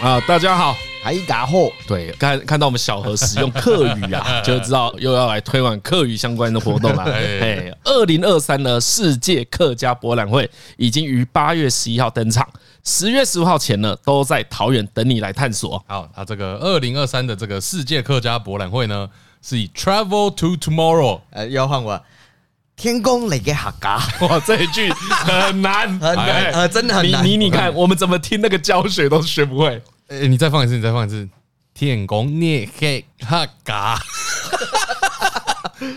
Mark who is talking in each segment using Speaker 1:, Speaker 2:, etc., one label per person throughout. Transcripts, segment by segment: Speaker 1: 啊，大家好。
Speaker 2: 还嘎后，
Speaker 1: 对，看看到我们小何使用客语啊，就知道又要来推广客语相关的活动啦。哎，二零二三呢，世界客家博览会已经于八月十一号登场，十月十五号前呢，都在桃园等你来探 索。
Speaker 3: 好，那这个二零二三的这个世界客家博览会呢，是以 Travel to Tomorrow
Speaker 2: 呃，要换我。天宫里给哈嘎，
Speaker 1: 哇，这一句 很难，
Speaker 2: 很难，呃，真的很
Speaker 1: 哎你
Speaker 2: 难。
Speaker 1: 你你看，我们怎么听那个教学都学不会。
Speaker 3: 诶、你再放一次，你再放一次。天公聂黑哈嘎，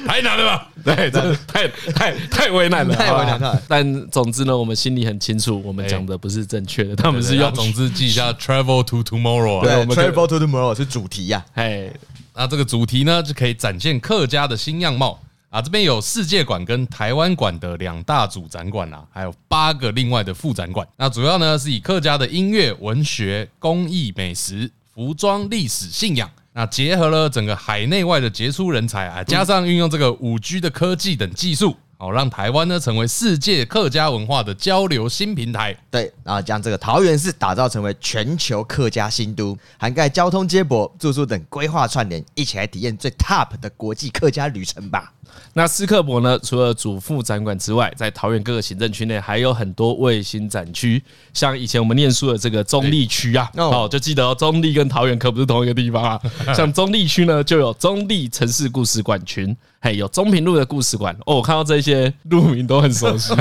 Speaker 3: 太难了吧？
Speaker 1: 对，真的太太太为难了，
Speaker 2: 太为难了
Speaker 1: 好吧 但总之呢，我们心里很清楚，我们讲的不是正确的，他们是
Speaker 3: 对对
Speaker 1: 用
Speaker 3: 那总之记一下 Travel to Tomorrow 啊。
Speaker 2: 对
Speaker 1: 我们可以
Speaker 2: ，Travel to tomorrow 是主题啊呀、
Speaker 1: 哎，
Speaker 3: 那这个主题呢，就可以展现客家的新样貌啊。这边有世界馆跟台湾馆的两大主展馆啦、还有八个另外的副展馆。那主要呢是以客家的音乐、文学、工艺、美食、服装、历史、信仰。那结合了整个海内外的杰出人才啊，加上运用这个五 G 的科技等技术，好让台湾呢成为世界客家文化的交流新平台。
Speaker 2: 对，然后将这个桃园市打造成为全球客家新都，涵盖交通接驳、住宿等规划串联，一起来体验最 top 的国际客家旅程吧。
Speaker 1: 那斯克博呢，除了主副展馆之外，在桃园各个行政区内还有很多卫星展区，像以前我们念书的这个中立区啊，
Speaker 2: 哎哦
Speaker 1: 哦，就记得哦，中立跟桃园可不是同一个地方啊。像中立区呢，就有中立城市故事馆群，嘿，有中平路的故事馆哦，我看到这些路名都很熟悉，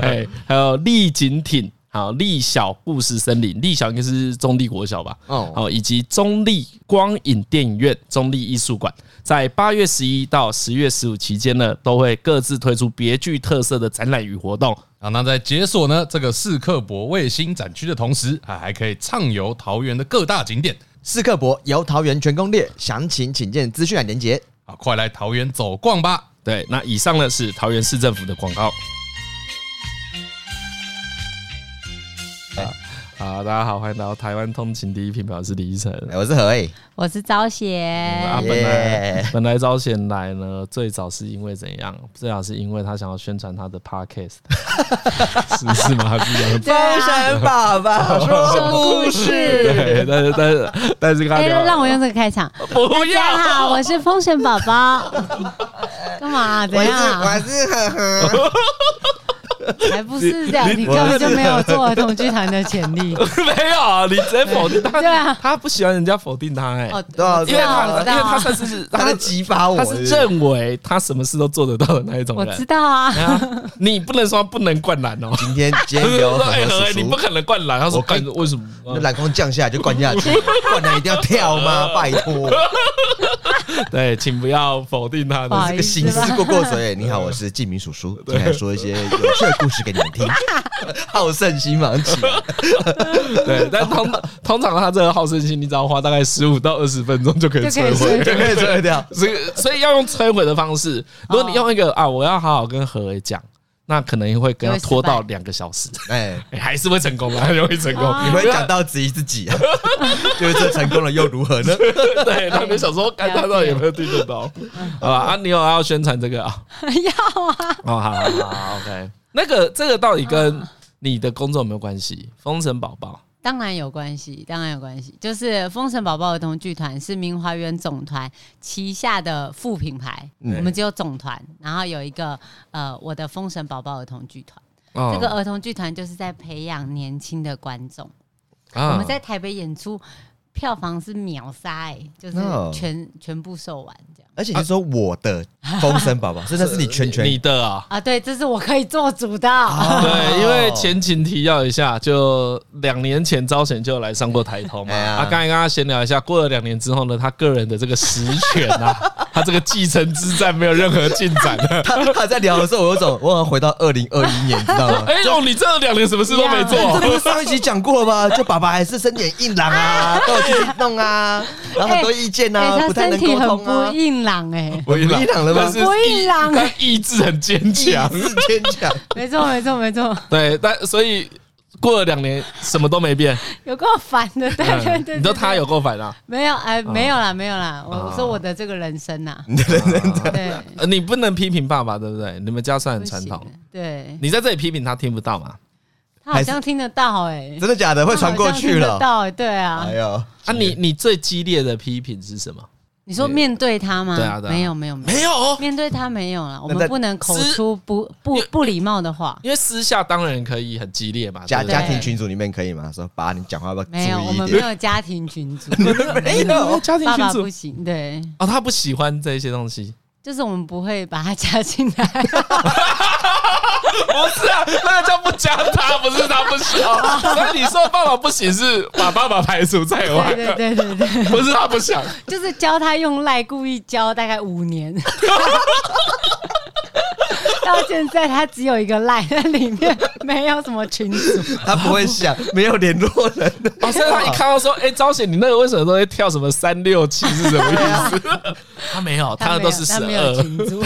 Speaker 1: 哎，还有丽景挺。好，丽小故事森林，丽小应该是中立国小吧？
Speaker 2: 哦
Speaker 1: 哦，哦，以及中立光影电影院、中立艺术馆，在八月十一到十月十五期间呢，都会各自推出别具特色的展览与活动。
Speaker 3: 啊，那在解锁呢这个四克博卫星展区的同时，啊，还可以畅游桃园的各大景点。
Speaker 2: 四客博游桃园全攻略，详情请见资讯栏连结。
Speaker 3: 啊，快来桃园走逛吧！
Speaker 1: 对，那以上呢是桃园市政府的广告。好，大家好，欢迎来到台湾通勤第一品牌，我是李依晨。
Speaker 2: 哎我是何诶，
Speaker 4: 我是招贤
Speaker 1: 啊，本来
Speaker 2: 耶
Speaker 1: 本来招贤来呢，最早是因为怎样？最早是因为他想要宣传他的 podcast，是是吗？是这样子
Speaker 4: 对啊，
Speaker 2: 山爸爸
Speaker 4: 说故事。
Speaker 1: 对，但是但是但是他
Speaker 4: 啊哎、
Speaker 1: 聊
Speaker 4: 让我用这个开场。
Speaker 1: 不
Speaker 4: 大家好，我是风神宝宝。干嘛、
Speaker 1: 哎
Speaker 4: 怎样、啊？
Speaker 2: 是呵
Speaker 1: 哦
Speaker 2: 呵，
Speaker 4: 还不是这样，
Speaker 1: 你
Speaker 4: 你根本就没有做儿童剧团的潜力。
Speaker 1: 没有啊，你直接否定他，
Speaker 4: 对啊
Speaker 1: 他不喜欢人家否定他哎，
Speaker 4: 哦，
Speaker 2: 对啊
Speaker 4: 我
Speaker 1: 因
Speaker 4: 知
Speaker 1: 为
Speaker 4: 道，
Speaker 1: 他
Speaker 4: 我知
Speaker 1: 因为他
Speaker 4: 道，
Speaker 1: 算是
Speaker 2: 他
Speaker 1: 他
Speaker 2: 在激发我，
Speaker 1: 他是认为他什么事都做得到的那一种
Speaker 4: 我知
Speaker 1: 人。
Speaker 4: 道啊。
Speaker 1: 啊你不能说他不能灌篮哦，
Speaker 2: 今天今
Speaker 1: 就
Speaker 2: 天
Speaker 1: 是
Speaker 2: 有
Speaker 1: 说
Speaker 2: 很
Speaker 1: 哎何
Speaker 2: 多
Speaker 1: 哎
Speaker 2: 叔
Speaker 1: 你不
Speaker 2: 叔，
Speaker 1: 可能灌篮，他说
Speaker 2: 我
Speaker 1: 干
Speaker 2: 跟
Speaker 1: 为什么？
Speaker 2: 那篮筐降下来就灌下 去，灌篮一定要跳吗？拜托，
Speaker 1: 对，请不要否定他
Speaker 4: 不好
Speaker 1: 的。
Speaker 2: 这
Speaker 4: 意
Speaker 2: 个
Speaker 4: 思
Speaker 2: 形
Speaker 4: 吧
Speaker 2: 式过过嘴。你好，我是纪明叔叔，今天说一些有趣的故事给你们 听。好胜心忙起来，
Speaker 1: 对，但通通常他这个好胜心，你只要花大概十五到二十分钟就可以
Speaker 4: 就可以
Speaker 1: 摧
Speaker 4: 摧毁
Speaker 1: 毁。
Speaker 2: 就可以吹掉。
Speaker 1: 所以所以要用摧毁的方式。
Speaker 4: 哦
Speaker 1: 如果你用一个啊，我要好好跟何伟讲，那可能会跟他拖到两个小时，
Speaker 2: 哎，
Speaker 1: 哎还是会成功的，很容易成功。
Speaker 4: 啊
Speaker 2: 你会讲到质疑自己 啊？ 就是这成功了又如何呢？
Speaker 1: 对，他们想说，看他到底有没有听得到？好吧，啊，你有要宣传这个啊？
Speaker 4: 要啊，
Speaker 1: 哦，好好好好，OK。那个这个到底跟你的工作有没有关
Speaker 4: 啊
Speaker 1: 系？封神宝宝
Speaker 4: 当然有关系，当然有关系。就是《封神宝宝儿童剧团》是明华园总团旗下的副品牌，
Speaker 1: 嗯
Speaker 4: 我们只有总团，然后有一个呃，我的《封神宝宝儿童剧团》。
Speaker 1: 哦
Speaker 4: 这个儿童剧团就是在培养年轻的观众。
Speaker 1: 啊
Speaker 4: 我们在台北演出，票房是秒杀、欸，就是
Speaker 2: 哦
Speaker 4: 全、全部售完这样。
Speaker 2: 而且你说我的风神宝宝，真的是你全
Speaker 1: 你
Speaker 2: 权
Speaker 1: 的啊。
Speaker 4: 啊，对，这是我可以做主的。
Speaker 2: 啊哦
Speaker 1: 对，因为前情提要一下，就两年前招贤就来上过台头嘛。
Speaker 2: 哎呀
Speaker 1: 啊，刚才跟他闲聊一下，过了两年之后呢，他个人的这个实权 啊，他这个继承之战没有任何进展。
Speaker 2: 他他在聊的时候，我有种我好像回到二零二一年，你知道吗？
Speaker 1: 哎呦，你这两年什么事都没
Speaker 2: 这
Speaker 1: 做，
Speaker 2: 不是上一集讲过了 吗？就爸爸还是身点硬朗啊，都有去弄啊， 然后很多意见
Speaker 4: 哎、
Speaker 2: 啊，
Speaker 4: 他
Speaker 2: 不太
Speaker 4: 身
Speaker 2: 能
Speaker 4: 体
Speaker 2: 沟
Speaker 4: 很
Speaker 2: 通啊
Speaker 4: 不，硬朗、欸，
Speaker 2: 我硬朗了
Speaker 1: 但
Speaker 2: 吗
Speaker 1: 是？
Speaker 4: 不
Speaker 1: 意
Speaker 4: 硬朗
Speaker 1: 但意志很坚强。
Speaker 2: 意志坚强，
Speaker 4: 没错，没错，没错，
Speaker 1: 对，但所以过了两年什么都没 变。
Speaker 4: 有够烦的。对对对
Speaker 1: 嗯你知道他有够烦啊！
Speaker 4: 没有？哎、没有啦，没有啦。我、我说我的这个人生呐、对，
Speaker 1: 呃你不能批评爸爸，对不对？你们家算很传
Speaker 4: 不行
Speaker 1: 统，
Speaker 4: 的，对，
Speaker 1: 你在这里批评他听不到嘛？
Speaker 4: 他好像听得到哎、
Speaker 2: 真的假的？会传过去
Speaker 4: 他好像听得
Speaker 2: 了。
Speaker 4: 到哎、对啊
Speaker 2: 哎，呦，
Speaker 1: 啊，你你最激烈的批评是什么？
Speaker 4: 你说面对他吗？
Speaker 1: 对啊对啊
Speaker 4: 没有没有没有，
Speaker 1: 没有哦，
Speaker 4: 面对他没有了，我
Speaker 2: 那在
Speaker 4: 们不能口
Speaker 1: 私
Speaker 4: 出不不不礼貌的话。
Speaker 1: 因为私下当然可以很激烈嘛，
Speaker 2: 家
Speaker 1: 对不对
Speaker 2: 家庭群组里面可以吗？说爸，你讲话要不要
Speaker 4: 没有，
Speaker 2: 注
Speaker 4: 我
Speaker 2: 意一
Speaker 4: 们没
Speaker 2: 点？
Speaker 4: 有家庭群组，
Speaker 2: 没
Speaker 1: 你们没有
Speaker 2: 有，
Speaker 1: 家庭
Speaker 4: 爸
Speaker 1: 群
Speaker 4: 爸
Speaker 1: 组
Speaker 4: 不行，对，
Speaker 1: 哦，他不喜欢这些东西，
Speaker 4: 就是我们不会把他加进来。
Speaker 1: 不是啊，那个叫不加他，不是他不行。 哦所以你说爸爸不行是把爸爸排除在外，
Speaker 4: 对对对对对，
Speaker 1: 不是他不想。
Speaker 4: 就是教他用赖，故意教大概五年， 到现在他只有一个赖，那里面没有什么 群组。
Speaker 2: 他不会想，没有联络 人。
Speaker 1: 哦，所以他一看到说，哎、招贤，你那个为什么都会跳什么三六七是什么意思？ 他没有，他的
Speaker 4: 没
Speaker 1: 都
Speaker 4: 有
Speaker 1: 是十
Speaker 4: 啊他没有
Speaker 1: 二。
Speaker 4: 群组。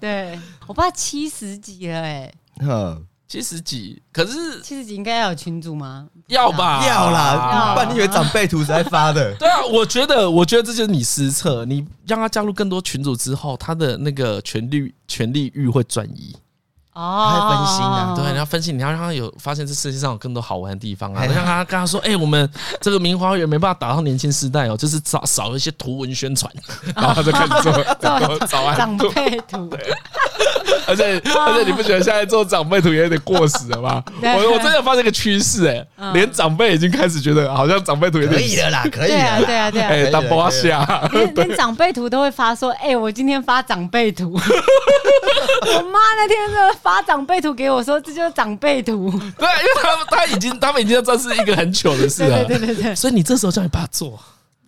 Speaker 4: 对，我爸七十几了哎、
Speaker 2: 哼
Speaker 1: 七十几，可是
Speaker 4: 七十几应该要有群组吗？
Speaker 1: 要吧？
Speaker 2: 要啦，
Speaker 4: 要
Speaker 2: 不然你以为长辈图是在发的？
Speaker 1: 对啊，我觉得，我觉得这就是你失策。你让他加入更多群组之后，他的那个权力权力欲会转移。
Speaker 4: 哦，
Speaker 2: 他在分心啊
Speaker 1: 对，你要分析，你要让他有发现这世界上有更多好玩的地方啊！
Speaker 2: 哎呀
Speaker 1: 让他跟他说，哎、我们这个名花园没办法打到年轻世代哦，就是少少一些图文宣传， 然后他就开始 做做早安
Speaker 4: 长
Speaker 1: 图，
Speaker 4: 辈图，
Speaker 1: 而且而且你不觉得现在做长辈图也有点过时了 吗？
Speaker 4: 对
Speaker 1: 我我真的发现一个趋势，哎，
Speaker 4: 嗯
Speaker 1: 连长辈已经开始觉得好像长辈图有
Speaker 2: 可
Speaker 1: 点
Speaker 2: 以的啦，可以
Speaker 4: 对啊，
Speaker 2: 的啦。
Speaker 4: 对啊，对啊，
Speaker 1: 哎，
Speaker 2: 了
Speaker 1: 打
Speaker 2: 可以了
Speaker 1: 包下，
Speaker 4: 连连长辈图都会发说，哎、我今天发长辈图。 我妈那天真的发长辈图给我说，这就是长辈图。
Speaker 1: 对，因为他们他已经他们已经这是一个很糗的事
Speaker 4: 对
Speaker 1: 了，
Speaker 4: 对对 对对，
Speaker 1: 所以你这时候叫你爸做。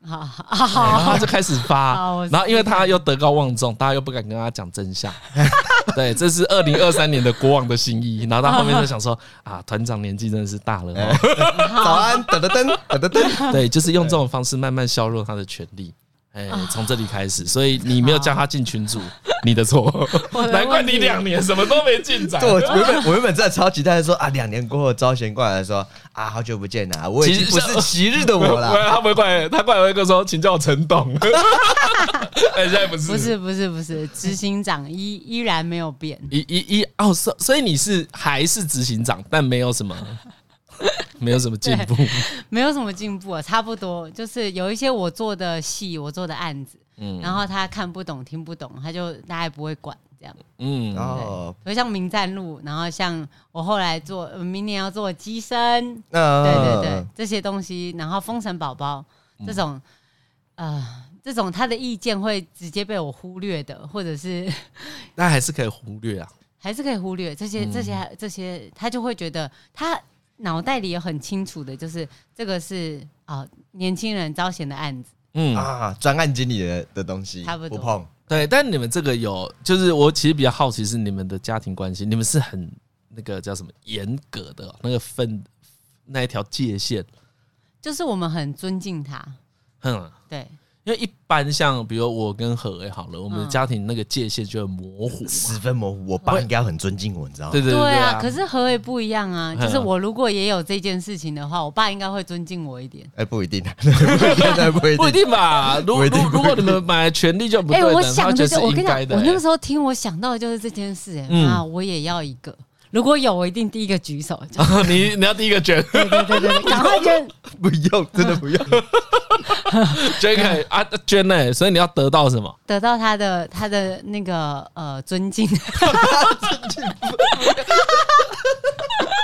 Speaker 4: 好好
Speaker 1: 对然后
Speaker 4: 好
Speaker 1: 他就开始发
Speaker 4: 好我，知
Speaker 1: 然后因为他又德高望重，大家又不敢跟他讲真相。 对，这是二零二三年的国王的新意。然后他后面就想说啊，团长年纪真的是大了、哦，
Speaker 2: 早安，噔噔噔噔噔噔。
Speaker 1: 对，就是用这种方式慢慢削弱他的权利。哎，
Speaker 4: 哦
Speaker 1: 从这里开始，所以你没有叫他进群组，你的错。
Speaker 4: 的
Speaker 1: 难怪
Speaker 4: 问题
Speaker 1: 你两年什么都没进展
Speaker 2: 对，。我原本我原本真的超期待说啊，两年过后招贤过来说啊，好久不见啦，我已
Speaker 1: 其
Speaker 2: 经
Speaker 1: 实
Speaker 2: 不是昔日的 我啦。
Speaker 1: 他不会过来，他过来会跟我说，请叫我陈 董。哎，现在不是，
Speaker 4: 不是不是不是，执行长依依然没有变，
Speaker 1: 一一一哦，所所以你是还是执行长，但没有什 么，没有什么进步。
Speaker 4: 没有什么进步啊，差不多就是有一些我做的戏，我做的案子，然后他看不懂听不懂，他就大概不会管这样。
Speaker 1: 嗯，
Speaker 2: 哦，
Speaker 4: 比如像民战路，然后像我后来做，呃明年要做机身，
Speaker 1: 嗯
Speaker 2: 那
Speaker 4: 对对对，这些东西，然后封神宝宝
Speaker 1: 嗯
Speaker 4: 这种，呃，这种他的意见会直接被我忽略的，或者是
Speaker 1: 那还是可以忽略啊。
Speaker 4: 还是可以忽略这
Speaker 1: 嗯
Speaker 4: 些这些这些，他就会觉得他脑袋里也很清楚的，就是这个是啊、年轻人招贤的案子，
Speaker 1: 嗯，
Speaker 2: 啊，专案经理的的东西
Speaker 4: 差不多
Speaker 2: 碰。
Speaker 1: 对。但你们这个有，就是我其实比较好奇是你们的家庭关系，你们是很那个叫什么严格的哦那个分那一条界限，
Speaker 4: 就是我们很尊敬他，
Speaker 1: 哼。
Speaker 4: 对
Speaker 1: 因为一般像比如我跟何伟好了，我们的
Speaker 4: 嗯
Speaker 1: 家庭那个界限就很模糊嘛。
Speaker 2: 十分模糊，我爸应该要很尊敬我，你知道吗？
Speaker 1: 对对对
Speaker 4: 啊，可是何为不一样啊？
Speaker 1: 嗯
Speaker 4: 就是我如果也有这件事情的话，我爸应该会尊敬我一点。
Speaker 2: 哎，不一定， 不一 定，啊不一
Speaker 1: 不一
Speaker 2: 定。
Speaker 1: 定吧？如
Speaker 2: 不一定
Speaker 1: 如如果你们买权利就不
Speaker 4: 哎、
Speaker 1: 对等，
Speaker 4: 我
Speaker 1: 他
Speaker 4: 想
Speaker 1: 觉
Speaker 4: 的
Speaker 1: 得
Speaker 4: 是，
Speaker 1: 是
Speaker 4: 我跟
Speaker 1: 应
Speaker 4: 你讲
Speaker 1: 该，的、
Speaker 4: 我
Speaker 1: 欸
Speaker 4: 那个时候听，我想到的就是这件事、哎、
Speaker 1: 嗯
Speaker 4: 啊，我也要一个。如果有，我一定第一个举 手。就
Speaker 1: 哎你你要第一个卷，
Speaker 4: 对对对对，对赶快捐！
Speaker 2: 不用，真的不用。
Speaker 1: 捐给啊捐嘞，所以你要得到什么？
Speaker 4: 得到他的他的那个呃尊敬，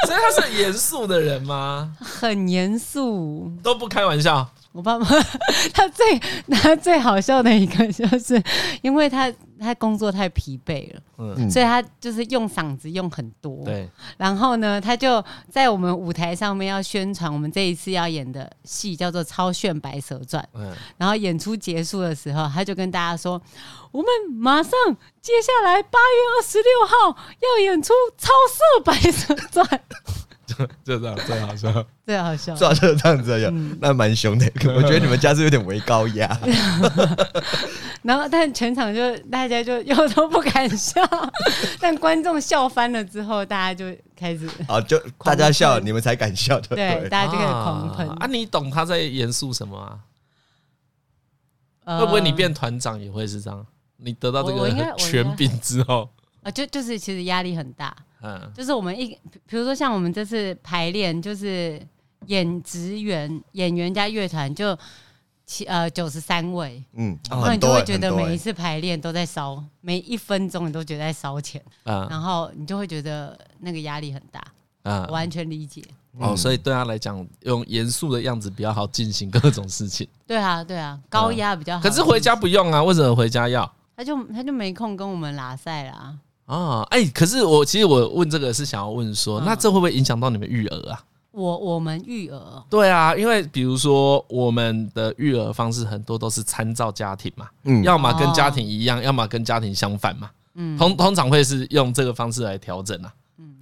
Speaker 1: 所以他是很严肃的人吗？
Speaker 4: 很严肃。
Speaker 1: 都不开玩笑，
Speaker 4: 我爸妈 他最他最好笑的一个就是，因为他他工作太疲惫了，
Speaker 1: 嗯，
Speaker 4: 所以他就是用嗓子用很多。
Speaker 1: 对，
Speaker 4: 然后呢，他就在我们舞台上面要宣传我们这一次要演的戏叫做《超炫白蛇传》。
Speaker 1: 嗯，
Speaker 4: 然后演出结束的时候，他就跟大家说：“我们马上接下来八月二十六号要演出《超色白蛇传》，
Speaker 1: 就这样，最好笑。
Speaker 4: 最好笑。”
Speaker 2: 抓就这样子有，
Speaker 1: 嗯
Speaker 2: 那蛮凶的。我觉得你们家是有点微高压，
Speaker 4: 然后，但全场就大家就又都不敢笑， 但观众笑翻了之后，大家就开始
Speaker 2: 啊，就大家笑，你们才敢笑的。
Speaker 4: 对，大家就开始狂喷。
Speaker 1: 啊啊！你懂他在严肃什么啊？
Speaker 4: 呃
Speaker 1: 会不会你变团长也会是这样？你得到这
Speaker 4: 我我应该
Speaker 1: 个
Speaker 4: 我应该
Speaker 1: 权柄之后，
Speaker 4: 呃啊？就就是其实压力很大，
Speaker 1: 嗯，
Speaker 4: 就是我们一，比比如说像我们这次排练，就是演职员、演员加乐团就七呃九十三位，
Speaker 2: 嗯，
Speaker 4: 然
Speaker 2: 哦
Speaker 4: 后
Speaker 2: 很
Speaker 4: 你就
Speaker 2: 多
Speaker 4: 会
Speaker 2: 欸
Speaker 4: 觉得
Speaker 2: 很多
Speaker 4: 每一
Speaker 2: 欸
Speaker 4: 次排练都在烧，每一分钟你都觉得在烧钱，
Speaker 1: 啊
Speaker 4: 然后你就会觉得那个压力很大，
Speaker 1: 啊
Speaker 4: 我，完全理解。
Speaker 1: 哦，所以对他来讲，用严肃的样子比较好进行各种事情。
Speaker 4: 对啊，对啊，高压比较好。
Speaker 1: 嗯可是回家不用啊，为什么回家要？
Speaker 4: 他就他就没空跟我们拉赛啦。
Speaker 1: 啊，哎、可是我其实我问这个是想要问说，
Speaker 4: 嗯
Speaker 1: 那这会不会影响到你们育儿啊？
Speaker 4: 我我们育儿，
Speaker 1: 对啊，因为比如说我们的育儿方式很多都是参照家庭嘛，
Speaker 2: 嗯
Speaker 1: 要么跟
Speaker 4: 哦
Speaker 1: 家庭一样，要么跟家庭相反嘛，
Speaker 4: 嗯，
Speaker 1: 通通常会是用这个方式来调整啊，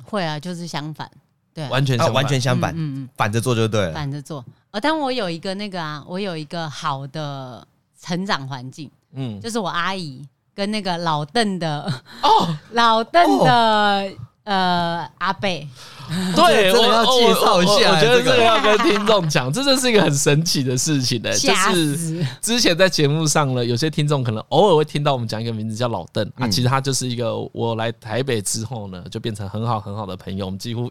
Speaker 4: 会啊，就是相反，对啊，
Speaker 1: 哦完全
Speaker 2: 啊
Speaker 1: 相反
Speaker 2: 完全相反，
Speaker 4: 嗯嗯
Speaker 2: 反着做就对
Speaker 4: 嗯，
Speaker 2: 了。
Speaker 4: 反着做。呃，但我有一个那个啊，我有一个好的成长环境，
Speaker 1: 嗯
Speaker 4: 就是我阿姨跟那个老邓的
Speaker 1: 哦，
Speaker 4: 老邓的呃阿贝，
Speaker 1: 对，
Speaker 2: 这个
Speaker 1: 我
Speaker 2: 要
Speaker 1: 我
Speaker 2: 介绍一
Speaker 1: 我
Speaker 2: 下
Speaker 1: 我觉得
Speaker 2: 这个
Speaker 1: 这个要跟听众讲，这真是一个很神奇的事情呢、就
Speaker 4: 吓
Speaker 1: 是。
Speaker 4: 死！
Speaker 1: 之前在节目上呢，有些听众可能偶尔会听到我们讲一个名字叫老邓、啊，
Speaker 2: 嗯
Speaker 1: 其实他就是一个我来台北之后呢，就变成很好很好的朋友。我们几乎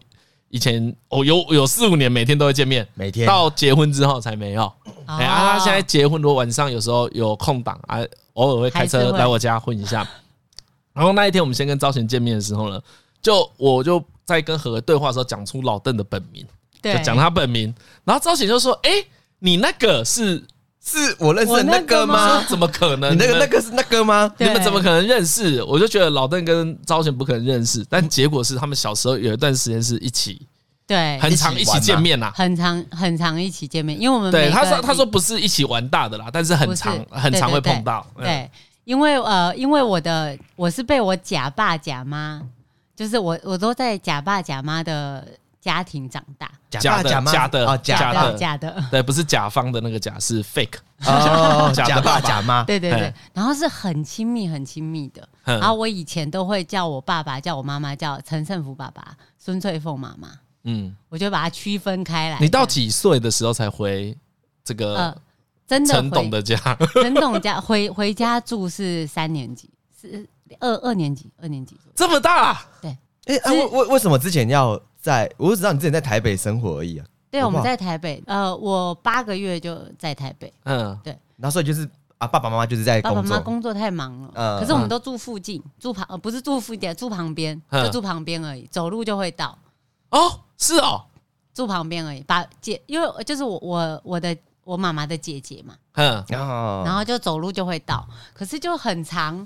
Speaker 1: 以前哦有有四五年每天都会见面，
Speaker 2: 每天
Speaker 1: 到结婚之后才没有。哎、啊，他现在
Speaker 4: 哦
Speaker 1: 结婚，如果晚上有时候有空档啊，偶尔会开
Speaker 4: 还
Speaker 1: 车
Speaker 4: 是会
Speaker 1: 来我家混一下。然后那一天我们先跟招贤见面的时候呢，就我就在跟何对话的时候讲出老邓的本名，就
Speaker 4: 对
Speaker 1: 讲他本名，然后招贤就说：“哎、你那个是
Speaker 2: 是我认识
Speaker 4: 嗯我
Speaker 2: 的
Speaker 4: 那
Speaker 2: 那
Speaker 4: 个
Speaker 2: 个
Speaker 1: 说
Speaker 2: 吗？
Speaker 1: 怎么可能？
Speaker 2: 你那个
Speaker 1: 们
Speaker 2: 那个是那个吗？
Speaker 1: 你们
Speaker 4: 对
Speaker 1: 怎么可能认识？我就觉得老邓跟招贤不可能认识，但结果是他们小时候有一段时间是一起，
Speaker 4: 对
Speaker 1: 很常一
Speaker 2: 一起玩
Speaker 1: 起
Speaker 2: 嘛
Speaker 1: 见面啦。
Speaker 4: 很常很常一起见面，因为我们每
Speaker 1: 对，
Speaker 4: 个
Speaker 1: 他说
Speaker 4: 礼
Speaker 1: 他说不是一起玩大的啦，但是很
Speaker 4: 不是
Speaker 1: 常
Speaker 4: 对
Speaker 1: 很常会
Speaker 4: 对对
Speaker 1: 碰到。嗯，
Speaker 4: 对，因为呃，因为我的我是被我假爸假妈，就是我我都在假爸假妈的家庭长大，
Speaker 1: 假
Speaker 2: 假
Speaker 1: 的
Speaker 2: 爸假妈
Speaker 1: 假的
Speaker 2: 哦
Speaker 1: 假
Speaker 2: 假
Speaker 1: 的
Speaker 4: 假的，
Speaker 1: 对，不是甲方的那个甲，是 fake。
Speaker 2: 哦，
Speaker 1: 假的
Speaker 2: 假
Speaker 1: 爸
Speaker 2: 爸
Speaker 1: 爸
Speaker 2: 假妈，
Speaker 4: 对对对
Speaker 1: 哎，
Speaker 4: 然后是很亲密很亲密的，
Speaker 1: 嗯
Speaker 4: 然后我以前都会叫我爸爸叫我妈妈叫陈胜福爸爸、孙翠凤妈妈，
Speaker 1: 嗯，
Speaker 4: 我就把它区分开来。
Speaker 1: 你到几岁的时候才回这个
Speaker 4: 呃，真的
Speaker 1: 陈
Speaker 4: 回
Speaker 1: 董的家？
Speaker 4: 陈董家 回回家住是三年级，是二二年级二年级左右。
Speaker 1: 这么大？
Speaker 2: 哎，啊为为为什么之前要在？我只知道你之前在台北生活而已啊，
Speaker 4: 对，我们
Speaker 2: 好不好
Speaker 4: 在台北，呃，我八个月就在台北，
Speaker 1: 嗯
Speaker 2: 然后所以就是啊，爸爸妈妈就是在
Speaker 4: 爸爸
Speaker 2: 工
Speaker 4: 妈妈
Speaker 2: 作，
Speaker 4: 工作太忙了，
Speaker 2: 嗯
Speaker 4: 可是我们都住附近，住旁呃不是住附近，住旁边，
Speaker 1: 嗯
Speaker 4: 就住旁边而已，走路就会到，
Speaker 1: 哦，是哦，
Speaker 4: 住旁边而已。把姐，因为就是我我我的我妈妈的姐姐嘛，
Speaker 1: 嗯
Speaker 2: 哦
Speaker 4: 然后就走路就会到，可是就很长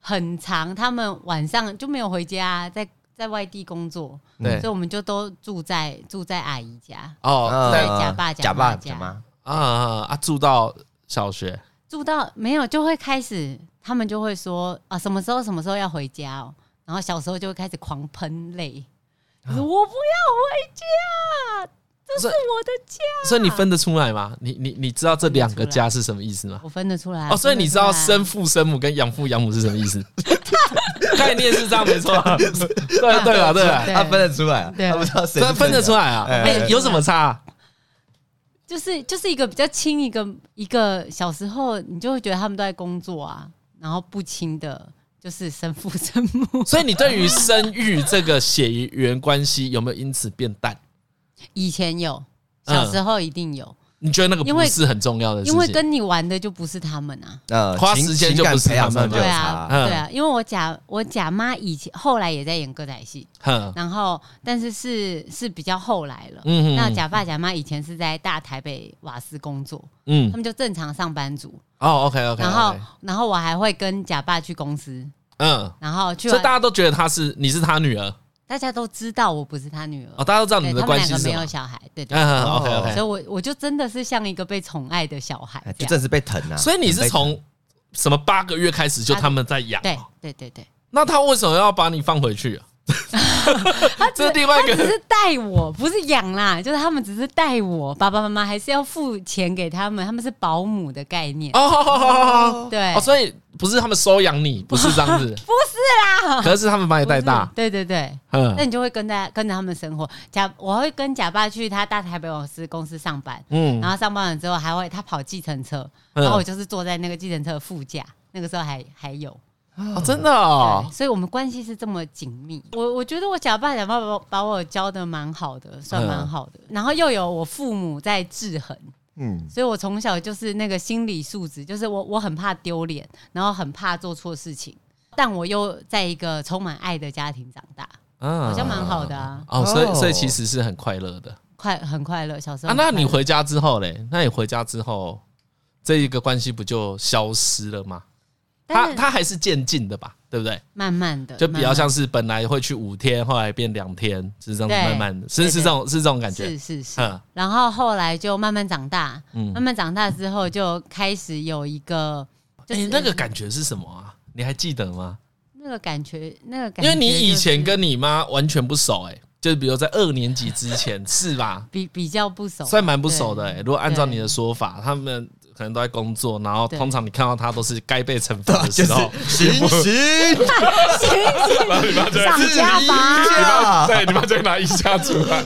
Speaker 4: 很长，他们晚上就没有回家，啊在在外地工作，
Speaker 1: 对
Speaker 4: 所以我们就都住在住在阿姨家，
Speaker 1: 哦，
Speaker 2: 嗯
Speaker 1: 在
Speaker 4: 对假爸假
Speaker 2: 假爸
Speaker 4: 妈家
Speaker 2: 假妈，
Speaker 1: 啊啊啊住到小学，
Speaker 4: 住到没有就会开始，他们就会说啊，什么时候什么时候要回家哦。然后小时候就会开始狂喷泪，就是我不要回家，这是
Speaker 1: 所以
Speaker 4: 我的家。
Speaker 1: 所以你分得出来吗？你你你知道这两个家是什么意思吗？
Speaker 4: 我啊分得出来
Speaker 1: 哦，所以你知道生
Speaker 4: 身
Speaker 1: 父生母跟养父养母是什么意 思？概念是这样没错啊，对对啦对啦，
Speaker 4: 对
Speaker 2: 他分得出来啊，
Speaker 4: 对
Speaker 2: 他不知道谁
Speaker 1: 这
Speaker 2: 是
Speaker 1: 分得出
Speaker 2: 谁啊，
Speaker 1: 来啊？
Speaker 2: 哎
Speaker 1: 哎，有什么差啊？
Speaker 4: 就是就是一个比较亲，一个一个小时候你就会觉得他们都在工作啊，然后不亲的就是生父生母。
Speaker 1: 所以你对于生育这个血缘关系有没有因此变淡？
Speaker 4: 以前有，
Speaker 1: 嗯
Speaker 4: 小时候一定有，
Speaker 1: 你觉得那个
Speaker 4: 因
Speaker 1: 不
Speaker 4: 为
Speaker 1: 是很重要的事
Speaker 4: 因为
Speaker 1: 情？
Speaker 4: 跟你玩的就不是他们啊。
Speaker 2: 呃
Speaker 1: 花
Speaker 2: 情
Speaker 1: 时间
Speaker 2: 情
Speaker 1: 就
Speaker 2: 感
Speaker 1: 不是
Speaker 2: 培养
Speaker 1: 他们
Speaker 2: 上就有
Speaker 4: 对
Speaker 2: 差
Speaker 4: 啊，
Speaker 2: 啊，
Speaker 1: 嗯
Speaker 4: 对啊，因为我假我假妈以前后来也在演歌仔戏，
Speaker 1: 哼，
Speaker 4: 然后但是是是比较后来了。
Speaker 1: 嗯
Speaker 4: 那假爸假妈以前是在大台北瓦斯工作，
Speaker 1: 嗯
Speaker 4: 他，们就正常上班族。
Speaker 1: 哦，OK OK，
Speaker 4: 然后，然后我还会跟假爸去公司，
Speaker 1: 嗯，
Speaker 4: 然后去
Speaker 1: 所以
Speaker 4: 完
Speaker 1: 大家都觉得她是你是她女儿
Speaker 4: 大家都知道我不是他女儿，
Speaker 1: 哦，大家都知道你
Speaker 4: 对
Speaker 1: 们
Speaker 4: 他
Speaker 1: 的
Speaker 4: 们
Speaker 1: 关
Speaker 4: 两
Speaker 1: 系
Speaker 4: 个
Speaker 1: 是
Speaker 4: 没
Speaker 1: 什
Speaker 4: 有
Speaker 1: 么？
Speaker 4: 小孩，对对对
Speaker 1: 嗯，OK
Speaker 2: 哎
Speaker 4: 所以
Speaker 1: OK，
Speaker 4: 我我就真的是像一个被宠爱的小孩
Speaker 2: 哎，就
Speaker 4: 这样。
Speaker 2: 正是被疼啊，
Speaker 1: 所以你是
Speaker 2: 很被疼
Speaker 1: 从什么八个月开始就他们在养？
Speaker 4: 对对对对，
Speaker 1: 那他为什么要把你放回 去、啊？这是另外一
Speaker 4: 只
Speaker 1: 个
Speaker 4: 是带我，不是养啦，就是他们只是带我，爸爸妈妈还是要付钱给他们，他们是保姆的概念。
Speaker 1: 哦好好好好好，
Speaker 4: 对
Speaker 1: 哦，所以不是他们收养你，不是这样 子，不是啦，可是他们把你带大
Speaker 4: 不是，对对对，
Speaker 1: 嗯
Speaker 4: 那你就会跟大家跟着他们生活。假我会跟假爸去他大台北公司公司上班，
Speaker 1: 嗯，
Speaker 4: 然后上班完之后还会他跑计程车，
Speaker 1: 嗯
Speaker 4: 然后我就是坐在那个计程车的副驾，那个时候还还有，
Speaker 1: 哦真的哦
Speaker 4: 对，所以我们关系是这么紧密。我我觉得我假扮假爸把把我教的蛮好的，算蛮好
Speaker 1: 嗯
Speaker 4: 的。然后又有我父母在制衡，
Speaker 2: 嗯，
Speaker 4: 所以我从小就是那个心理素质，就是我我很怕丢脸，然后很怕做错事情，但我又在一个充满爱的家庭长大，
Speaker 1: 啊
Speaker 4: 好像蛮好的啊，
Speaker 1: 哦，所以
Speaker 2: 哦
Speaker 1: 所以其实是很快乐的
Speaker 4: 快很快乐。小时候
Speaker 1: 啊。那
Speaker 4: 很快
Speaker 1: 你
Speaker 4: 乐
Speaker 1: 回家之后嘞？那你回家之后，这一个关系不就消失了吗？
Speaker 4: 但
Speaker 1: 它
Speaker 4: 是
Speaker 1: 它还是渐进的吧，对不对？
Speaker 4: 慢慢的
Speaker 1: 就比较
Speaker 4: 慢慢
Speaker 1: 像是本来会去五天，后来变两天，是这样子
Speaker 4: 对
Speaker 1: 慢慢的，是是
Speaker 4: 对对
Speaker 1: 这种是这种感觉
Speaker 4: 是。是是，
Speaker 1: 嗯
Speaker 4: 然后后来就慢慢长大，慢慢长大之后就开始有一个，就是、
Speaker 1: 你哎那个感觉是什么啊？你还记得吗？
Speaker 4: 那个感觉，那个感
Speaker 1: 因
Speaker 4: 觉、
Speaker 1: 为你以前跟你妈完全不熟，哎，就是比如在二年级之前是吧？
Speaker 4: 比比较不熟，
Speaker 1: 算蛮不熟的哎、如果按照
Speaker 4: 对
Speaker 1: 你的说法，他们可能都在工作，然后
Speaker 4: 对
Speaker 1: 通常你看到他都是该被惩罚的
Speaker 2: 就
Speaker 1: 时
Speaker 2: 是
Speaker 1: 候，
Speaker 2: 行行
Speaker 4: 对上家
Speaker 2: 吧，
Speaker 4: 吧。
Speaker 1: 对，你妈就会拿衣架出来。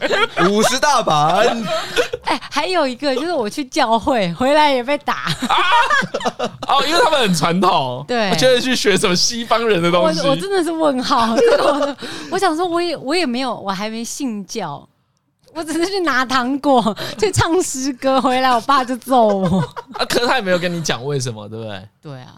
Speaker 2: 五十大板，
Speaker 4: 哎、还有一个就是我去教会回来也被 打，
Speaker 1: 哦，因为他们很传统，
Speaker 4: 对
Speaker 1: 就会去学什么西方人的
Speaker 4: 我
Speaker 1: 东西。
Speaker 4: 我真的是问号，这个我都我想说我也我也没有，我还没信教。我只是去拿 糖果，去唱诗歌，回来我爸就揍我。
Speaker 1: 啊，可是他也没有跟你讲为什么，对不对？
Speaker 4: 对啊，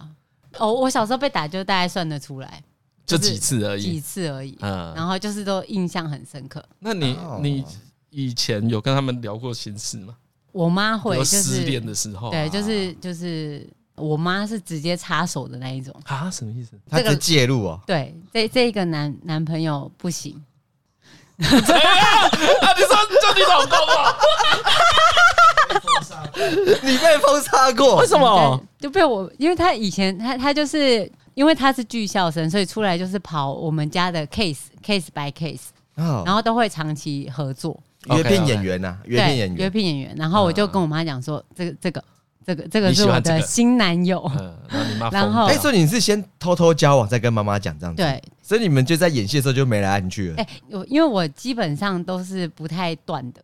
Speaker 4: 哦，我小时候被打就大概算得出来，
Speaker 1: 就
Speaker 4: 就是
Speaker 1: 几次而
Speaker 4: 几
Speaker 1: 已。
Speaker 4: 次而已，
Speaker 1: 嗯
Speaker 4: 然后就是都印象很深刻。
Speaker 1: 那你
Speaker 2: 哦
Speaker 1: 你以前有跟他们聊过心事吗？
Speaker 4: 我妈会
Speaker 1: 有
Speaker 4: 就是
Speaker 1: 失恋的时候啊，
Speaker 4: 对，就是就是我妈是直接插手的那一种。
Speaker 1: 啊，什么意思？
Speaker 2: 他
Speaker 4: 这个
Speaker 2: 这介入哦，
Speaker 4: 对，这这一个男男朋友不行，
Speaker 1: 啊，你说叫你老公啊？
Speaker 2: 你被封杀过
Speaker 1: 为，什么？
Speaker 4: 但就被我，因为他以前他他就是因为他是剧校生，所以出来就是跑我们家的 case case by case，然
Speaker 1: 哦
Speaker 2: 然
Speaker 4: 后都会长期合作，
Speaker 2: 约
Speaker 1: OK，OK
Speaker 2: 聘演员呐，约聘
Speaker 4: 对
Speaker 2: 演
Speaker 4: 约
Speaker 2: 员，
Speaker 4: 聘演员。然后我就跟我妈讲说，这个这个这个这个
Speaker 1: 啊你喜
Speaker 4: 是我
Speaker 1: 欢这
Speaker 4: 的
Speaker 1: 个
Speaker 4: 新男友，
Speaker 1: 嗯，然后你妈疯
Speaker 4: 然后
Speaker 1: 掉
Speaker 2: 哎，所以你是先偷偷交往，再跟妈妈讲这样子，，
Speaker 4: 对，
Speaker 2: 所以你们就在演戏的时候就眉来暗去了
Speaker 4: 哎、，我因为我基本上都是不太断的，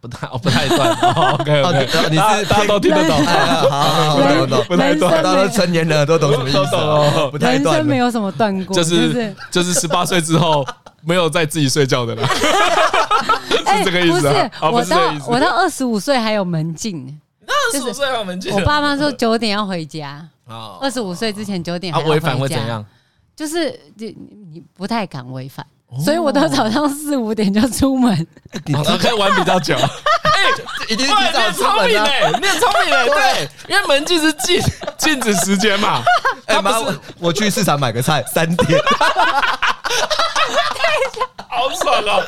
Speaker 1: 不太哦，不太 断。哦 OK
Speaker 2: 哦
Speaker 1: OK，
Speaker 2: 你你
Speaker 1: 大
Speaker 2: 是
Speaker 1: 家大家都听得懂，
Speaker 2: 哎好好好，我懂，
Speaker 1: 不太
Speaker 4: 人生
Speaker 1: 断
Speaker 2: 大家都
Speaker 4: 没
Speaker 2: 成年人了，都懂什么意思
Speaker 1: 都懂哦
Speaker 2: 啊，不太
Speaker 4: 人生
Speaker 2: 断
Speaker 4: 没
Speaker 2: 了。
Speaker 4: 有什么断 过，
Speaker 1: 就
Speaker 4: 就是
Speaker 1: 是就是十八岁之后没有在自己睡觉的 了，
Speaker 4: 哎
Speaker 1: 是这个意思啊？哦
Speaker 4: 不
Speaker 1: 不
Speaker 4: 是，我
Speaker 1: 是这个意
Speaker 4: 到
Speaker 1: 思。
Speaker 4: 我到二十五岁还有 门禁，
Speaker 1: 二十五岁啊我们记得
Speaker 4: 我爸妈说九点要回家，
Speaker 1: 啊
Speaker 4: 二十五岁之前九点
Speaker 1: 啊
Speaker 4: 还要
Speaker 1: 违
Speaker 4: 回
Speaker 1: 反会怎
Speaker 4: 家，
Speaker 1: 样？
Speaker 4: 就是你你不太敢违反。所以我都早上四五点就出门，
Speaker 1: 哦可以玩比较久。
Speaker 2: 一定是
Speaker 1: 哇，
Speaker 2: 提
Speaker 1: 你
Speaker 2: 早
Speaker 1: 很
Speaker 2: 出
Speaker 1: 聪
Speaker 2: 门
Speaker 1: 明
Speaker 2: 啊！
Speaker 1: 嘞，你很聪明嘞，对，因为门禁是 禁禁止时间嘛，
Speaker 2: 哎
Speaker 1: 他不
Speaker 2: 妈，
Speaker 1: 是
Speaker 2: 我我去市场买个菜，三点。
Speaker 1: 好爽哦，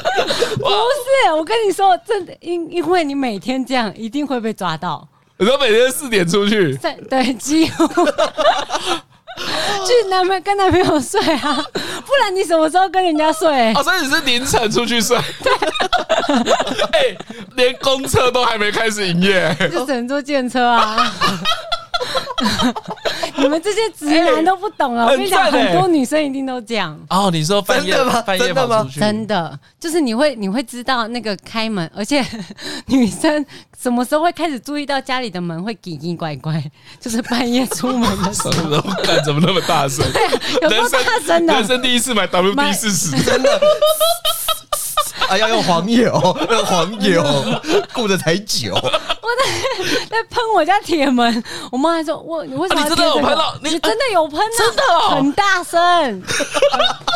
Speaker 4: 不是我跟你说，真的因因为你每天这样一定会被抓到，
Speaker 1: 你说每天四点出去，
Speaker 4: 在对几乎去男朋友跟男朋友睡啊，不然你什么时候跟人家睡？
Speaker 1: 哦，所以你是凌晨出去睡， 哎，连公厕都还没开始营业，
Speaker 4: 就只能坐电车 啊。你们这些直男都不懂啊！
Speaker 1: 哎
Speaker 4: 我跟你讲，
Speaker 1: 很赞欸
Speaker 4: 很多女生一定都这样，
Speaker 1: 哦，你说半夜
Speaker 2: 真的吗
Speaker 1: 半夜
Speaker 2: 真的吗
Speaker 1: 跑出去，
Speaker 4: 真的就是你会你会知道那个开门，而且 女生什么时候会开始注意到家里的门会奇奇怪怪，就是半夜出门 的时候，
Speaker 1: 怎么干怎么那么大声？
Speaker 4: 有多大声
Speaker 1: 人
Speaker 4: 的？
Speaker 1: 生第一次买 WD
Speaker 4: 买
Speaker 1: 四十，
Speaker 2: 啊，要用黄油，用黄油，顾着才久。
Speaker 4: 在喷我家铁门，我妈还说：“我你为什么
Speaker 1: 啊
Speaker 4: 要
Speaker 1: 你真
Speaker 4: 贴
Speaker 1: 的有
Speaker 4: 这
Speaker 1: 喷到
Speaker 4: 个？
Speaker 1: 你
Speaker 4: 你真的有喷啊？
Speaker 1: 真的哦
Speaker 4: 很 大声，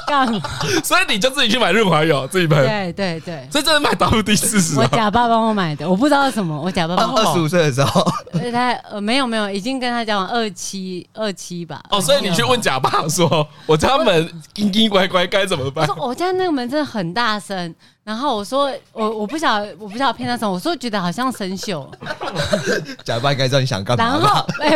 Speaker 4: 杠，
Speaker 1: 所以你就自己去买润滑油自己喷，
Speaker 4: 对对对。”
Speaker 1: 所以真的买 WD 四十
Speaker 4: 我
Speaker 1: 啊。
Speaker 4: 假爸帮我买的，我不知道什么，我假爸帮我买
Speaker 2: 二十五岁的时候，
Speaker 4: 而且他呃没有没有，已经跟他交往二期二期吧。
Speaker 1: 哦，所以你去问假爸说，我家门阴阴乖乖该怎么
Speaker 4: 我
Speaker 1: 办
Speaker 4: 说？哦我家那个门真的很大声，然后我说我我不晓我不晓得骗他什么，我说觉得好像生锈，
Speaker 2: 假扮该知道你想干嘛
Speaker 4: 然后
Speaker 2: 吧？
Speaker 4: 哎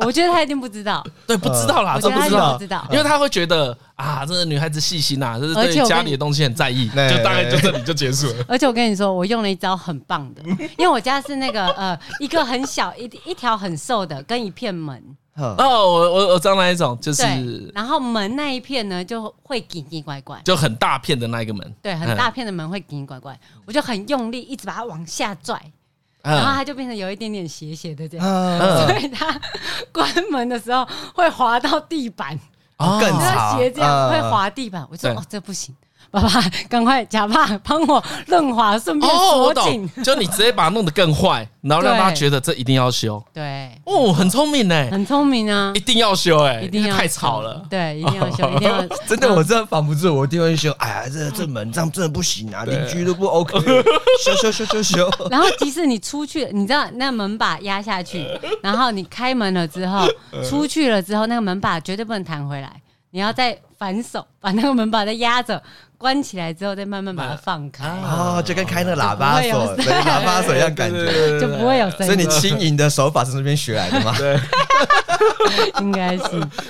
Speaker 4: 我觉得他一定不知道，
Speaker 1: 对，不知道啦，
Speaker 4: 呃我
Speaker 1: 这
Speaker 4: 觉得
Speaker 1: 不知
Speaker 4: 他一定
Speaker 1: 道
Speaker 4: 不，知道
Speaker 1: 因。为他会觉得啊，这个女孩子细心呐，就是
Speaker 4: 而
Speaker 1: 对
Speaker 4: 且我跟
Speaker 1: 家里的东西很在意，
Speaker 2: 对
Speaker 1: 就大概就这里就结 束了。
Speaker 4: 而且我跟你说，我用了一招很棒的，因为我家是那个呃一个很小一一条很瘦的跟一片门，
Speaker 1: 哦，我我我知道那一种，就
Speaker 4: 对
Speaker 1: 是，
Speaker 4: 然后门那一片呢就会奇奇怪怪。
Speaker 1: 就很大片的那一个门，
Speaker 4: 对，很大片的门会奇奇怪怪，我就很用力一直把它往下拽，然后
Speaker 1: 嗯。
Speaker 4: 它就变成有一点点斜斜的这样，
Speaker 2: 啊，
Speaker 1: 嗯
Speaker 4: 所以它关门的时候会滑到地板，
Speaker 1: 啊
Speaker 2: 更
Speaker 4: 那
Speaker 2: 吵
Speaker 4: 鞋这样会
Speaker 2: 呃
Speaker 4: 滑地板，我就说
Speaker 1: 对
Speaker 4: 哦，这不行，爸爸 赶快假发帮我润滑，顺便
Speaker 1: 哦，我
Speaker 4: 锁
Speaker 1: 懂
Speaker 4: 紧。，
Speaker 1: 就你直接把它弄得更坏，然后让
Speaker 4: 对
Speaker 1: 大家觉得这一定要修。
Speaker 4: 对，
Speaker 1: 哦，很聪明呢，
Speaker 4: 很聪明啊
Speaker 1: 一，定要修哎，
Speaker 4: 一定
Speaker 1: 因
Speaker 4: 要
Speaker 1: 为太吵了。
Speaker 4: 对，一定要修，一 定要
Speaker 2: 真的，我真的防不住，我一定会说，哎呀，这这门这样真的不行啊，邻居都不 OK，修修修修修。
Speaker 4: 然后即使你出去，你知道那门把压下去， 然后你开门了之后，
Speaker 1: 呃
Speaker 4: 出去了之后，那个门把绝对不能弹回来，你要再反手把那个门把再压着，关起来之后再慢慢把它放开，
Speaker 1: 啊
Speaker 2: 哦，就跟开那喇叭
Speaker 4: 就不
Speaker 2: 锁、
Speaker 4: 会有声
Speaker 2: 对喇叭锁一样感觉。
Speaker 1: 对啊
Speaker 4: 就不会有
Speaker 2: 所以
Speaker 4: 声
Speaker 2: 你
Speaker 4: 音。
Speaker 2: 轻盈的手法是从那边学来的吗？
Speaker 4: 应该是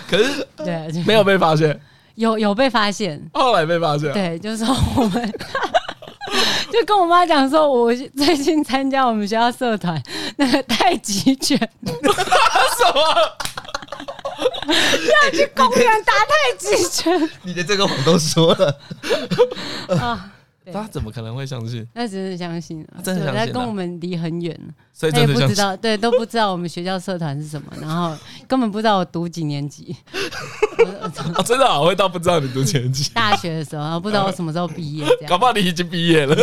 Speaker 1: 可是
Speaker 4: 对，
Speaker 1: 没有被发现，
Speaker 4: 有有被发现，
Speaker 1: 后来被发现。
Speaker 4: 对，就是说我们就跟我妈讲说，我最近参加我们学校社团那个太极 拳，
Speaker 1: 什么？
Speaker 4: 去公园打太极拳
Speaker 2: 你的这个我都说了，
Speaker 4: 啊。对
Speaker 1: 他怎么可能会相信？
Speaker 4: 那真是相信了，
Speaker 1: 真的相
Speaker 4: 对
Speaker 1: 信了啊
Speaker 4: 他跟我们离很远，
Speaker 1: 所以
Speaker 4: 他也
Speaker 1: 真的
Speaker 4: 不
Speaker 1: 相
Speaker 4: 知
Speaker 1: 信。
Speaker 4: 道，对，都不知道我们学校社团是什么，然后根本不知道我读几年级，
Speaker 1: 啊，真的啊、我会到不知道你读几年级，
Speaker 4: 大学的时候，然后不知道我什么时候毕业，这
Speaker 1: 搞
Speaker 4: 样
Speaker 1: 不好你已经毕业 了。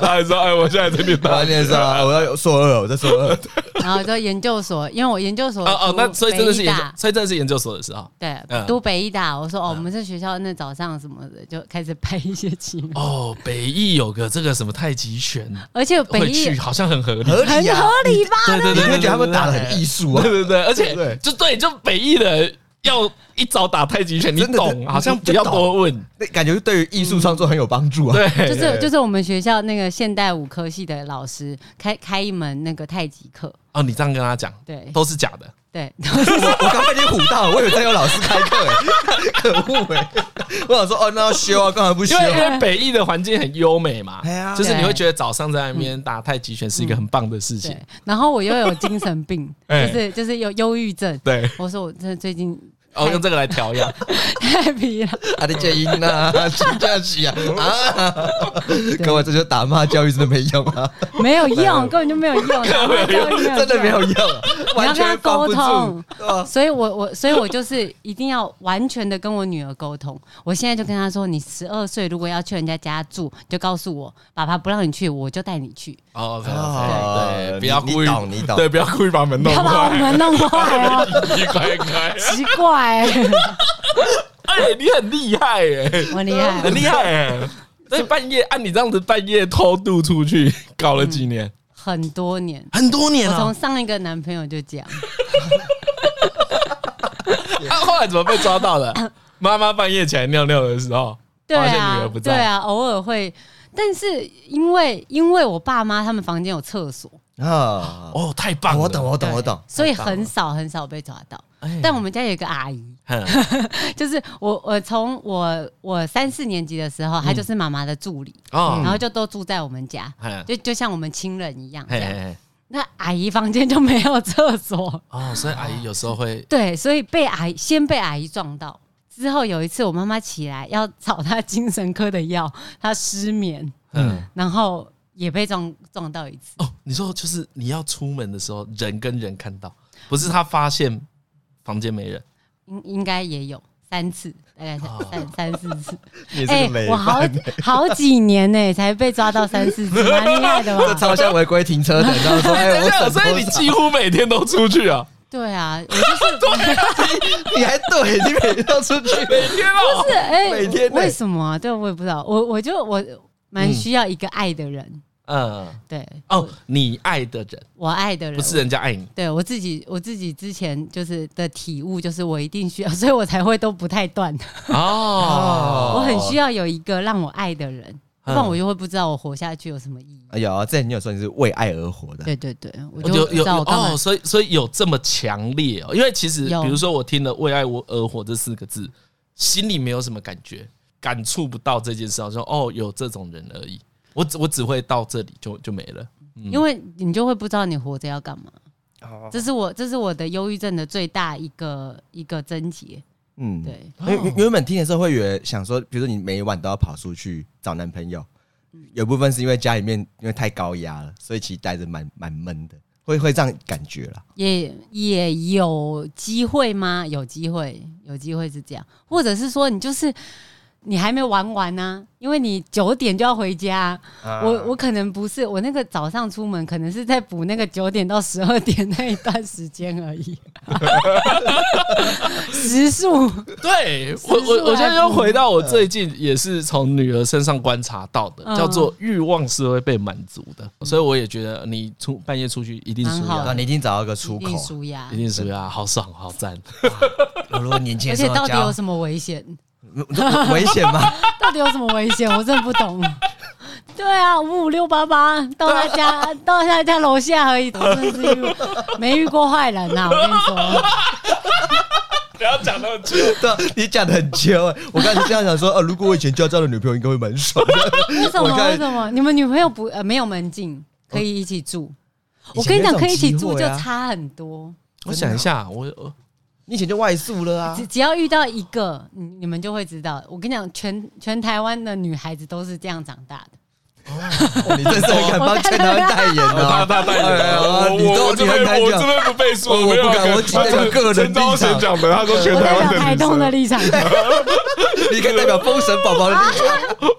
Speaker 1: 他还说：“哎，我现在在念
Speaker 2: 我
Speaker 1: 大
Speaker 2: 要
Speaker 1: 学。
Speaker 2: 念说，哦我要硕二，我在硕二，
Speaker 4: 然后就研究所，因为我研究所
Speaker 1: 哦哦，那
Speaker 4: 读
Speaker 1: 所以真的是
Speaker 4: 北医
Speaker 1: 研究
Speaker 4: 大，
Speaker 1: 所以真的是研究所的时候。嗯
Speaker 4: 对，读北医大，我说哦，我们这学校那早上什么的就开始拍一些奇妙，
Speaker 1: 哦，北艺有个这个什么太极拳，
Speaker 4: 而且北
Speaker 1: 会
Speaker 4: 医
Speaker 1: 去好像很合理。
Speaker 2: 合
Speaker 4: 很
Speaker 2: 理啊
Speaker 4: 合。理吧？
Speaker 1: 对对
Speaker 2: 你
Speaker 1: 对，
Speaker 2: 会
Speaker 1: 对
Speaker 2: 觉得他们打的很艺术啊
Speaker 1: 对？对对，而
Speaker 2: 对不对
Speaker 1: 且就对，就北艺的要一早打太极拳，你
Speaker 2: 真的
Speaker 1: 懂，好像不要多问。
Speaker 2: 那感觉对于艺术创作很有帮助啊。
Speaker 1: 对，
Speaker 4: 就是就是我们学校那个现代舞科系的老师开 开一门那个太极课，
Speaker 1: 哦，你这样跟他讲，
Speaker 4: 对
Speaker 1: 都是假的。
Speaker 4: 对，
Speaker 2: 我我刚被你唬到，我以为在有老师开课、欸，可恶哎、我想说，哦，那要修啊，干嘛不修
Speaker 1: 因？为因为北艺的环境很优美 嘛
Speaker 2: 哎呀，
Speaker 1: 就是你会觉得早上在那
Speaker 2: 嗯
Speaker 1: 边打太极拳是一个很棒的事情
Speaker 4: 对。，然后我又有精神病，
Speaker 1: 哎
Speaker 4: 就是就是有忧郁症。
Speaker 1: 对，
Speaker 4: 我说我真的最近
Speaker 1: 哦，用这个来调养。
Speaker 4: 太皮了，
Speaker 2: 啊，你这音呐，真这起啊啊！各位，这就是打骂教育真的没用啊，
Speaker 4: 没有用，根本就没有用，然后教育
Speaker 2: 真的没有。用啊，完全防不
Speaker 4: 你要跟
Speaker 2: 住。啊
Speaker 4: 所以我我所以我就是一定要完全的跟我女儿沟通。我现在就跟她说，你十二岁如果要去人家家住，就告诉我，爸爸不让你去，我就带你去，
Speaker 1: 哦，
Speaker 2: 哦
Speaker 1: 对对，
Speaker 2: 你
Speaker 1: 不要故意
Speaker 2: 你懂你懂
Speaker 1: 对，不要故意把门
Speaker 4: 不
Speaker 1: 弄
Speaker 4: 要 把我
Speaker 1: 坏，
Speaker 4: 们弄坏哦，
Speaker 1: 你快开！
Speaker 4: 奇怪、
Speaker 1: 哎，你很厉害哎，
Speaker 4: 我厉害
Speaker 1: 很，厉害哎。所以半夜按你这样子半夜偷渡出去，搞了几年？
Speaker 4: 很多年。
Speaker 1: 很多年
Speaker 4: 我从上一个男朋友 就这样，
Speaker 1: 啊，后来怎么被抓到 的？妈妈半夜起来尿尿的时候，
Speaker 4: 对
Speaker 1: 发现女
Speaker 4: 啊
Speaker 1: 儿不，
Speaker 4: 对
Speaker 1: 在
Speaker 4: 啊，偶尔会，但是因为因为我爸妈他们房间有厕所，
Speaker 2: 啊！
Speaker 1: 哦，太棒了！
Speaker 2: 我懂，我懂，
Speaker 4: 对
Speaker 2: 我懂。
Speaker 4: 所以很少很少被抓到。
Speaker 1: 哎
Speaker 4: 但我们家有一个阿姨，
Speaker 1: 哼
Speaker 4: 就是我我从我我三四年级的时候，她就是妈妈的助理，
Speaker 1: 嗯哦，
Speaker 4: 然后就都住在我们家，
Speaker 1: 嗯
Speaker 4: 就就像我们亲人一样这
Speaker 1: 嘿
Speaker 4: 样。
Speaker 1: 嘿嘿
Speaker 4: 那阿姨房间就没有厕所，
Speaker 1: 哦，所以阿姨有时候会
Speaker 4: 对，所以被阿姨先被阿姨撞到。之后有一次，我妈妈起来要找她精神科的药，她失眠，
Speaker 1: 嗯
Speaker 4: 然后也被撞撞到一次。
Speaker 1: 哦，你说就是你要出门的时候，人跟人看到，不是他发现房间没人，
Speaker 4: 应应该也有三次，大概三、三三四 次。
Speaker 2: 你
Speaker 4: 哎、
Speaker 2: 哦是美
Speaker 4: 我好
Speaker 2: 版，
Speaker 4: 好几年呢、才被抓到三四次，蛮厉害的
Speaker 2: 这
Speaker 4: 吧？
Speaker 2: 超像违规停车的，然 后说，哎，我
Speaker 1: 对啊，
Speaker 2: 省
Speaker 1: 所以你几乎每天都出去啊，
Speaker 4: 对啊，我就是
Speaker 2: 你还对，你每天都出去，
Speaker 1: 每天哦，
Speaker 4: 是 哎、
Speaker 2: 每天呢嗯
Speaker 4: 为什么啊、对，我也不知道。我我就我蛮需要一个爱的人，
Speaker 1: 嗯，
Speaker 4: 对
Speaker 1: 哦，你爱的人
Speaker 4: 我爱的人
Speaker 1: 不是人家爱你，
Speaker 4: 对我自己，我自己之前就是的体悟，就是我一定需要， 所以我才会都不太断。
Speaker 1: 哦，嗯
Speaker 4: 我很需要有一个让我爱的人，不然我就会不知道我活下去有什么意义。
Speaker 2: 哎呦，之前你有说你是为爱而活的，
Speaker 4: 对对对，我就
Speaker 1: 有
Speaker 4: 不知
Speaker 1: 有
Speaker 4: 道我干嘛
Speaker 1: 哦，所以所以有这么强烈哦，因为其实
Speaker 4: 有
Speaker 1: 比如说我听了“为爱我而活”这四个字，心里没有什么感觉，感触不到这件事，好像哦有这种人而已，我只我只会到这里就就没了。
Speaker 4: 因为你就会不知道你活着要干嘛。这是我这是我的忧郁症的最大一个一个症结。
Speaker 2: 嗯，
Speaker 4: 对，
Speaker 2: 因为原本听的时候会以为想说，比如说你每晚都要跑出去找男朋友，有部分是因为家里面因为太高压了，所以其实待着蛮蛮闷的。会会这样感觉啦。
Speaker 4: 也也有机会吗？有机会，有机会是这样，或者是说你就是你还没玩完呢、因为你九点就要回家。我我可能不是我那个早上出门，可能是在补那个九点到十二点那一段时间而已。时速
Speaker 1: 对我我我现在又回到我最近也是从女儿身上观察到的，
Speaker 4: 嗯
Speaker 1: 叫做欲望是会被满足的，
Speaker 2: 嗯
Speaker 1: 所以我也觉得你出半夜出去一定舒
Speaker 4: 蛮好
Speaker 1: 压
Speaker 2: 哦
Speaker 4: 的，
Speaker 2: 那你一定找到个出
Speaker 4: 一
Speaker 2: 口
Speaker 4: 定。输呀
Speaker 1: 一，定舒压，好爽好赞。
Speaker 2: 如果年轻
Speaker 4: 而
Speaker 2: 的
Speaker 4: 且
Speaker 2: 时
Speaker 4: 到
Speaker 2: 候
Speaker 4: 底有
Speaker 2: 交
Speaker 4: 什么危险？
Speaker 2: 危险吗？
Speaker 4: 到底有什么危险？我真的不懂。 对啊，五五六八八到他家，到他家楼下而已，我真是遇没遇过坏人呐、啊！我跟你说，
Speaker 1: 不要讲那么久，
Speaker 2: 对，啊你讲的很绝。我刚才这样想说，呃，如果我以前交这样的女朋友，应该会蛮爽的。
Speaker 4: 为什
Speaker 2: 我
Speaker 4: 么？
Speaker 2: 看
Speaker 4: 为什么？你们女朋友不呃没有门禁，可以一起住？我跟你讲，
Speaker 2: 以前没有这种
Speaker 4: 可以一起住
Speaker 2: 机会
Speaker 4: 就
Speaker 2: 啊
Speaker 4: 差很多。
Speaker 1: 我想一下，我 我
Speaker 2: 你以前就外宿了啊
Speaker 4: 只？只要遇到一个，你你们就会知道。我跟你讲，全全台湾的女孩子都是这样长大的。
Speaker 2: 哦你真是很敢帮全台湾代言
Speaker 3: 他
Speaker 2: 啊！
Speaker 3: 他代言
Speaker 2: 哎呀
Speaker 3: 的，
Speaker 2: 你都
Speaker 3: 我我这
Speaker 2: 你很敢
Speaker 3: 边我
Speaker 2: 讲
Speaker 3: 这边不背书，
Speaker 2: 我
Speaker 3: 没有
Speaker 2: 我不敢
Speaker 3: 跟
Speaker 2: 我只代表个人
Speaker 3: 陈昭
Speaker 2: 立
Speaker 3: 贤
Speaker 2: 场
Speaker 3: 讲的，他说全
Speaker 4: 我
Speaker 3: 台
Speaker 4: 代
Speaker 3: 湾
Speaker 4: 表
Speaker 3: 的
Speaker 4: 台
Speaker 3: 女
Speaker 4: 东的
Speaker 3: 生。
Speaker 4: 立场，
Speaker 2: 你可以代表封神宝宝的立场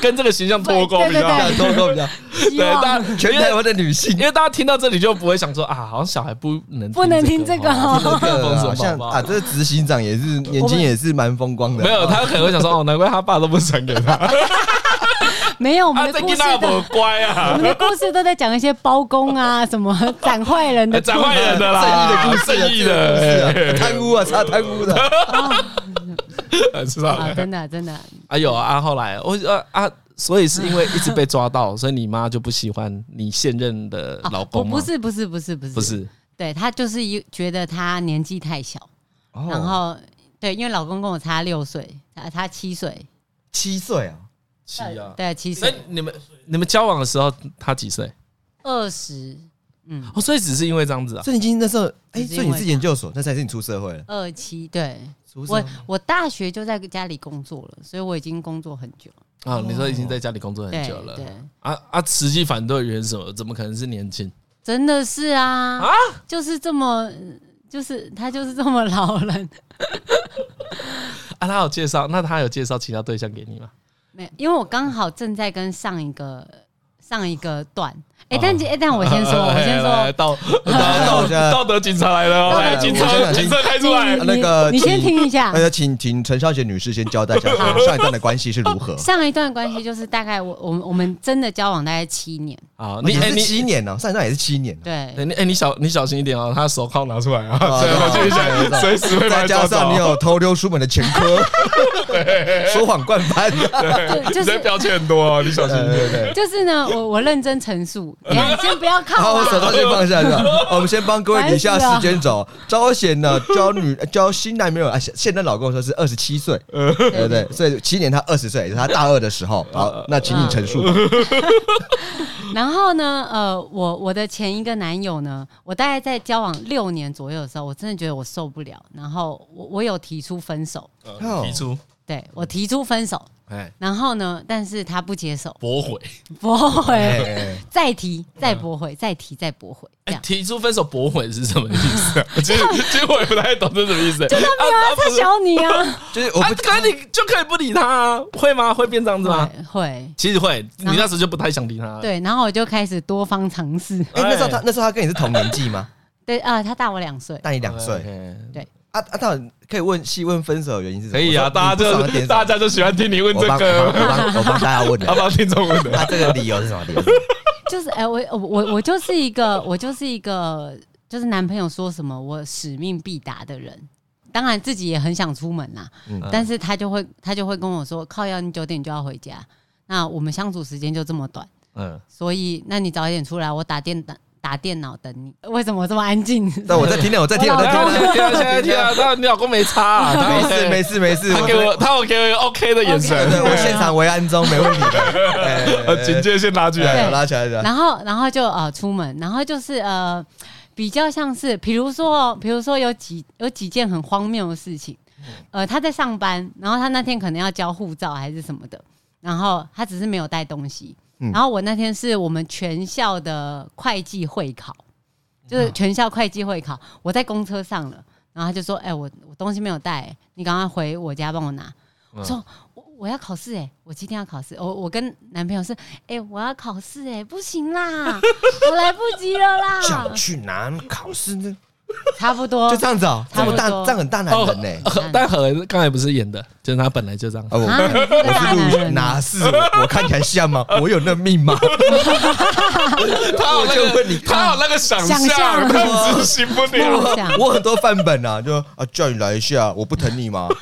Speaker 1: 跟这个形象脱钩比较好。
Speaker 2: 讲，
Speaker 4: 对
Speaker 2: 多够比较
Speaker 4: 希
Speaker 1: 对，大
Speaker 4: 望
Speaker 1: 家
Speaker 2: 全台湾的女性
Speaker 1: 因。为大家听到这里就不会想说啊，好像小孩不能
Speaker 4: 不能听这个
Speaker 1: 哦
Speaker 4: 哦
Speaker 1: 不能听
Speaker 2: 好
Speaker 1: 封神
Speaker 2: 像
Speaker 1: 宝
Speaker 2: 啊，
Speaker 1: 宝。
Speaker 2: 这个执行长也是年轻，也是蛮风光的。哎
Speaker 1: 没有，他可能会想说哦，难怪他爸都不传给他，啊
Speaker 4: 没 有我
Speaker 1: 他
Speaker 4: 们的
Speaker 1: 这
Speaker 4: 故
Speaker 1: 个
Speaker 4: 事
Speaker 1: 那
Speaker 4: 的
Speaker 1: 么乖啊
Speaker 4: 我。们的故事都在讲一些包公啊，什么斩坏人的故事
Speaker 1: 哎斩坏人的啦，正义的
Speaker 2: 是
Speaker 1: 正义的，
Speaker 2: 啊，贪污啊，查贪污的，
Speaker 1: 哎知
Speaker 4: 啊，
Speaker 1: 道？
Speaker 4: 真的真的，
Speaker 1: 哎呦啊，后来我呃啊，所以是因为一直被抓到，所以你妈就不喜欢你现任的
Speaker 4: 啊
Speaker 1: 老公吗？
Speaker 4: 不，是不是不是不是
Speaker 1: 不，是，
Speaker 4: 对他就是一觉得他年纪太小，
Speaker 2: 哦
Speaker 1: 哦
Speaker 4: 然后对，因为老公跟我差六岁，他他七岁，
Speaker 2: 七岁啊，
Speaker 1: 是啊。
Speaker 4: 对七
Speaker 1: 所以
Speaker 4: 岁
Speaker 1: 你们你们交往的时候，他几岁？
Speaker 4: 二十
Speaker 1: 哦，所以只是因为这样子啊。
Speaker 2: 所以你今天那时候，哎，
Speaker 4: 只是因为
Speaker 2: 所以你是研究所，那才是你出社会了。
Speaker 4: 二七，对
Speaker 2: 出社
Speaker 4: 我
Speaker 2: 会啊
Speaker 4: 我大学就在家里工作了，所以我已经工作很久，
Speaker 1: 啊，你说已经在家里工作很久了
Speaker 4: 哦对对，
Speaker 1: 啊啊！实际反对的原因是什么？怎么可能是年轻？
Speaker 4: 真的是啊
Speaker 1: 啊
Speaker 4: 就是这么就是他就是这么老人，
Speaker 1: 啊，他有介绍，那他有介绍其他对象给你吗？
Speaker 4: 没有，因为我刚好正在跟上一个上一个段，哎、
Speaker 1: 哦哎
Speaker 4: 但哎、但我 先说，我先
Speaker 1: 来来来
Speaker 4: 说，
Speaker 1: 道
Speaker 2: 那
Speaker 1: 道
Speaker 2: 我觉得
Speaker 1: 道德警察来了哦，
Speaker 4: 道德
Speaker 1: 来警
Speaker 4: 警
Speaker 2: 察
Speaker 1: 车警车开出来
Speaker 4: 你，
Speaker 2: 那个
Speaker 4: 你先
Speaker 2: 请
Speaker 4: 听一下
Speaker 2: 那。要请请陈少贤女士先交代一下
Speaker 4: 好
Speaker 2: 上一段的关系是如何。
Speaker 4: 上一段关系就是大概我我们我们真的交往大概七年，
Speaker 1: 好，
Speaker 2: 你
Speaker 1: 你哎
Speaker 2: 哦是
Speaker 1: 你
Speaker 2: 七年呢，上一段也是七年哦。
Speaker 1: 哎
Speaker 4: 对，
Speaker 1: 你哎你小你小心一点哦，他手铐拿出来啊，
Speaker 2: 啊
Speaker 1: 所以我就想随时会把
Speaker 2: 再
Speaker 1: 你
Speaker 2: 加
Speaker 1: 抓走
Speaker 2: 上你有偷溜书本的前 科，说谎惯犯，
Speaker 4: 就就
Speaker 1: 你这
Speaker 4: 是
Speaker 1: 标签很多哦，你小心一点。
Speaker 2: 对。
Speaker 4: 就是呢，我我认真陈述，等一下你先不要靠
Speaker 2: 好，
Speaker 4: 我
Speaker 2: 我手
Speaker 4: 啊，
Speaker 2: 上先放下是吧？我们先帮各位理一下时间轴。招贤呢，交女交新男朋友啊，现现任老公说是二十七岁，对不对？所以七年他二十岁，也是他大二的时候。好，那请你陈述吧。
Speaker 4: 然后呢，呃，我我的前一个男友呢，我大概在交往六年左右的时候，我真的觉得我受不了，然后我我有提出分手，
Speaker 2: 哦
Speaker 1: 呃提出
Speaker 4: 对我提出分手，
Speaker 1: 哎
Speaker 4: 然后呢，但是他不接受，
Speaker 1: 驳回，
Speaker 4: 不
Speaker 2: 哎
Speaker 4: 会，
Speaker 2: 哎哎
Speaker 4: 再提，再驳回，再提，再驳回，
Speaker 1: 哎
Speaker 4: 这样。
Speaker 1: 提出分手驳回是什么意思啊？ 其实其实我也不太懂这什么意思。就他没有啊，
Speaker 4: 他小你啊，
Speaker 2: 就是我
Speaker 1: 啊，
Speaker 2: 不
Speaker 1: 可是你就可以不理他啊？会吗？会变这样子吗？
Speaker 4: 会会
Speaker 1: 其实会，你
Speaker 4: 然后
Speaker 1: 那时候就不太想理他了。
Speaker 4: 对，然后我就开始多方尝试。
Speaker 2: 哎，那时候他那时候他跟你是同年纪吗？
Speaker 4: 对啊、他大我两岁，
Speaker 2: 大你两岁。
Speaker 1: OK
Speaker 2: 啊啊，到底可以问细问分手的原因是什么？
Speaker 1: 可以啊，
Speaker 2: 我说
Speaker 1: 大家
Speaker 2: 你不爽的
Speaker 1: 就
Speaker 2: 点
Speaker 1: 大家就喜欢听你问
Speaker 2: 什么
Speaker 1: 这
Speaker 2: 我帮我
Speaker 1: 个，
Speaker 2: 帮我帮我帮大家问
Speaker 1: 他
Speaker 2: 的。
Speaker 1: 帮听众问的。
Speaker 2: 他这个理由是什么理由是什么？
Speaker 4: 就是哎、我我我我就是一个我就是一个就是男朋友说什么我使命必达的人。当然自己也很想出门啦，
Speaker 2: 嗯
Speaker 4: 但是他就会他就会跟我说，靠要你九点就要回家，那我们相处时间就这么短，
Speaker 1: 嗯，
Speaker 4: 所以那你早一点出来，我打电打打电脑等你。为什么我这么安静？
Speaker 2: 那我在听呢，我在听，我
Speaker 4: 我
Speaker 2: 在
Speaker 1: 然
Speaker 2: 听
Speaker 1: 后
Speaker 2: 呢。
Speaker 1: 现在现在听啊，那你老公没差 啊，
Speaker 2: 没
Speaker 1: 他
Speaker 2: 事没事没事，
Speaker 1: 他给我他有给我一个 OK 的眼神，
Speaker 2: 对，我现场为安中，没问题的。哎
Speaker 1: 呃，警戒线拉起来。
Speaker 2: 哎拉起来，拉起来。
Speaker 4: 然后，然后就呃出门，然后就是呃比较像是，比如说，比如说有几有几件很荒谬的事情，呃，他在上班，然后他那天可能要交护照还是什么的，然后他只是没有
Speaker 2: 嗯
Speaker 4: 带东西，然后我那天是我们全校的会计会考，
Speaker 2: 嗯
Speaker 4: 就是全校会计会考，我在公车上了，然后他就说：“哎、我我东西没有带、你赶快回我家帮我拿。”
Speaker 2: 嗯
Speaker 4: 我说：“我我要考试哎、我今天要考试。我”我跟男朋友是：“哎、我要考试哎、不 行啦，我来不及了啦
Speaker 2: 想，去哪考试呢？
Speaker 4: 差不多
Speaker 2: 就这样子哦，这
Speaker 4: 差不
Speaker 2: 么
Speaker 4: 多
Speaker 2: 大，这 样很欸大男人呢。
Speaker 4: 嗯
Speaker 1: 哦但何恩刚才不是演的，就是他本来就这样。
Speaker 2: 啊，我
Speaker 4: 啊，你是个大男
Speaker 2: 我是路
Speaker 4: 人啊
Speaker 2: 哪是我？我看起来像 吗？我有那命吗？
Speaker 1: 他有
Speaker 2: 我就问你哦
Speaker 1: 他有那个想
Speaker 4: 想 象
Speaker 1: 但执行不
Speaker 4: 梦想。
Speaker 2: 我很多范本啊，就啊叫你来一下，我不疼你吗？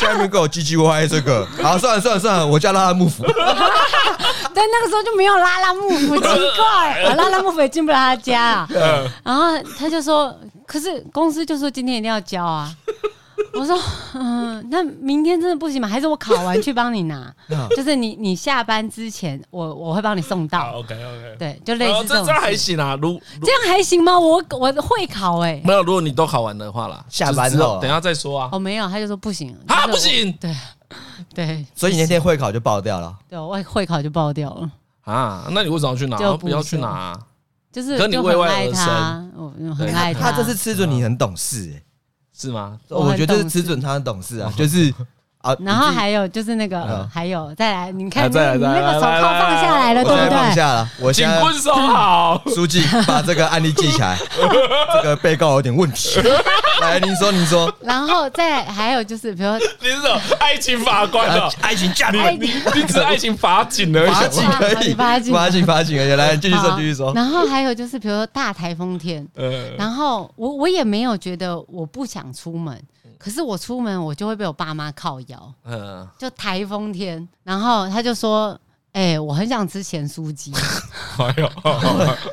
Speaker 2: 下面给我唧唧歪歪这个，好，算了算了算了，我叫他幕府。
Speaker 4: 但那个时候就没有拉拉木府，奇 怪，啊拉拉木府也进不了他家啊。
Speaker 1: 嗯
Speaker 4: 然后他就说，可是公司就说今天一定要 交啊。我说，嗯、那明天真的不行吗？还是我考完去帮你拿？
Speaker 1: 嗯
Speaker 4: 就是你你下班之前，我我会帮你送到。
Speaker 1: OK OK，
Speaker 4: 对，就类
Speaker 1: 然后
Speaker 4: 似这
Speaker 1: 啊这
Speaker 4: 种
Speaker 1: 这样还
Speaker 4: 事。
Speaker 1: 行啊，如如
Speaker 4: 这样还行吗？我我会考哎、
Speaker 1: 没有，如果你都考完的话啦，
Speaker 2: 下班
Speaker 1: 就之
Speaker 2: 后
Speaker 1: 等一下再说啊。
Speaker 4: 哦，没有，他就说不行，
Speaker 1: 啊，
Speaker 4: 就是
Speaker 1: 不
Speaker 4: 我，
Speaker 1: 行
Speaker 4: 对
Speaker 2: 所以你那天会考就爆掉了，
Speaker 4: 对，啊我会考就爆掉了，
Speaker 1: 啊，那你为什么要去拿？
Speaker 4: 就不
Speaker 1: 不要去拿啊。
Speaker 4: 就是
Speaker 1: 可你
Speaker 4: 就
Speaker 1: 为
Speaker 4: 很
Speaker 1: 外
Speaker 4: 爱
Speaker 1: 而
Speaker 4: 他
Speaker 1: 生，
Speaker 4: 我我很爱
Speaker 2: 他这次吃准你很懂事、欸，
Speaker 1: 是吗？
Speaker 4: 我很
Speaker 2: 我觉得是
Speaker 4: 懂
Speaker 2: 吃
Speaker 4: 事
Speaker 2: 准他很懂事啊，就是啊，
Speaker 4: 然后
Speaker 2: 你自己
Speaker 4: 还有就是那个，
Speaker 2: 嗯
Speaker 4: 还有再来，你
Speaker 1: 啊
Speaker 4: 看
Speaker 1: 再来
Speaker 4: 那你
Speaker 1: 再来
Speaker 4: 那个手
Speaker 1: 来
Speaker 4: 铐
Speaker 1: 来
Speaker 4: 放下来了，
Speaker 2: 我现
Speaker 4: 对不
Speaker 2: 在放
Speaker 4: 对？
Speaker 2: 下了，我
Speaker 1: 警
Speaker 2: 现在
Speaker 1: 棍收好，
Speaker 2: 书记把这个案例记起 来，这个被告有点问题。来，您说，您 说，
Speaker 4: 然后再还有就是，比如说
Speaker 1: 你是什么爱情法官
Speaker 2: 啊
Speaker 1: 啊？
Speaker 2: 爱情价值
Speaker 1: 你你你只是爱情法警而
Speaker 2: 罚
Speaker 1: 已。
Speaker 2: 警可以，
Speaker 4: 罚警
Speaker 2: 罚警，罚警而已。来，继续说，
Speaker 4: 好
Speaker 2: 继续说。
Speaker 4: 然后还有就是，比如说大台风天，
Speaker 1: 呃，
Speaker 4: 然后我我也没有觉得我不想出门，
Speaker 2: 嗯
Speaker 4: 可是我出门我就会被我爸妈靠摇，
Speaker 1: 嗯，
Speaker 4: 就台风天，然后他就说。哎、我很想吃咸酥 鸡，
Speaker 1: 哎呦，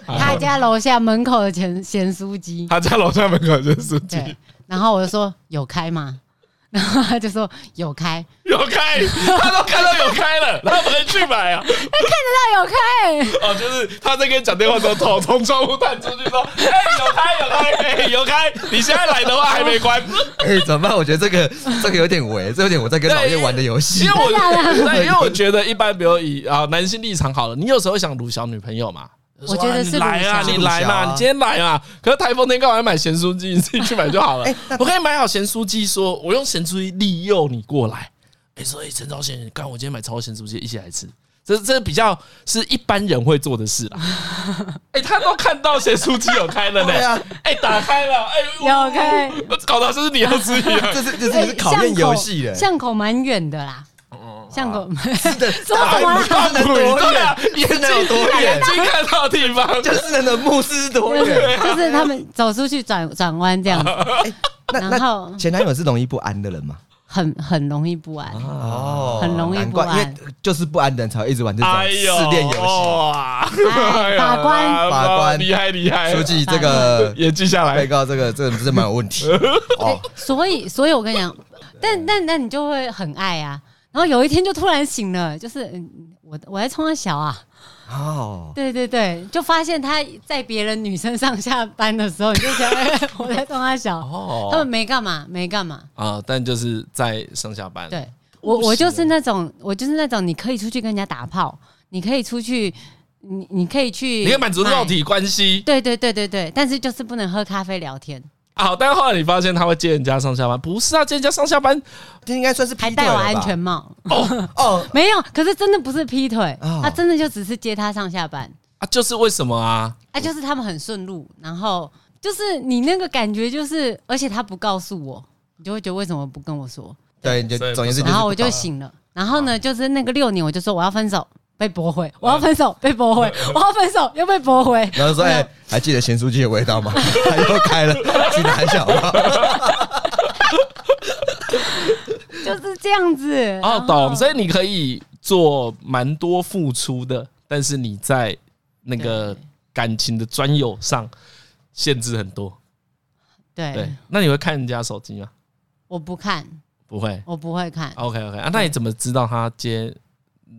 Speaker 4: 他家楼下门口的咸咸酥鸡，
Speaker 1: 他家楼下门口就是
Speaker 4: 对，然后我就说有开吗？ 然后他就说有开，
Speaker 1: 有开，他都看到有开了，他不能去买啊。
Speaker 4: 那有开、
Speaker 1: 哦，就是他在跟你讲电话的时候，头从窗户探出去说：“哎、有开有开，哎、有开，你现在来的话还没关。”
Speaker 2: 哎，怎么办？我觉得这 个这个有点违，这有点我在跟老叶玩的游戏
Speaker 1: 因为。我 对，因为我觉得一般，比如以啊男性立场好了，你有时候想撸小女朋友嘛。就说
Speaker 4: 我觉得
Speaker 1: 啊
Speaker 4: 是
Speaker 1: 你来啊，
Speaker 4: 鲁
Speaker 1: 你
Speaker 4: 小
Speaker 1: 来
Speaker 2: 是鲁小
Speaker 1: 嘛，
Speaker 2: 啊
Speaker 1: 你今天来嘛。可是台风天干嘛要买咸酥鸡？你自己去买就好了。
Speaker 4: 哎
Speaker 1: 我可以买好咸酥鸡，说我用咸酥鸡利诱你过来。哎，说哎，陈朝鲜，你看我今天买超咸酥鸡，一起来吃。这这比较是一般人会做的事 啦。哎，他都看到咸酥鸡有开了
Speaker 2: 对
Speaker 1: 呢
Speaker 2: 啊。
Speaker 1: 哎，打开了，哎，
Speaker 4: 有开，
Speaker 1: 我搞到就是你要吃一样。
Speaker 2: 这是这是是考验游戏的，
Speaker 4: 哎巷口蛮远的啦，巷口
Speaker 2: 的
Speaker 4: 说
Speaker 1: 哎
Speaker 4: 什么啦？
Speaker 2: 能多
Speaker 1: 对啊
Speaker 2: 远？，
Speaker 1: 眼睛
Speaker 2: 能有多远
Speaker 1: 眼？睛看到的地方，
Speaker 2: 就是能的目视是多
Speaker 4: 就是
Speaker 2: 远？
Speaker 4: 就是他们走出去转转弯这样子，
Speaker 2: 哎那
Speaker 4: 然后
Speaker 2: 那前男友是容易不安的人吗？
Speaker 4: 很很容易不安。
Speaker 2: 哦
Speaker 4: 很容易
Speaker 2: 难怪
Speaker 4: 不安
Speaker 2: 因为就是不安的人才会一直玩这种
Speaker 1: 哎呦，
Speaker 2: 试炼游戏。
Speaker 1: 哇！
Speaker 4: 哎法官
Speaker 2: 法官
Speaker 1: 厉害厉
Speaker 4: 哎
Speaker 1: 害，
Speaker 2: 书记，这个
Speaker 1: 也记下
Speaker 2: 被
Speaker 1: 来。
Speaker 2: 告这个这个真的蛮有问 题哦。
Speaker 4: 所以所以我跟你讲，但但但你就会很爱啊。然后有一天就突然醒了，就是嗯我我在冲他小啊，
Speaker 2: 哦，
Speaker 4: 对对对，就发现他在别人女生上下班的时候，你就想、哎我在 冲他小，他
Speaker 1: 哦
Speaker 4: 们没干嘛没干嘛，
Speaker 1: 啊，但就是在上下班，
Speaker 4: 对我，我就是那种，我就是那种，你可以出去跟人家打炮，你可以出去，你你可以去，
Speaker 1: 你可以满足肉。体关系。
Speaker 4: 对对对对对，但是就是不能喝咖啡聊天，
Speaker 1: 好，但后来你发现他会接人家上下班，不是啊，接人家上下班
Speaker 2: 这应该算是
Speaker 4: 还
Speaker 2: 劈腿
Speaker 4: 戴
Speaker 2: 了
Speaker 4: 我
Speaker 2: 吧
Speaker 4: 安全帽，
Speaker 2: 哦。
Speaker 4: 没有。可是真的不是劈腿，
Speaker 2: 哦
Speaker 4: 他真的就只是接他上下班，
Speaker 1: 啊，就是为什么啊？
Speaker 4: 啊，就是他们很顺路，然后就是你那个感觉就是，而且他不告诉我，你就会觉得为什么不跟我说？
Speaker 2: 对，你就
Speaker 1: 所以不
Speaker 2: 总而言之就是不
Speaker 4: 然
Speaker 2: 搞，
Speaker 4: 后我就醒了，然后
Speaker 2: 哦
Speaker 4: 呢，就是那个六年，我就说我要分手。被驳回，我要分手，被驳回，我要分手，又被驳回。
Speaker 2: 然后说：“哎，还记得咸酥鸡的味道 吗？”他又开了，去拿一下好不好？
Speaker 4: 就是这样子。
Speaker 1: 哦，
Speaker 4: 然后
Speaker 1: 懂，所以你可以做蛮多付出的，但是你在那个
Speaker 4: 对
Speaker 1: 感情的专有上限制很多。对
Speaker 4: 对，，
Speaker 1: 那你会看人家手机吗？
Speaker 4: 我不看，
Speaker 1: 不会。
Speaker 4: 我不会看，
Speaker 1: OK OK 啊，那你怎么知道他接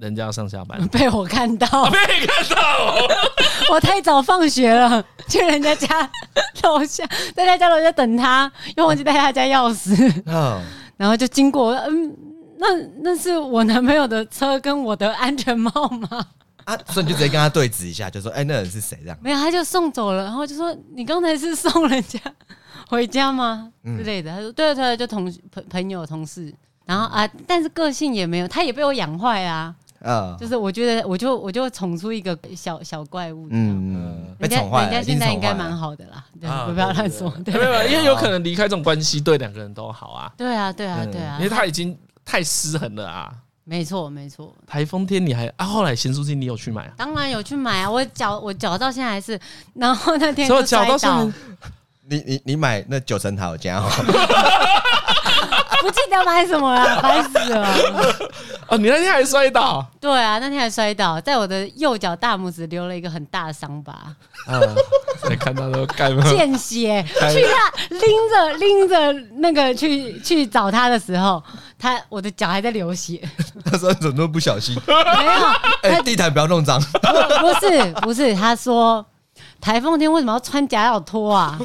Speaker 1: 人家上下班？
Speaker 4: 被我看到，
Speaker 1: 被你看到，
Speaker 4: 我太早放学了，去人家家楼下，在他家楼下等他，又忘记带他家钥匙，
Speaker 1: 嗯
Speaker 2: 啊，
Speaker 4: 然后就经过，嗯，那那是我男朋友的车跟我的安全帽吗？
Speaker 2: 啊，所以你就直接跟他对质一下，就说：“哎、那人是谁？”这样。
Speaker 4: 没有，他就送走了，然后就说你刚才是送人家 回家吗
Speaker 1: 嗯
Speaker 4: 之类的。他说对对，就同朋朋友同事，然后啊，但是个性也没有，他也被我养坏啊。
Speaker 1: 嗯
Speaker 2: 啊，
Speaker 4: 就是我觉得，我就我就宠出一个小小怪物。嗯，
Speaker 2: 嗯，被
Speaker 4: 人家
Speaker 2: 宠坏
Speaker 4: 人
Speaker 2: 了，
Speaker 4: 家
Speaker 2: 已经
Speaker 4: 现在
Speaker 2: 宠
Speaker 4: 应该
Speaker 2: 坏了
Speaker 4: 蛮好的啦，对，
Speaker 1: 啊
Speaker 4: 我不要乱说。对
Speaker 1: 没有，没有因为有可能离开这种关系对两个人都好啊，
Speaker 4: 对啊，对啊，
Speaker 2: 嗯
Speaker 4: 对啊
Speaker 1: 因为，他已经太失衡了啊。
Speaker 4: 没错，没错。
Speaker 1: 台风天你还啊，后来咸酥鸡你有去买啊？
Speaker 4: 当然有去买啊，我脚我脚到现在还是，然后那天
Speaker 1: 所以
Speaker 4: 就
Speaker 1: 我脚
Speaker 4: 摔
Speaker 1: 到现在
Speaker 4: 倒，
Speaker 2: 你你你买那九层塔有加 哦，
Speaker 4: 不记得买什么了，烦死了。
Speaker 1: 哦，你那天还摔倒，
Speaker 4: 对啊，那天还摔倒，在我的右脚大拇指留了一个很大的伤疤，
Speaker 1: 才看到都干嘛？
Speaker 4: 见 血。去他拎着拎着那个去去找他的时候，他我的脚还在流血，
Speaker 2: 他说你怎么那么不小心？
Speaker 4: 没有，
Speaker 2: 哎，地毯不要弄脏，
Speaker 4: 不是不是，他说台风天为什么要穿夹脚拖啊？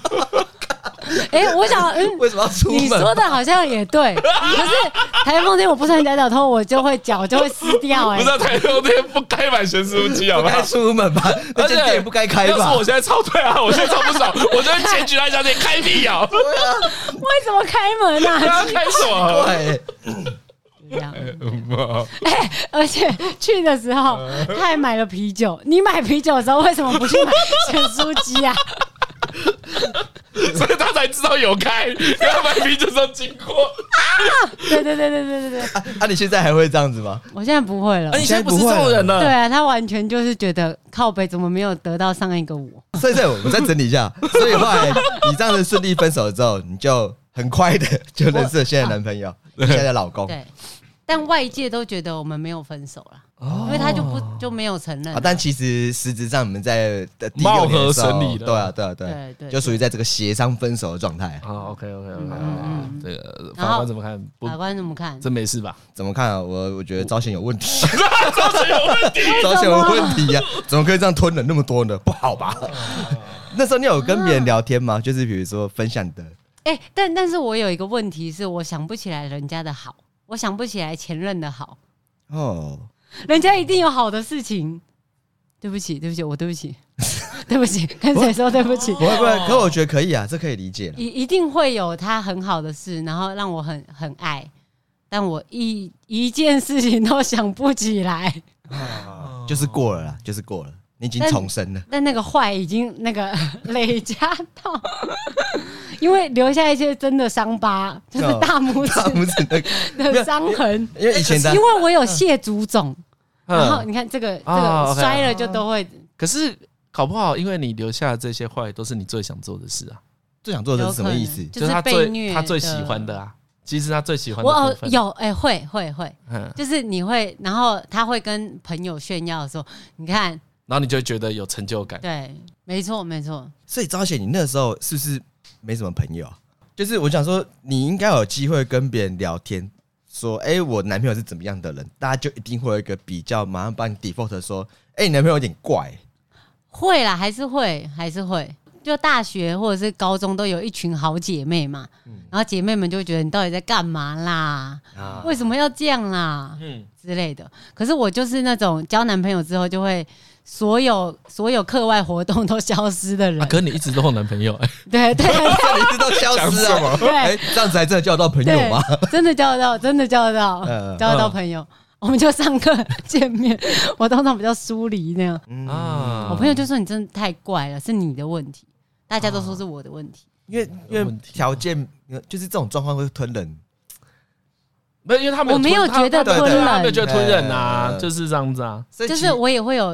Speaker 4: 哎、我想，嗯，
Speaker 2: 为什么要出
Speaker 4: 你说
Speaker 2: 门？
Speaker 4: 的好像也对，可是台风天我不穿夹脚拖，我就会脚就会湿掉、
Speaker 1: 不是
Speaker 4: 哎，
Speaker 1: 啊台风天不该买咸酥鸡好
Speaker 2: 不
Speaker 1: 不
Speaker 2: 该
Speaker 1: 好？
Speaker 2: 出门吧？那间店也不该开
Speaker 1: 要
Speaker 2: 吧
Speaker 1: 是我？现在超对啊，我现在超不爽，我就会检举他一家店开辟谣，
Speaker 2: 啊
Speaker 4: 为什么开门
Speaker 1: 他要
Speaker 4: 啊？
Speaker 1: 开什么？
Speaker 2: 对，啊
Speaker 4: 这样，
Speaker 1: 嗯
Speaker 4: 而且去的时候他还买了啤酒。你买啤酒的时候为什么不去买咸酥鸡啊？
Speaker 1: 所以他才知道有开，然后买啤酒时候经过。
Speaker 4: 对对对对对对对，
Speaker 2: 啊，你现在还会这样子吗？
Speaker 4: 我现在不会了
Speaker 1: 啊，。你现在不
Speaker 2: 现在不
Speaker 1: 是这
Speaker 2: 会
Speaker 1: 种人
Speaker 4: 对
Speaker 1: 了，
Speaker 4: 啊，他完全就是觉得靠北怎么没有得到上一个我？
Speaker 2: 所以，所以我们再整理 一下。所以后来你这样子顺利分手了之后，你就很快的就认识了现在的男 朋友，你现在的老公。
Speaker 4: 对，但外界都觉得我们没有分手了，因为他就不就没有承认
Speaker 2: 啊，。但其实实质上你们在的第
Speaker 1: 貌
Speaker 2: 六
Speaker 1: 合
Speaker 2: 年的时候
Speaker 1: 神离了
Speaker 2: 对啊，对啊，对啊，
Speaker 4: 对对
Speaker 2: 就属于在这个协商分手的状态。
Speaker 1: 哦好，OK OK OK，
Speaker 4: 嗯
Speaker 1: 这个
Speaker 4: 然
Speaker 1: 法
Speaker 4: 后
Speaker 1: 官怎么看？不
Speaker 4: 法，官怎么看？
Speaker 1: 真没事吧？
Speaker 2: 怎么看啊？我我觉得招贤有问 题，
Speaker 4: 为
Speaker 2: 招贤
Speaker 4: 什
Speaker 2: 有
Speaker 4: 么
Speaker 2: 问题呀、怎么可以这样吞了那么多呢？不 好吧？那时候你有跟别人聊天吗？就是比如说分享你的，
Speaker 4: 哎、但但是我有一个问题是，我想不起来人家的好，我想不起来前任的好，
Speaker 2: 哦，
Speaker 4: 人家一定有好的事情。对不起，对不起，我对不起， 对不起，跟谁说对不起？
Speaker 2: 不会不会，可我觉得可以啊，这可以理解了。
Speaker 4: 一一定会有他很好的事，然后让我很很爱，但我一一件事情都想不起来。嗯
Speaker 2: 就是过了啦，就是过了，你已经
Speaker 4: 但
Speaker 2: 重生了。
Speaker 4: 但那个坏已经那个 累加到，因为留下一些真的伤疤，就是
Speaker 2: 哦
Speaker 4: 大拇
Speaker 2: 大 拇
Speaker 4: 指
Speaker 2: 指那个，
Speaker 4: 的伤痕。
Speaker 2: 因为以前的啊
Speaker 4: 因为我有蟹足肿，然后
Speaker 1: 哦嗯，
Speaker 4: 你看这个这
Speaker 1: 哦
Speaker 4: 个
Speaker 1: ，OK
Speaker 4: 摔了就都会
Speaker 1: 可是搞不好，因为你留下的这些坏，都是你最想做的事啊，
Speaker 2: 最想做的是什么意思
Speaker 4: 有可？能
Speaker 1: 是
Speaker 4: 就是
Speaker 1: 他
Speaker 4: 被
Speaker 1: 最
Speaker 4: 虐
Speaker 1: 他最喜欢的啊，其实他最喜欢的
Speaker 4: 我哦
Speaker 1: 部分。
Speaker 4: 有哎、会会会，
Speaker 1: 嗯，
Speaker 4: 就是你会，然后他会跟朋友炫耀说，你看，
Speaker 1: 然后你就会觉得有成就感。
Speaker 4: 对，没错没错，
Speaker 2: 所以招贤，你那时候是不是没什么朋友啊？就是我想说，你应该有机会跟别人聊天，说，哎、我男朋友是怎么样的人，大家就一定会有一个比较，马上帮你 default 说，哎、你男朋友有点怪、
Speaker 4: 会啦，还是会还是会。就大学或者是高中都有一群好姐妹嘛，
Speaker 2: 嗯
Speaker 4: 然后姐妹们就会觉得你到底在干嘛啦？
Speaker 2: 啊
Speaker 4: 为什么要这样啦？
Speaker 1: 嗯，
Speaker 4: 之类的。可是我就是那种交男朋友之后就会所有所有课外活动都消失的人。
Speaker 1: 啊，可是你一直都有男 朋友，哎
Speaker 4: 对对
Speaker 2: 这一直都消失啊！
Speaker 4: 对
Speaker 2: 哎、这样子还真的交得到朋友
Speaker 4: 对
Speaker 2: 吗？，
Speaker 4: 真的交得到，真的交得到
Speaker 2: 嗯，
Speaker 4: 交得到朋友。我们就上课见面，我通常比较疏离那样。
Speaker 2: 嗯
Speaker 1: 啊，
Speaker 4: 嗯我朋友就说你真的太怪了，是你的问题。大家都说是我的问题，
Speaker 2: 因为因为条件就是这种状况会吞人，
Speaker 1: 没有，因为他们
Speaker 4: 我没有觉
Speaker 1: 他
Speaker 4: 得
Speaker 2: 吞
Speaker 1: 他没有
Speaker 4: 人
Speaker 1: 觉得吞人啊，
Speaker 2: 呃
Speaker 1: 就是这样子啊。
Speaker 2: 所以
Speaker 4: 就
Speaker 2: 其
Speaker 4: 是我也会有，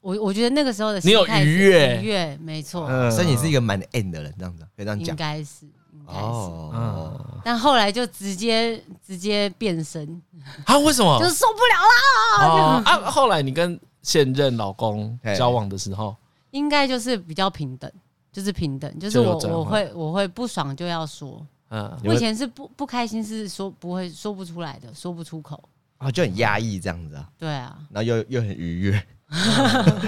Speaker 4: 我我觉得那个时候的
Speaker 1: 你有
Speaker 4: 心态是
Speaker 1: 愉悦
Speaker 4: 愉悦没错，
Speaker 1: 嗯，
Speaker 2: 所以你是一个蛮 end 的人，这样子可以这样
Speaker 4: 应
Speaker 2: 讲
Speaker 4: 该是应该是。
Speaker 2: 哦。
Speaker 4: 但后来就直接直接变身，
Speaker 1: 啊？为什么？
Speaker 4: 就是受不了啦。这样
Speaker 1: 哦啊，后来你跟现任老公
Speaker 2: 嘿
Speaker 1: 交往的时候，
Speaker 4: 应该就是比较平等，就是平等，就是
Speaker 1: 就有
Speaker 4: 我
Speaker 1: 转
Speaker 4: 我
Speaker 1: 换
Speaker 4: 会我会不爽就要说，
Speaker 1: 嗯，
Speaker 2: 你
Speaker 4: 我
Speaker 2: 会
Speaker 4: 以前是不不开心是说不会说不出来的，说不出口，
Speaker 2: 啊，就很压抑这样子啊，
Speaker 4: 对啊，
Speaker 2: 然后又又很愉悦，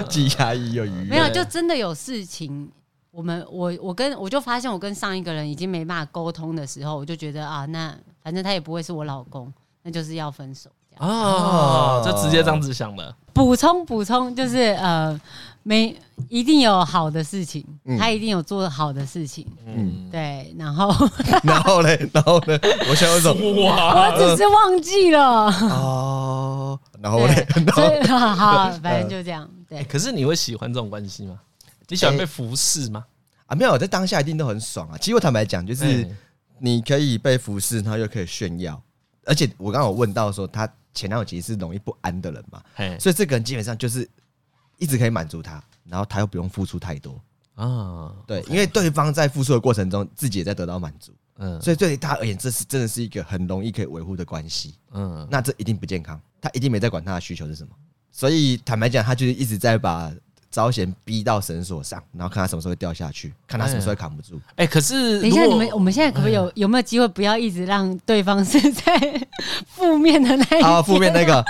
Speaker 2: 既压抑又愉
Speaker 4: 没有
Speaker 2: 悦。
Speaker 4: 就真的有事情。我们我我跟我就发现我跟上一个人已经没办法沟通的时候，我就觉得啊，那反正他也不会是我老公，那就是要分手这样。
Speaker 1: 啊哦，就直接这样子想了。
Speaker 4: 补充补充，就是呃，没一定有好的事情，
Speaker 2: 嗯
Speaker 4: 他一定有做好的事情，嗯，对。然后
Speaker 2: 然后嘞，然后呢，我想有一种啊
Speaker 4: 我
Speaker 2: 呃
Speaker 1: 哇，
Speaker 4: 只是忘记了，
Speaker 2: 哦，然后嗯哎嘞，
Speaker 4: 啊对，所以好，反正就这样，对。
Speaker 1: 哎可是你会喜欢这种关系吗？你喜欢被服侍吗？
Speaker 2: 啊，没有，在当下一定都很爽啊。其实我坦白讲，就是
Speaker 1: 哎
Speaker 2: 你可以被服侍，然后又可以炫耀，而且我刚刚有问到说，她前男友其实是容易不安的人嘛，
Speaker 1: 嘿
Speaker 2: 所以这个人基本上就是一直可以满足他，然后他又不用付出太多。
Speaker 1: 啊，
Speaker 2: 对，因为对方在付出的过程中，自己也在得到满足，
Speaker 1: 嗯
Speaker 2: 所以对他而言，这是真的是一个很容易可以维护的关系。
Speaker 1: 嗯，
Speaker 2: 那这一定不健康，他一定没在管他的需求是什么。所以坦白讲，他就是一直在把招贤逼到绳索上，然后看他什么时候会掉下去，看他什么时候会扛不住。
Speaker 1: 哎，可是
Speaker 4: 等一下，
Speaker 1: 如
Speaker 4: 你
Speaker 1: 果
Speaker 4: 们我们现在可不可以
Speaker 2: 嗯
Speaker 4: 有有没有机会不要一直让对方是在 负面的那一
Speaker 2: 啊，负
Speaker 4: 边
Speaker 2: 面那个，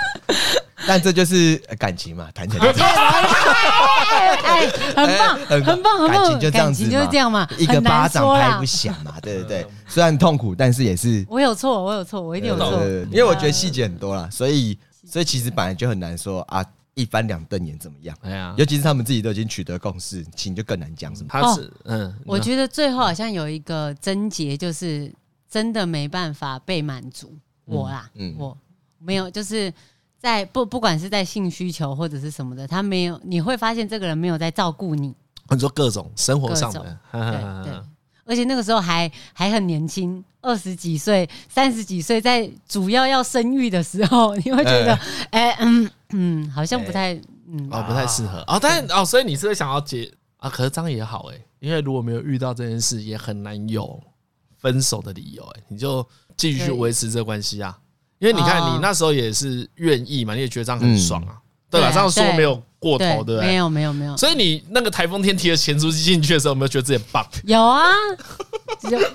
Speaker 2: 但这就是呃感情嘛，谈起来就是
Speaker 4: 哎，很棒，
Speaker 2: 哎
Speaker 4: 很棒，很棒，
Speaker 2: 感情就这样子嘛，
Speaker 4: 就是这样嘛，
Speaker 2: 一个
Speaker 4: 很难
Speaker 2: 巴掌
Speaker 4: 说啦
Speaker 2: 拍不响嘛，对对对，虽然痛苦，但是也是，
Speaker 4: 我有错，我有错，我一定有
Speaker 2: 对
Speaker 4: 错
Speaker 2: 对。对，因为我觉得细节很多啦，所以所以其实本来就很难说啊，一翻两瞪眼怎么样，
Speaker 1: 哎呀，
Speaker 2: 尤其是他们自己都已经取得共识，情就更难讲什么。
Speaker 1: 他是嗯，
Speaker 4: 我觉得最后好像有一个症结，就是真的没办法被满足。我啦，
Speaker 2: 嗯
Speaker 4: 我没有，就是在不不管是在性需求或者是什么的，他没有，你会发现这个人没有在照顾你，
Speaker 1: 很多各种生活上
Speaker 4: 各种
Speaker 1: 的，
Speaker 4: 对
Speaker 2: 啊
Speaker 1: 哈哈
Speaker 4: 对
Speaker 1: 哈。
Speaker 4: 而且那个时候还还很年轻，二十几岁、三十几岁，在主要要生育的时候，你会觉
Speaker 2: 呃
Speaker 4: 得，哎、嗯嗯，好
Speaker 2: 哎
Speaker 4: 像不太，嗯，
Speaker 1: 哦，不太适合哦，但哦，所以你是会想要结啊？可是这样也好哎、因为如果没有遇到这件事，也很难有分手的理由哎、你就继续去维持这关系啊。因为你看，
Speaker 4: 哦
Speaker 1: 你那时候也是愿意嘛，你也觉得这样很爽啊，对吧？
Speaker 4: 对啊
Speaker 1: 这样说没有过
Speaker 4: 对
Speaker 1: 头，对不
Speaker 4: 没
Speaker 1: 对？
Speaker 4: 有没有没有，
Speaker 1: 所以你那个台风天提了前出进去的时候，有没有觉得自己很 棒？
Speaker 4: 有啊， 有耶，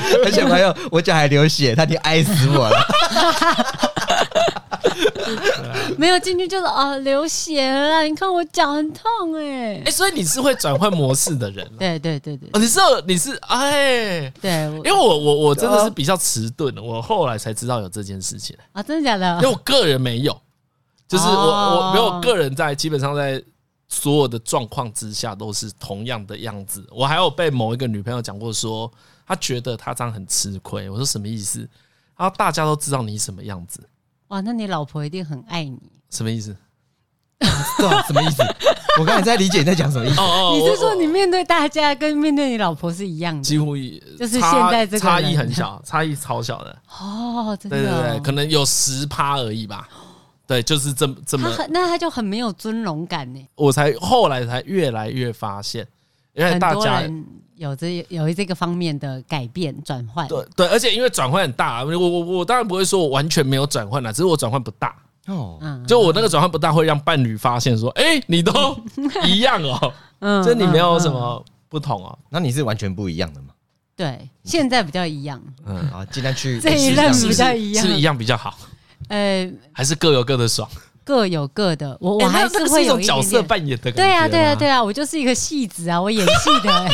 Speaker 2: 而且朋友，我脚还流血，他已经挨死我了。
Speaker 4: 没有进去就是啊流血了啦，你看我脚很痛哎、
Speaker 1: 哎、所以你是会转换模式的人啊、
Speaker 4: 对对对对
Speaker 1: 哦，你是有你是哎，
Speaker 4: 对，我
Speaker 1: 因为我我我真的是比较迟钝的，我后来才知道有这件 事情。
Speaker 4: 啊，真的假
Speaker 1: 因为
Speaker 4: 的？
Speaker 1: 我个人没有，就是我、
Speaker 4: 哦
Speaker 1: 我没有我个人在基本上在所有的状况之下都是同样的样子。我还有被某一个女朋友讲过说，她觉得她这样很吃亏。我说什么意思？然后大家都知道你什么样子，
Speaker 4: 哇，那你老婆一定很爱你。
Speaker 1: 什么意思？
Speaker 2: 对啊，什么意思？我刚才在理解你在讲什么意思
Speaker 1: 哦。哦
Speaker 4: 你
Speaker 1: 我
Speaker 4: 是说你面对大家跟面对你老婆是一样的？
Speaker 1: 几乎一
Speaker 4: 就是
Speaker 1: 差
Speaker 4: 现在这个
Speaker 1: 差异
Speaker 4: 人
Speaker 1: 很 小，差异超小的，
Speaker 4: 哦，真的
Speaker 1: 对
Speaker 4: 哦、
Speaker 1: 对对，可能有十趴而已吧。对，就是这么这么
Speaker 4: 他，很那他就很没有尊荣感呢。
Speaker 1: 我才后来才越来越发现，因为
Speaker 4: 很
Speaker 1: 大
Speaker 4: 多
Speaker 1: 家
Speaker 4: 人有这有这个方面的改变转换，
Speaker 1: 对对，而且因为转换很大，啊我我我当然不会说我完全没有转换啦，只是我转换不大。
Speaker 2: 哦，
Speaker 4: 嗯，
Speaker 1: 就我那个转换不大，会让伴侣发现说：“哎、你都 一样哦，
Speaker 4: 嗯
Speaker 1: 就你没有什
Speaker 4: 嗯嗯
Speaker 1: 么不同哦。
Speaker 2: 那你是完全不一样的嘛？
Speaker 4: 对，现在比较一样，
Speaker 1: 嗯，
Speaker 2: 啊，尽量去
Speaker 4: 这一任
Speaker 2: 任
Speaker 1: 是不
Speaker 4: 比
Speaker 1: 是
Speaker 4: 较一样
Speaker 1: 是不是一样比较好？
Speaker 4: 呃，
Speaker 1: 还是各有各的爽？
Speaker 4: 各有各的，我我
Speaker 1: 哎那
Speaker 4: 还
Speaker 1: 那个
Speaker 4: 会
Speaker 1: 一
Speaker 4: 有
Speaker 1: 种
Speaker 4: 一
Speaker 1: 角
Speaker 4: 点
Speaker 1: 色
Speaker 4: 点。
Speaker 1: 扮演的感觉。
Speaker 4: 对啊，对啊，对啊，我就是一个戏子啊，我演戏 的、欸，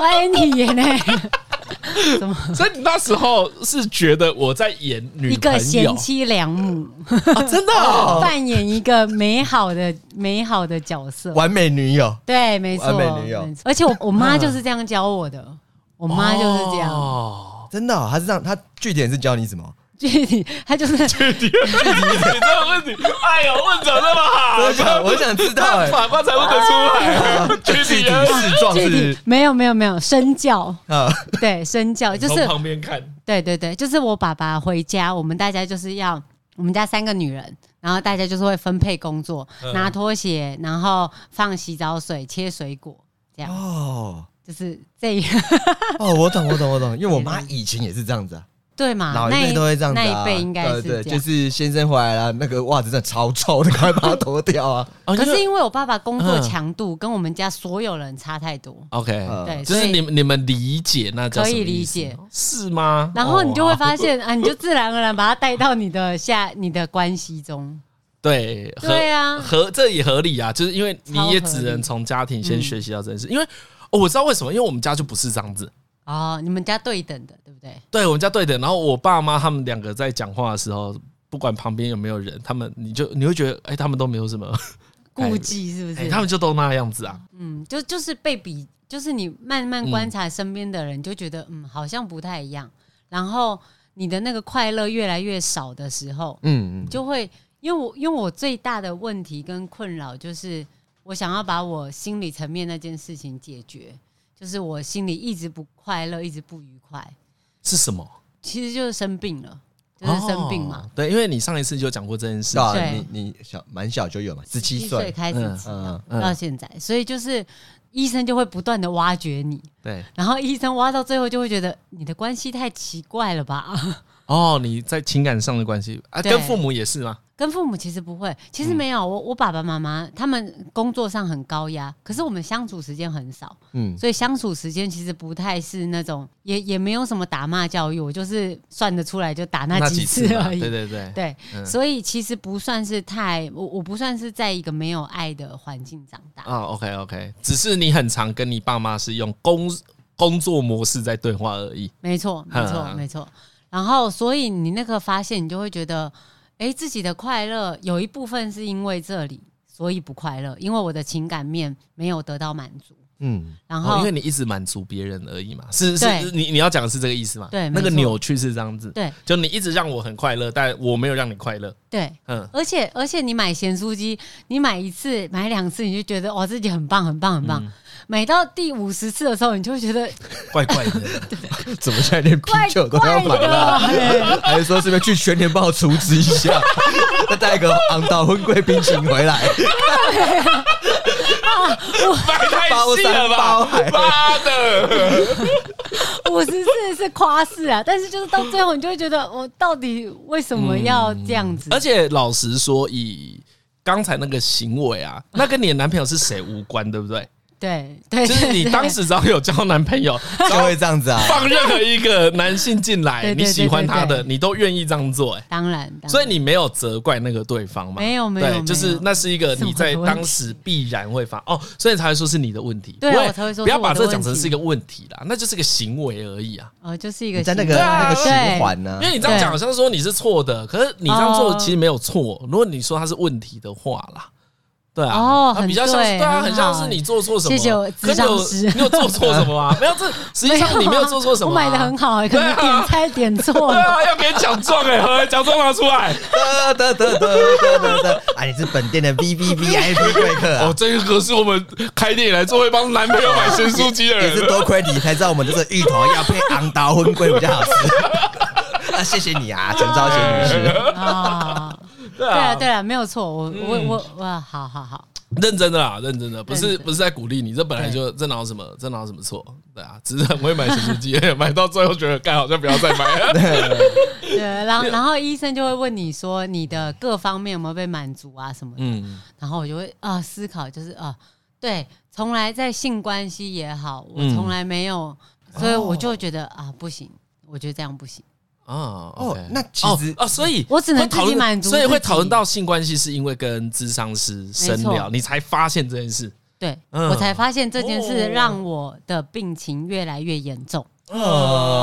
Speaker 4: 我演你演呢、怎 么
Speaker 1: 啊。所以你那时候是觉得我在演女
Speaker 4: 一
Speaker 1: 朋
Speaker 4: 个
Speaker 1: 友
Speaker 4: 贤妻良母，
Speaker 1: 啊，真的 哦、
Speaker 4: 扮演一个美好的美好的角色？
Speaker 2: 完美女友。
Speaker 4: 对，没错，
Speaker 2: 完美女友嗯
Speaker 4: 没错而且我我妈就是这样教我的，我妈就是这样。
Speaker 1: 哦，
Speaker 2: 真的、哦，他是让他据点是教你什么？
Speaker 4: 具体 她就是
Speaker 1: 你这个问题，哎呦，问怎么那
Speaker 2: 我
Speaker 1: 么好
Speaker 2: 想，？我想知道、哎
Speaker 1: 法官才问得出来，具
Speaker 2: 具
Speaker 1: 体
Speaker 2: 体
Speaker 1: 而
Speaker 2: 是壮
Speaker 4: 具
Speaker 2: 是
Speaker 4: 体没有没有没有身教，
Speaker 2: 啊，
Speaker 4: 对身教就
Speaker 1: 从
Speaker 4: 是
Speaker 1: 旁边看，
Speaker 4: 对对对，就是我爸爸回家，我们大家就是要我们家三个女人，然后大家就是会分配工作，
Speaker 2: 嗯
Speaker 4: 拿拖鞋，然后放洗澡水，切水果，这样、
Speaker 2: 哦
Speaker 4: 就是这一
Speaker 2: 哦，我懂，我懂，我懂，因为我妈以前也是这样子啊，
Speaker 4: 对嘛？
Speaker 2: 老一
Speaker 4: 那
Speaker 2: 辈都会这样子、啊，
Speaker 4: 那一辈应该是这
Speaker 2: 对
Speaker 4: 样。
Speaker 2: 对，就是先生回来了，那个袜子真的超臭的，赶快把它脱掉 啊！
Speaker 1: 哦
Speaker 4: 可
Speaker 1: 就是
Speaker 4: 因为我爸爸工作
Speaker 1: 嗯
Speaker 4: 强度跟我们家所有人差太多，
Speaker 1: OK，
Speaker 2: 呃
Speaker 4: 对，
Speaker 1: 就
Speaker 4: 所
Speaker 1: 是
Speaker 4: 以
Speaker 1: 你们你们理解那叫
Speaker 4: 可以
Speaker 1: 什么意
Speaker 4: 理
Speaker 1: 思
Speaker 4: 解
Speaker 1: 是吗？
Speaker 4: 然后你就
Speaker 1: 哦
Speaker 4: 会
Speaker 1: 好
Speaker 4: 发现、啊，你就自然而然把它带到你的下你的关系中。
Speaker 1: 对合
Speaker 4: 对啊
Speaker 1: 合这也合理啊，就是因为你也
Speaker 4: 超合
Speaker 1: 只
Speaker 4: 理嗯
Speaker 1: 能从家庭先学习到这件事，因为哦我知道为什么，因为我们家就不是这样子，
Speaker 4: 哦，你们家对等的，对不对？
Speaker 2: 哎
Speaker 1: 对我们家对的，然后我爸妈他们两个在讲话的时候。不管旁边有没有人，他们你就你会觉得，哎、他们都没有什么，
Speaker 4: 顾忌是不
Speaker 1: 哎、
Speaker 4: 是？
Speaker 1: 他们就都那样子啊。
Speaker 4: 嗯，就就是被比，就是你慢
Speaker 1: 嗯
Speaker 4: 慢观察身边的人，就觉得嗯，好像不太一样。然后你的那个快乐越来越少的时候，
Speaker 2: 嗯嗯，
Speaker 4: 就会因为我因为我最大的问题跟困扰就是，我想要把我心理层面那件事情解决，就是我心里一直不快乐，一直不愉快，
Speaker 1: 是什么？
Speaker 4: 其实就是生病了，就是生病嘛
Speaker 1: 哦。对，因为你上一次就讲过这件事
Speaker 2: 是。啊，
Speaker 4: 对
Speaker 2: 你你小蛮小就有嘛，十七
Speaker 4: 七岁
Speaker 2: 岁，
Speaker 4: 开始
Speaker 1: 嗯
Speaker 4: 吃药
Speaker 1: 嗯
Speaker 4: 到现在，所以就是医生就会不断的挖掘你，
Speaker 1: 对，
Speaker 4: 然后医生挖到最后就会觉得你的关系太奇怪了吧？
Speaker 1: 哦，你在情感上的关系啊，
Speaker 4: 对
Speaker 1: 跟父母也是吗？
Speaker 4: 跟父母其实不会，其实没有。我我爸爸妈妈他们工作上很高压，可是我们相处时间很少，
Speaker 2: 嗯，
Speaker 4: 所以相处时间其实不太是那种，也也没有什么打骂教育，我就是算得出来就打那几次
Speaker 1: 嘛
Speaker 4: 而已。
Speaker 1: 对对对，
Speaker 4: 对
Speaker 1: 嗯
Speaker 4: 所以其实不算是太，我我不算是在一个没有爱的环境长大。
Speaker 1: 啊，OK OK，只是你很常跟你爸妈是用工工作模式在对话而已。
Speaker 4: 没错，没错，
Speaker 1: 嗯
Speaker 4: 没错。然后，所以你那个发现，你就会觉得，哎，自己的快乐有一部分是因为这里，所以不快乐，因为我的情感面没有得到满足。
Speaker 2: 嗯，
Speaker 4: 然
Speaker 1: 哦，
Speaker 4: 后，
Speaker 1: 因为你一直满足别人而已嘛，是是
Speaker 4: 对，
Speaker 1: 是你你要讲的是这个意思嘛？
Speaker 4: 对没
Speaker 1: 那个
Speaker 4: 错
Speaker 1: 扭曲是这样子，
Speaker 4: 对
Speaker 1: 就你一直让我很快乐，但我没有让你快乐。
Speaker 4: 对，
Speaker 1: 嗯，
Speaker 4: 而且而且你买咸酥鸡，你买一次、买两次，你就觉得哇，自己很棒、很棒、很
Speaker 1: 嗯
Speaker 4: 棒。买到第五十次的时候，你就会觉得
Speaker 1: 怪怪的，
Speaker 2: 怎么现在连啤
Speaker 4: 怪
Speaker 2: 酒都要
Speaker 4: 怪
Speaker 2: 买了？
Speaker 4: 的。
Speaker 2: 还是说是不是去全联帮我处置一下， 再带一个昂岛婚贵冰淇淋回来，
Speaker 1: 买 太
Speaker 2: 包
Speaker 1: 细了
Speaker 2: 山
Speaker 1: 吧？
Speaker 2: 包海，
Speaker 1: 妈的！
Speaker 4: 五十次是夸饰啊，但是就是到最后，你就会觉得我到底为什么要这样子？
Speaker 1: 嗯而且老实说，以刚才那个行为 啊，那跟你的男朋友是谁无关，对不对？
Speaker 4: 对 对，
Speaker 1: 就是你
Speaker 4: 对
Speaker 1: 当时只要有交男朋 友，
Speaker 2: 就会这样子啊。
Speaker 1: 放任何一个男性进来，
Speaker 4: 对对
Speaker 1: 你
Speaker 4: 对
Speaker 1: 喜欢他
Speaker 4: 对
Speaker 1: 的，
Speaker 4: 对
Speaker 1: 你都愿意这样做、哎，
Speaker 4: 当然，当然
Speaker 1: 所以你没有责怪那个对方嘛？
Speaker 4: 没有没有没
Speaker 1: 对，
Speaker 4: 有
Speaker 1: 就是那是一个你在
Speaker 4: 什么
Speaker 1: 当时必然会发哦，所以才会说是你的问题。
Speaker 4: 对啊
Speaker 1: 不会
Speaker 4: 我才会说
Speaker 1: 不要
Speaker 4: 是我
Speaker 1: 把
Speaker 4: 的
Speaker 1: 这讲
Speaker 4: 问
Speaker 1: 成
Speaker 4: 题
Speaker 1: 是一个问题啦，那就是个行为而已啊。
Speaker 4: 哦，就是一个
Speaker 2: 你在那个
Speaker 4: 习
Speaker 2: 那
Speaker 4: 惯
Speaker 2: 个循
Speaker 4: 对
Speaker 2: 环啊呢
Speaker 1: 因，为你这样讲，
Speaker 4: 对
Speaker 1: 好像说你是错的，可是你这样做
Speaker 4: 哦
Speaker 1: 其实没有错。如果你说它是问题的话啦，对啊，
Speaker 4: 哦
Speaker 1: 它
Speaker 4: 很
Speaker 1: 比较像是
Speaker 4: 对
Speaker 1: 对啊，
Speaker 4: 很
Speaker 1: 很像
Speaker 4: 好
Speaker 1: 是
Speaker 4: 欸
Speaker 1: 你做错什么，
Speaker 4: 谢谢我
Speaker 1: 可是你有
Speaker 4: 咨商师
Speaker 1: 你有做错什么啊？没有，这实际上你没有做错什么啊，
Speaker 4: 我买的很好哎，可
Speaker 1: 对
Speaker 4: 能
Speaker 1: 啊
Speaker 4: 点菜点错
Speaker 1: 对
Speaker 4: 了。
Speaker 1: 啊，要给奖状哎，好奖状拿出来。
Speaker 2: 得得得得得得得，啊，你是本店的 V V V I P 贵 客啊
Speaker 1: 哦，，这个是我们开店以来最会帮男朋友买咸酥鸡的
Speaker 2: 也是
Speaker 1: 人。
Speaker 2: 多亏啊你才知道我们这个芋头要配昂达荤贵比较好吃。 啊，谢谢你啊，陈昭贤女士。
Speaker 4: 啊，
Speaker 1: 对
Speaker 4: 对啊，
Speaker 1: 啊，嗯
Speaker 4: 对啊，没有错，我我我我，好好好，
Speaker 1: 认真的啦，认真的，不是
Speaker 4: 认真
Speaker 1: 不是在鼓励你，这本来就这哪有什么，这哪有什么错？对啊，只是很会买咸酥鸡， 买到最后觉得该好像不要再买了。
Speaker 4: 对，然后然后医生就会问你说你的各方面有没有被满足啊什么的，
Speaker 1: 嗯，
Speaker 4: 然后我就会啊思考，就是啊，对，从来在性关系也好，我
Speaker 1: 嗯
Speaker 4: 从来没有，所以我就觉得啊不行，我觉得这样不行。
Speaker 1: 哦
Speaker 2: 哦
Speaker 1: OK
Speaker 2: 那其实
Speaker 1: 哦哦，所以
Speaker 4: 我只能
Speaker 1: 会讨论
Speaker 4: 自己满足
Speaker 1: 所以会
Speaker 4: 自己
Speaker 1: 讨论到性关系，是因为跟智商师深
Speaker 4: 没
Speaker 1: 聊，
Speaker 4: 错
Speaker 1: 你才发现这件事。
Speaker 4: 对，
Speaker 1: 嗯
Speaker 4: 我才发现这件事
Speaker 1: 哦
Speaker 4: 让我的病情越来越严重。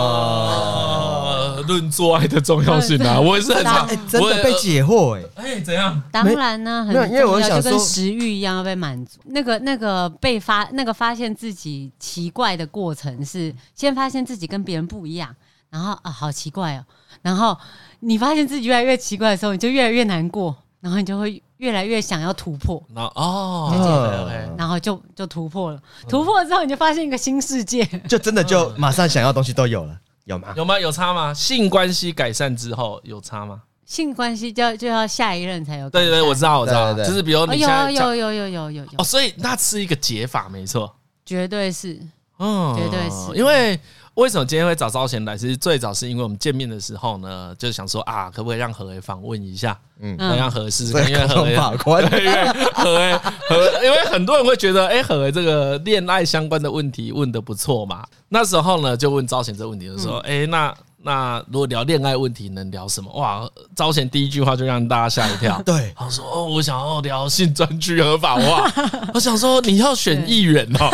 Speaker 1: 呃，论做爱的重要性啊，
Speaker 4: 对
Speaker 1: 我也是很常
Speaker 2: 哦哎，真的被解惑哎，
Speaker 1: 哎怎样？
Speaker 4: 当然呢，很
Speaker 2: 没有因为我
Speaker 4: 重要
Speaker 2: 想
Speaker 4: 就跟
Speaker 2: 说
Speaker 4: 食欲一样要被满足。那个那个被发那个发现自己奇怪的过程是，先发现自己跟别人不一样，然后啊好奇怪哦，然后你发现自己越来越奇怪的时候，你就越来越难过，然后你就会越来越想要突破，
Speaker 1: 那哦
Speaker 2: 就这样
Speaker 1: ，OK，OK
Speaker 4: 然后就就突破了。
Speaker 1: 嗯
Speaker 4: 突破了之后，你就发现一个新世界。
Speaker 2: 就真的就马上想要东西都有了，有吗？
Speaker 1: 有吗？有差吗？性关系改善之后有差吗？
Speaker 4: 性关系就要就要下一任才有改
Speaker 1: 对
Speaker 4: 善。
Speaker 1: 对对，我知道，我知道，
Speaker 2: 对对对
Speaker 1: 就是比如
Speaker 4: 哦
Speaker 1: 你现在讲
Speaker 4: 有有有有有有有
Speaker 1: 哦，，所以那是一个解法，没错。
Speaker 4: 绝对是。
Speaker 1: 嗯
Speaker 4: 绝对是
Speaker 1: 因为为什么今天会找招贤来？其实最早是因为我们见面的时候呢，就想说啊，可不可以让何为访问一下，
Speaker 2: 嗯
Speaker 1: 嗯，让何试试
Speaker 2: 所
Speaker 1: 看，
Speaker 2: 以
Speaker 1: 因 为何
Speaker 2: 恐龙
Speaker 1: 为
Speaker 2: 法官，。
Speaker 1: 对，因为何为
Speaker 4: 嗯
Speaker 1: 何，因为很多人会觉得，哎、何为这个恋爱相关的问题问的不错嘛。
Speaker 4: 嗯
Speaker 1: 那时候呢，就问招贤这个问题，就说，哎、那那如果聊恋爱问题能聊什么？哇，招贤第一句话就让大家吓一跳
Speaker 2: 对，
Speaker 1: 他说：“哦，我想要聊性专区合法 化。”我想说，你要选议员哦，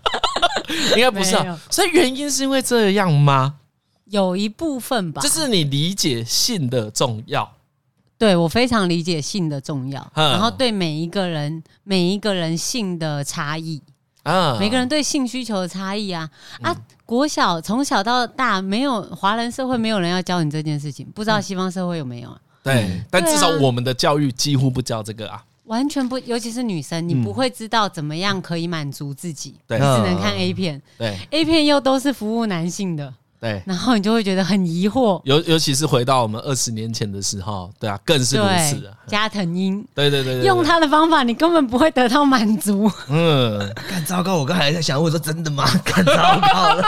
Speaker 1: 应该不是
Speaker 4: 没有
Speaker 1: 啊。所以原因是因为这样吗？
Speaker 4: 有一部分吧，
Speaker 1: 就是你理解性的重要
Speaker 4: 对我非常理解性的重要，
Speaker 1: 嗯
Speaker 4: 然后对每一个人每一个人性的差异，
Speaker 1: 啊
Speaker 4: 每个人对性需求的差异啊
Speaker 1: 嗯
Speaker 4: 啊！国小从小到大，没有华人社会没有人要教你这件事情，不知
Speaker 1: 嗯
Speaker 4: 道西方社会有没有啊？
Speaker 1: 对，但至少
Speaker 4: 对啊
Speaker 1: 我们的教育几乎不教这个啊。
Speaker 4: 完全不，尤其是女生，你不会知道怎么样可以满足自己，
Speaker 1: 对
Speaker 4: 你只能看 A 片
Speaker 1: 对
Speaker 4: ，A 片又都是服务男性的，
Speaker 1: 对，
Speaker 4: 然后你就会觉得很疑惑。
Speaker 1: 尤尤其是回到我们二十年前的时候，对啊，更是如此
Speaker 4: 对
Speaker 1: 啊。，
Speaker 4: 加藤鹰
Speaker 1: 对对对对，对
Speaker 4: 用他的方法，你根本不会得到满足，
Speaker 1: 嗯，
Speaker 2: 干糟糕！我刚才在想，我说真 的吗？干糟糕了！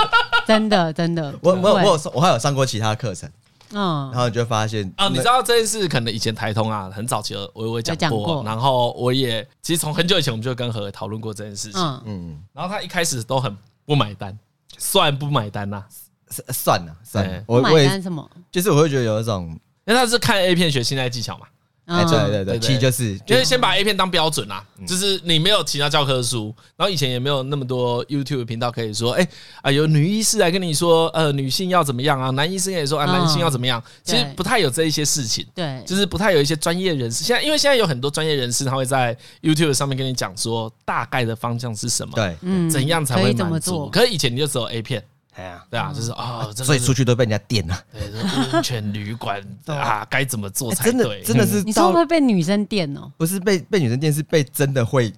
Speaker 4: 真的真的。
Speaker 2: 我
Speaker 4: 不
Speaker 2: 我
Speaker 4: 会
Speaker 2: 有我有上我还有上过其他课程，然
Speaker 4: 嗯，
Speaker 2: 后你就会发现
Speaker 1: 啊，你知道这件事，可能以前台通啊，很早期的我我也讲
Speaker 4: 有讲
Speaker 1: 过，
Speaker 4: 过
Speaker 1: 然后我也其实从很久以前我们就跟何讨论过这件事情，
Speaker 4: 嗯，
Speaker 2: 嗯，
Speaker 1: 然后他一开始都很不买单，算不买单呐、啊
Speaker 2: 算嗯算了算了
Speaker 1: 对，
Speaker 2: 我
Speaker 4: 买
Speaker 2: 我也
Speaker 4: 单什么？
Speaker 2: 就是我会觉得有一种，
Speaker 1: 因为他是看 A 片学性爱技巧嘛，
Speaker 2: 哎，
Speaker 4: 嗯
Speaker 2: 对对
Speaker 1: 对对嗯
Speaker 2: 对，其实就是
Speaker 1: 就是先把 A 片当标准啦、啊就是你没有其他教科书，然后以前也没有那么多 YouTube 频道可以说，哎、啊有女医师来跟你说，呃女性要怎么样啊，男医生也说啊
Speaker 4: 嗯
Speaker 1: 男性要怎么样，其实
Speaker 4: 对
Speaker 1: 不太有这一些事情。
Speaker 4: 对，
Speaker 1: 就是不太有一些专业人士，现在因为现在有很多专业人士，他会在 YouTube 上面跟你讲说大概的方向是什么，
Speaker 2: 对，
Speaker 4: 嗯
Speaker 1: 怎样才
Speaker 4: 可
Speaker 1: 会
Speaker 4: 以怎么
Speaker 1: 满足。
Speaker 4: 做？
Speaker 1: 可是以前你就只有 A 片，
Speaker 2: 哎呀，
Speaker 1: 对啊，就是哦，这个
Speaker 2: 所以
Speaker 1: 是
Speaker 2: 出去都被人家电了，
Speaker 1: 对这温泉旅馆
Speaker 2: 对啊
Speaker 1: 啊，该怎么做
Speaker 2: 哎
Speaker 1: 才
Speaker 2: 真的
Speaker 1: 对？嗯
Speaker 2: 真的是
Speaker 4: 你说会
Speaker 2: 到
Speaker 4: 不会被女生电哦？
Speaker 2: 不是被被女生电，是被真的会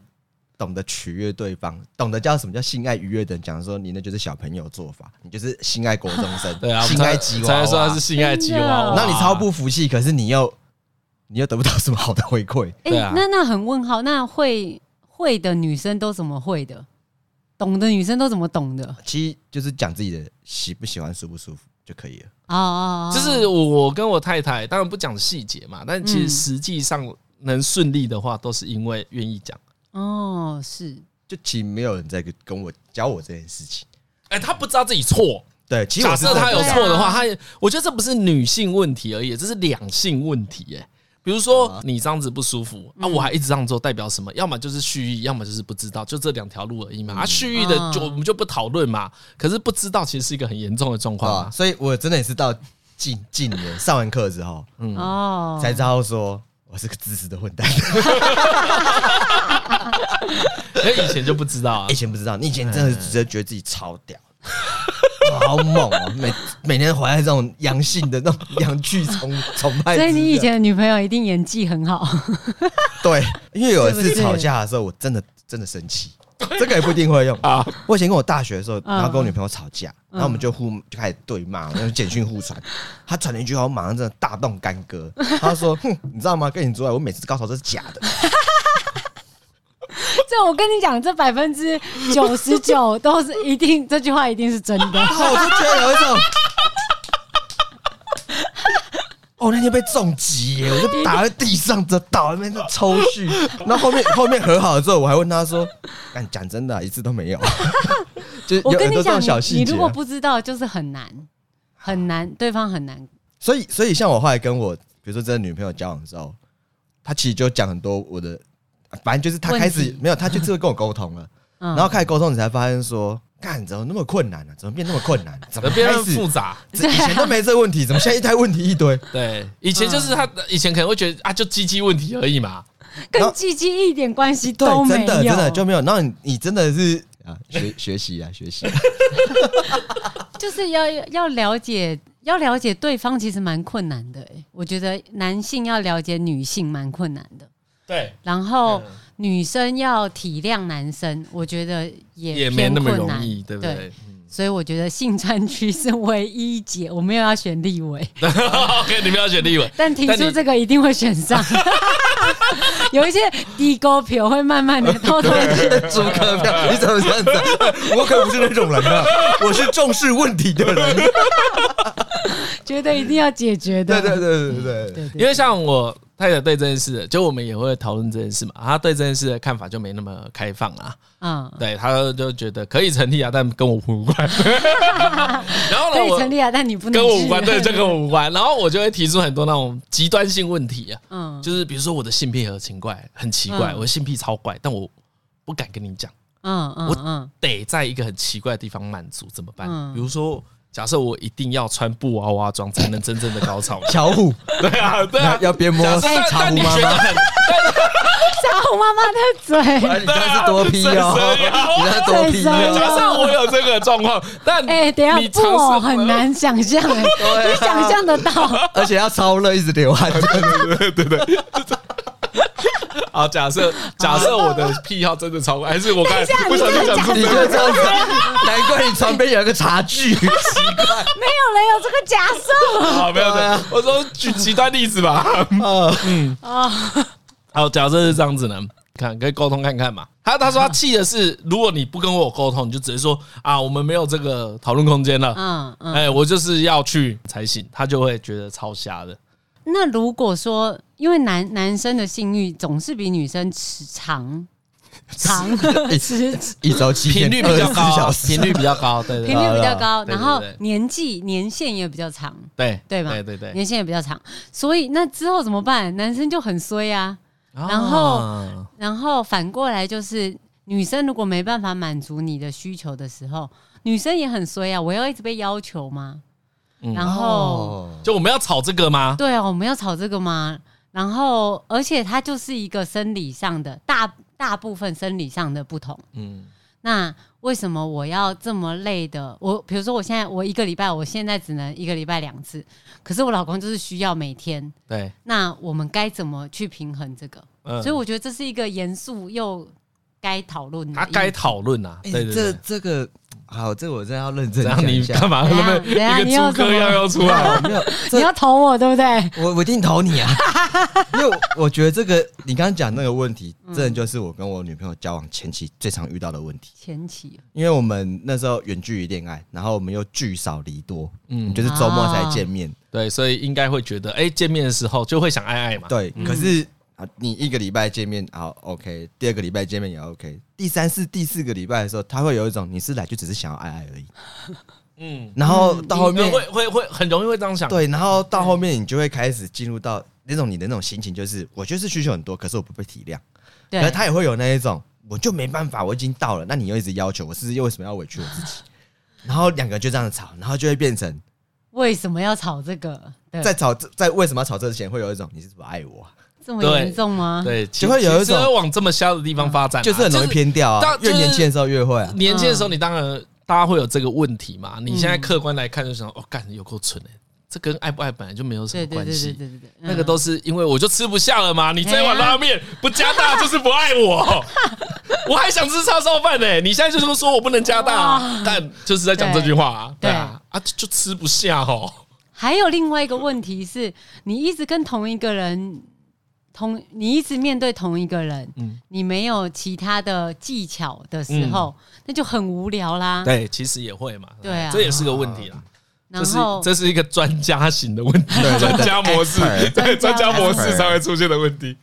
Speaker 2: 懂得取悦对方，懂得叫什么叫性爱愉悦的人讲说，你那就是小朋友做法，你就是性爱国中生，
Speaker 1: 对啊，
Speaker 2: 性爱吉娃
Speaker 1: 才
Speaker 2: 娃，
Speaker 1: 才说他是性爱啊吉
Speaker 4: 哦
Speaker 1: 娃娃，
Speaker 2: 那你超不服气，可是你又你又得不到什么好的回馈，
Speaker 4: 哎、
Speaker 1: 对啊
Speaker 4: 那那很问号，那会会的女生都怎么会的？懂的女生都怎么懂的？
Speaker 2: 其实就是讲自己的喜不喜欢、舒不舒服就可以了。
Speaker 4: 哦哦，哦
Speaker 1: 就是我跟我太太，当然不讲细节嘛，但其实
Speaker 4: 嗯
Speaker 1: 实际上能顺利的话，都是因为愿意讲。
Speaker 4: 哦，是
Speaker 2: 就其实没有人在跟我教我这件事情。
Speaker 1: 哎，他不知道自己错。
Speaker 2: 对，其实
Speaker 1: 假
Speaker 2: 我是
Speaker 1: 设他有
Speaker 4: 对啊
Speaker 1: 错的话，他也我觉得这不是女性问题而已，这是两性问题。哎，比如
Speaker 2: 啊
Speaker 1: 说你这样子不舒服
Speaker 4: 嗯
Speaker 1: 啊，我还一直这样做，代表什么？要么就是蓄意，要么就是不知道，就这两条路而已嘛。啊，蓄意的就
Speaker 4: 啊
Speaker 1: 我们就不讨论嘛。可是不知道其实是一个很严重的状况
Speaker 2: 啊，
Speaker 1: 啊。
Speaker 2: 所以我真的也是到近近年上完课之后，
Speaker 4: 哦，
Speaker 2: 嗯才知道说我是个自私的混蛋。
Speaker 1: 因为哎以前就不知道 啊
Speaker 2: 以。前不知道，你以前真的只是觉得自己超屌。哇 好猛哦！每每天活在这种阳性的那种阳具崇崇拜之下，
Speaker 4: 所以你以前的女朋友一定演技很好，
Speaker 2: 对，因为有一次
Speaker 4: 是不是
Speaker 2: 吵架的时候，我真的真的生气，这个也不一定会用啊。我以前跟我大学的时候，然后跟我女朋友吵架，然后我们就互就开始对骂，然后简讯互传。她传了一句话，我马上真的大动干戈。她说：“哼，你知道吗？跟你之外，我每次高潮都是假的。
Speaker 4: 这我跟你讲，这百分之九十九都是一定，这句话一定是真”的。
Speaker 2: 然后我就觉得有一种，哦，那天被重击耶，我就打在地上，这倒在那边抽搐。然后后面后面和好了之后，我还问她说：“但讲真的啊、一次都没有。” 就是
Speaker 4: 我
Speaker 2: 有
Speaker 4: 跟
Speaker 2: 很
Speaker 4: 你
Speaker 2: 多这
Speaker 4: 讲，
Speaker 2: 种小
Speaker 4: 你
Speaker 2: 细
Speaker 4: 你
Speaker 2: 节
Speaker 4: 如
Speaker 2: 啊。
Speaker 4: 果不知道，就是很难，很难，对方很难。
Speaker 2: 所以，所以像我后来跟我，比如说真的女朋友交往之后，她其实就讲很多我的，反正就是她开
Speaker 4: 问
Speaker 2: 始
Speaker 4: 题
Speaker 2: 没有，她就是会跟我沟通了，
Speaker 4: 嗯，
Speaker 2: 然后开始沟通，你才发现说，干怎么那么困难呢、啊怎么变那么困难？怎么
Speaker 1: 变
Speaker 2: 哎开
Speaker 1: 得
Speaker 2: 始
Speaker 1: 复？杂，
Speaker 2: 这以前
Speaker 4: 啊
Speaker 2: 都没这个问题，怎么现在一堆问题一堆？
Speaker 1: 对，以前就是他，以前可能会觉得啊，就鸡鸡问题而已嘛，
Speaker 4: 跟鸡鸡一点关系
Speaker 2: 对
Speaker 4: 都，没
Speaker 2: 真的
Speaker 4: 有，
Speaker 2: 真的就没有。然后你你真的是啊， 学学习啊，学习啊、
Speaker 4: 就是要要了解，要了解对方其实蛮困难的、欸。我觉得男性要了解女性蛮困难的，
Speaker 1: 对，
Speaker 4: 然后女生要体谅男生，我觉得也
Speaker 1: 也没
Speaker 4: 偏
Speaker 1: 那么
Speaker 4: 困
Speaker 1: 容
Speaker 4: 难
Speaker 1: 易，对不对？嗯
Speaker 4: 所以我觉得性专区是唯一解，我没有要选立委，
Speaker 1: OK，你们要选立委，
Speaker 4: 但提
Speaker 1: 但
Speaker 4: 出
Speaker 1: 你
Speaker 4: 这个一定会选上。有一些低沟票会慢慢的偷偷的，
Speaker 2: 朱科票，你怎么这样子啊、 我可不是那种人啊，我是重视问题的人。
Speaker 4: 觉得一定要解决 的。
Speaker 2: 对对对对对对，，
Speaker 4: 对对
Speaker 1: 因为像我太太对这件事，就我们也会讨论这件事嘛，她对这件事的看法就没那么开放啊，
Speaker 4: 嗯，
Speaker 1: 对，她就觉得可以成立啊，但跟我无 关。然后
Speaker 4: 可
Speaker 1: 呢，
Speaker 4: 以
Speaker 1: 我
Speaker 4: 成立啊，但你不能
Speaker 1: 跟我无
Speaker 4: 去
Speaker 1: 关，对，就跟我无关。然后我就会提出很多那种极端性问题啊，
Speaker 4: 嗯
Speaker 1: 就是比如说我的性癖很奇怪，很奇怪，
Speaker 4: 嗯
Speaker 1: 我的性癖超怪，但我不敢跟你讲，
Speaker 4: 嗯嗯嗯
Speaker 1: 得在一个很奇怪的地方满足，怎么办？
Speaker 4: 嗯
Speaker 1: 比如说。假设我一定要穿布娃娃装才能真正的高潮
Speaker 2: 巧虎
Speaker 1: 对啊，对啊
Speaker 2: 要，要边摸
Speaker 1: 假设
Speaker 2: 巧
Speaker 1: 但
Speaker 2: 虎
Speaker 1: 你
Speaker 2: 妈
Speaker 1: 学得
Speaker 2: 妈，
Speaker 1: 很
Speaker 4: 小虎妈妈的 嘴，
Speaker 2: 哎你这是多批哦，你这是多 批
Speaker 4: 哎
Speaker 1: 假
Speaker 2: 哦，
Speaker 4: 呀
Speaker 1: 设我有这个状况，但
Speaker 4: 哎、等一
Speaker 1: 你
Speaker 4: 下
Speaker 1: 尝
Speaker 4: 布
Speaker 1: 试
Speaker 4: 偶 很难想象、哎
Speaker 2: 对啊
Speaker 4: 你想象得到？
Speaker 2: 而且要超热，一直流 汗，
Speaker 1: 好，啊假 设假设我的癖好真的超过，还是我刚才
Speaker 4: 等一下
Speaker 1: 不小心讲出
Speaker 2: 你
Speaker 1: 这
Speaker 2: 就
Speaker 1: 个
Speaker 2: 这样子，难怪你床边有一个茶 具，奇怪。
Speaker 4: 没有人有这个假设
Speaker 1: 好，没有
Speaker 2: 对
Speaker 1: 的
Speaker 2: 啊。
Speaker 1: 我说举极端例子 吧。
Speaker 4: 啊！
Speaker 1: 嗯 好，假设是这样子呢，看可以沟通看看嘛。他他说他气的是，如果你不跟我沟通，你就直接说啊，我们没有这个讨论空间了。
Speaker 4: 嗯嗯，
Speaker 1: 哎，我就是要去才行，他就会觉得超瞎的。
Speaker 4: 那如果说，因为男男生的性欲总是比女生迟 长长
Speaker 1: 啊
Speaker 4: 迟
Speaker 2: 哎一周七
Speaker 1: 频率
Speaker 2: 天
Speaker 1: 比较
Speaker 2: 24
Speaker 1: 高
Speaker 2: 小，时
Speaker 1: 频率比较高，对对
Speaker 4: 频
Speaker 1: 对
Speaker 4: 率比较高，
Speaker 1: 对对对
Speaker 4: 然后年纪年限也比较长，
Speaker 1: 对
Speaker 4: 对吧
Speaker 1: 对对对。
Speaker 4: 年限也比较长，所以那之后怎么办？男生就很衰啊。
Speaker 1: 哦
Speaker 4: 然
Speaker 1: 后
Speaker 2: 嗯
Speaker 4: 后然后反过来就是，女生如果没办法满足你的需求的时候，女生也很衰啊。我要一直被要求吗？
Speaker 1: 嗯
Speaker 4: 然后、
Speaker 2: 哦，
Speaker 1: 就我们要吵这个吗？
Speaker 4: 对啊，我们要吵这个吗？然后，而且它就是一个生理上的大大部分生理上的不同。
Speaker 1: 嗯，
Speaker 4: 那为什么我要这么累的？我比如说，我现在我一个礼拜，我现在只能一个礼拜两次，可是我老公就是需要每天。
Speaker 1: 对，
Speaker 4: 那我们该怎么去平衡这个？
Speaker 1: 嗯
Speaker 4: 所以我觉得这是一个严肃又该讨论的议题。
Speaker 1: 他该讨论啊。
Speaker 2: 哎
Speaker 1: 对对
Speaker 2: 这
Speaker 1: 对。
Speaker 2: 这个好，这我真的要认真
Speaker 1: 这
Speaker 2: 讲
Speaker 1: 样
Speaker 2: 啊一
Speaker 1: 你
Speaker 2: 下
Speaker 1: 干。嘛？
Speaker 4: 等一
Speaker 1: 那
Speaker 4: 下
Speaker 1: 么一
Speaker 4: 等一下
Speaker 1: 个
Speaker 4: 你有
Speaker 1: 猪哥
Speaker 4: 什么
Speaker 1: 要要出来，
Speaker 2: 没有，
Speaker 4: 你
Speaker 2: 这
Speaker 4: 要投我，对不对？
Speaker 2: 我我一定投你啊，因为我我觉得这个你刚刚讲那个问题，真的就是我跟我女朋友交往前期最常遇到的问题。
Speaker 4: 前期
Speaker 2: 因为我们那时候远距离恋爱，然后我们又聚少离多，
Speaker 1: 嗯
Speaker 2: 嗯，就是周末才见面，
Speaker 1: 对，所以应该会觉得，哎、见面的时候就会想爱爱嘛。
Speaker 2: 对。可是啊，你一个礼拜见面好 OK，第二个礼拜见面也 OK，第三四第四个礼拜的时候，他会有一种你是来就只是想要爱爱而已，
Speaker 1: 嗯，
Speaker 2: 然后到后面
Speaker 1: 会会会很容易会这样想。
Speaker 2: 对，然后到后面你就会开始进入到那种你的那种心情，就是我就是需求很多，可是我不被体谅。
Speaker 4: 对
Speaker 2: 可是他也会有那一种，我就没办法，我已经到了，那你又一直要求我，是又为什么要委屈我自己？ 然后两个人就这样吵，然后就会变成
Speaker 4: 为什么要吵这个？对，
Speaker 2: 在吵在为什么要吵之前，会有一种你是不是爱我啊、
Speaker 4: 这么
Speaker 1: 对
Speaker 4: 严重吗？
Speaker 1: 对，
Speaker 2: 啊就会有一
Speaker 1: 其实
Speaker 2: 种
Speaker 1: 会往这么瞎的地方发展啊、
Speaker 2: 就是很容易偏掉啊
Speaker 1: 到。
Speaker 2: 越
Speaker 1: 就是
Speaker 2: 年轻的时候越会啊，
Speaker 1: 年轻的时候，你当然大家会有这个问题嘛。你
Speaker 2: 嗯
Speaker 1: 现在客观来看，就想，哦，干有够蠢哎、这跟爱不爱本来就没有什么
Speaker 4: 对对对
Speaker 1: 关
Speaker 4: 对对
Speaker 1: 系。
Speaker 4: 对对对，
Speaker 1: 那个都
Speaker 4: 嗯哎
Speaker 1: 是因为我就吃不下了嘛，你这一碗拉面不加大就是不爱 我，我还想吃叉烧饭呢。你现在就是说我不能加大
Speaker 4: 哇，
Speaker 1: 但就是在讲这句话啊，
Speaker 4: 对
Speaker 1: 对啊，啊就就吃不下哦。
Speaker 4: 还有另外一个问题是，你一直跟同一个人，同你一直面对同一个人，
Speaker 1: 嗯
Speaker 4: 你没有其他的技巧的时候，那就很无聊啦。
Speaker 1: 嗯对，其实也会嘛，
Speaker 4: 对啊哦
Speaker 1: 这也是个问题啦。
Speaker 4: 然
Speaker 1: 这是
Speaker 4: 后
Speaker 1: 这是一个专家型的问题，
Speaker 2: 对对
Speaker 1: 专
Speaker 2: 对
Speaker 1: 家模式，
Speaker 2: expert
Speaker 1: 对专家模式
Speaker 2: expert
Speaker 1: 才会出现的问题。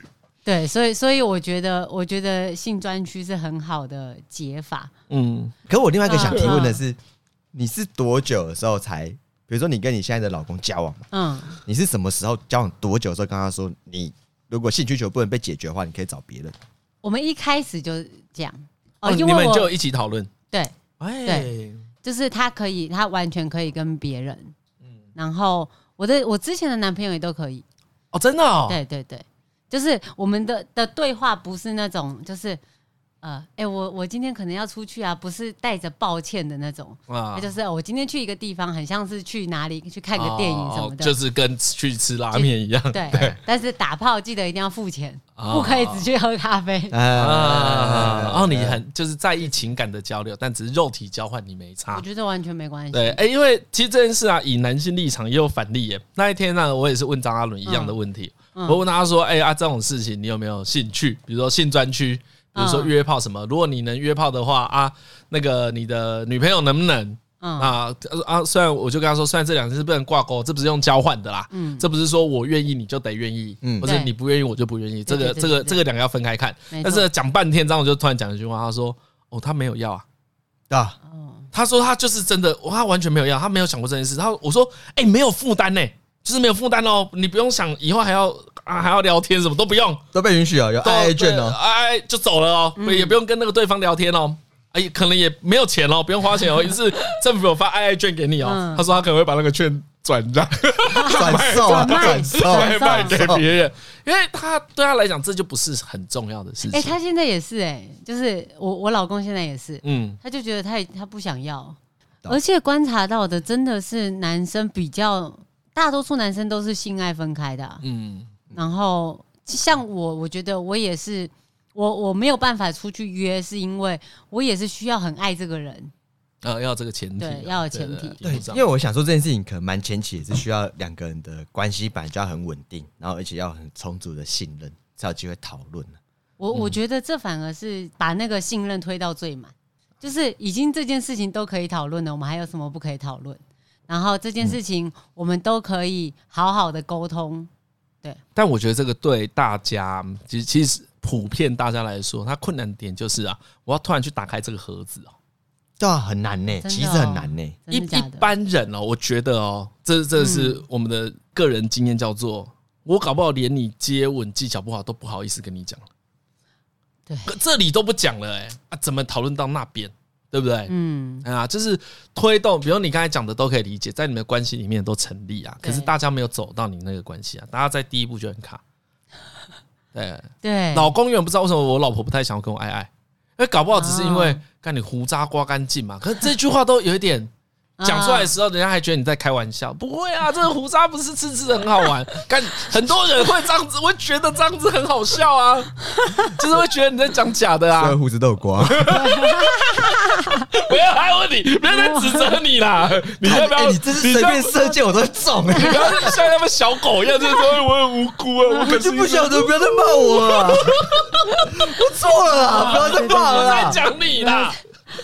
Speaker 4: 对，所以所以我觉得，我觉得性专区是很好的解法。
Speaker 1: 嗯，
Speaker 2: 可我另外一个想提问的是，你是多久的时候才？比如说你跟你现在的老公交往嘛，
Speaker 4: 嗯，
Speaker 2: 你是什么时候交往多久的时候跟他说，你如果性需求不能被解决的话，你可以找别人。
Speaker 4: 我们一开始就讲哦，
Speaker 1: 你
Speaker 4: 因为
Speaker 1: 们
Speaker 4: 我
Speaker 1: 就一起讨论，
Speaker 4: 对，
Speaker 1: 哎
Speaker 4: 对，就是他可以，他完全可以跟别人，
Speaker 1: 嗯
Speaker 4: 然后我的我之前的男朋友也都可以，
Speaker 1: 哦，真的哦，
Speaker 4: 对对对，就是我们的的对话不是那种就是。呃，哎、我我今天可能要出去啊，不是带着抱歉的那种，那、
Speaker 1: 啊
Speaker 4: 就是呃我今天去一个地方，很像是去哪里去看个电影什么
Speaker 1: 哦
Speaker 4: 的，
Speaker 1: 就是跟去吃拉面一样，
Speaker 4: 对。但是打炮记得一定要付钱，
Speaker 1: 哦
Speaker 4: 不可以只去喝咖啡。
Speaker 1: 啊，然后你
Speaker 2: 很。
Speaker 1: 很就是在意情感的交流，但只是肉体交换你没差
Speaker 4: 我。觉得完全没关系。
Speaker 1: 对，哎、因为其实这件事啊，以男性立场也有反例耶。那一天呢、我也是问张阿伦一样的问题，
Speaker 4: 嗯
Speaker 1: 我问他说：“哎、啊，这种事情你有没有兴趣？比如说性专区，比如说
Speaker 4: 嗯
Speaker 1: 约炮什么？如果你能约炮的话啊，那个你的女朋友能不能？
Speaker 4: 嗯
Speaker 1: 啊啊！虽然我就跟他说，虽然这两件事不能挂钩，这不是用交换的啦，
Speaker 4: 嗯
Speaker 1: 这不是说我愿意你就得愿意，
Speaker 2: 嗯
Speaker 1: 或者
Speaker 4: 对
Speaker 1: 你不愿意我就不愿意，这
Speaker 4: 对
Speaker 1: 个
Speaker 4: 对对
Speaker 1: 这个
Speaker 4: 对对
Speaker 1: 这个两个要分开看。
Speaker 4: 没
Speaker 1: 但
Speaker 4: 错
Speaker 1: 是讲半天，张我就突然讲一句话，他说：“哦，他没有要啊。”
Speaker 2: 啊，
Speaker 4: 哦，
Speaker 1: 他说他就是真的，他完全没有要，他没有想过这件事。他我说，哎、没有负担呢，就是没有负担哦，你不用想以后还要啊还要聊天什么都不用，
Speaker 2: 都被允许哦，有
Speaker 1: 都
Speaker 2: 爱爱券
Speaker 1: 对
Speaker 2: 哦。
Speaker 4: 嗯
Speaker 1: 哎就走了哦，也不用跟那个对方聊天哦。哎，可能也没有钱哦，不用花钱哦， 也是政府有发爱爱券给你哦
Speaker 4: 嗯。
Speaker 1: 他说他可能会把那个券转让，
Speaker 2: 转售啊，
Speaker 4: 卖
Speaker 2: 转售，
Speaker 4: 转
Speaker 1: 卖卖给
Speaker 2: 转售
Speaker 1: 别人，因为他对他来讲这就不是很重要的事
Speaker 4: 哎、
Speaker 1: 情。
Speaker 4: 他现在也是哎、就是我我老公现在也是，
Speaker 1: 嗯，
Speaker 4: 他就觉得他也他不想要，
Speaker 2: 懂
Speaker 4: 而且观察到的真的是男生比较，大多数男生都是性爱分开的啊、
Speaker 1: 嗯，
Speaker 4: 然后像我，我觉得我也是，我我没有办法出去约，是因为我也是需要很爱这个人，
Speaker 1: 呃，要有这个前提啊，
Speaker 4: 对要有前提
Speaker 2: 对，因为我想说这件事情可能蛮前期，也是需要两个人的关系本来就要很稳定，然后而且要很充足的信任，才有机会讨论啊
Speaker 4: 我
Speaker 1: 嗯
Speaker 4: 我觉得这反而是把那个信任推到最满，就是已经这件事情都可以讨论了，我们还有什么不可以讨论？然后这件事情我们都可以好好的沟通，
Speaker 1: 但我觉得这个对大家，其实其实普遍大家来说，它困难点就是啊，我要突然去打开这个盒子哦。
Speaker 2: 对啊，很难呢，
Speaker 4: 真的哦
Speaker 2: 其实很难呢。
Speaker 1: 一嗯
Speaker 4: 真的嗯
Speaker 1: 一
Speaker 4: 假的？
Speaker 1: 般人哦，我觉得哦，这这是我们的个人经验，叫做我搞不好连你接吻技巧不好都不好意思跟你讲，
Speaker 4: 对，
Speaker 1: 可这里都不讲了、哎啊，怎么讨论到那边，对不对？
Speaker 4: 嗯，
Speaker 1: 哎呀，就是推动，比如你刚才讲的都可以理解，在你们的关系里面都成立啊。
Speaker 4: 对
Speaker 1: 可是大家没有走到你那个关系啊，大家在第一步就很卡。对，
Speaker 4: 对，
Speaker 1: 老公永远不知道为什么我老婆不太想要跟我爱爱，因为搞不好只是因为
Speaker 4: 哦
Speaker 1: 看你胡渣刮干净嘛。可是这句话都有一点讲出来的时候，人家还觉得你在开玩笑。不会啊，这个胡渣不是吃吃的很好玩，干很多人会这样子，会觉得这样子很好笑啊，就是会觉得你在讲假的啊
Speaker 2: 所以。胡子都有光，
Speaker 1: 不要害问你，不要再指责你 啦。你要不要？
Speaker 2: 哎你这是随便
Speaker 1: 你
Speaker 2: 射箭我都中哎，
Speaker 1: 这样你不要像他们小狗一样，就是说哎我很无辜啊，我
Speaker 2: 我
Speaker 1: 可是
Speaker 2: 就
Speaker 1: 一
Speaker 2: 不
Speaker 1: 个
Speaker 2: 晓得，不要再骂我了啦，我错了啦，不要再骂
Speaker 1: 我
Speaker 2: 了
Speaker 1: 在
Speaker 2: 啦。
Speaker 1: 讲你啦，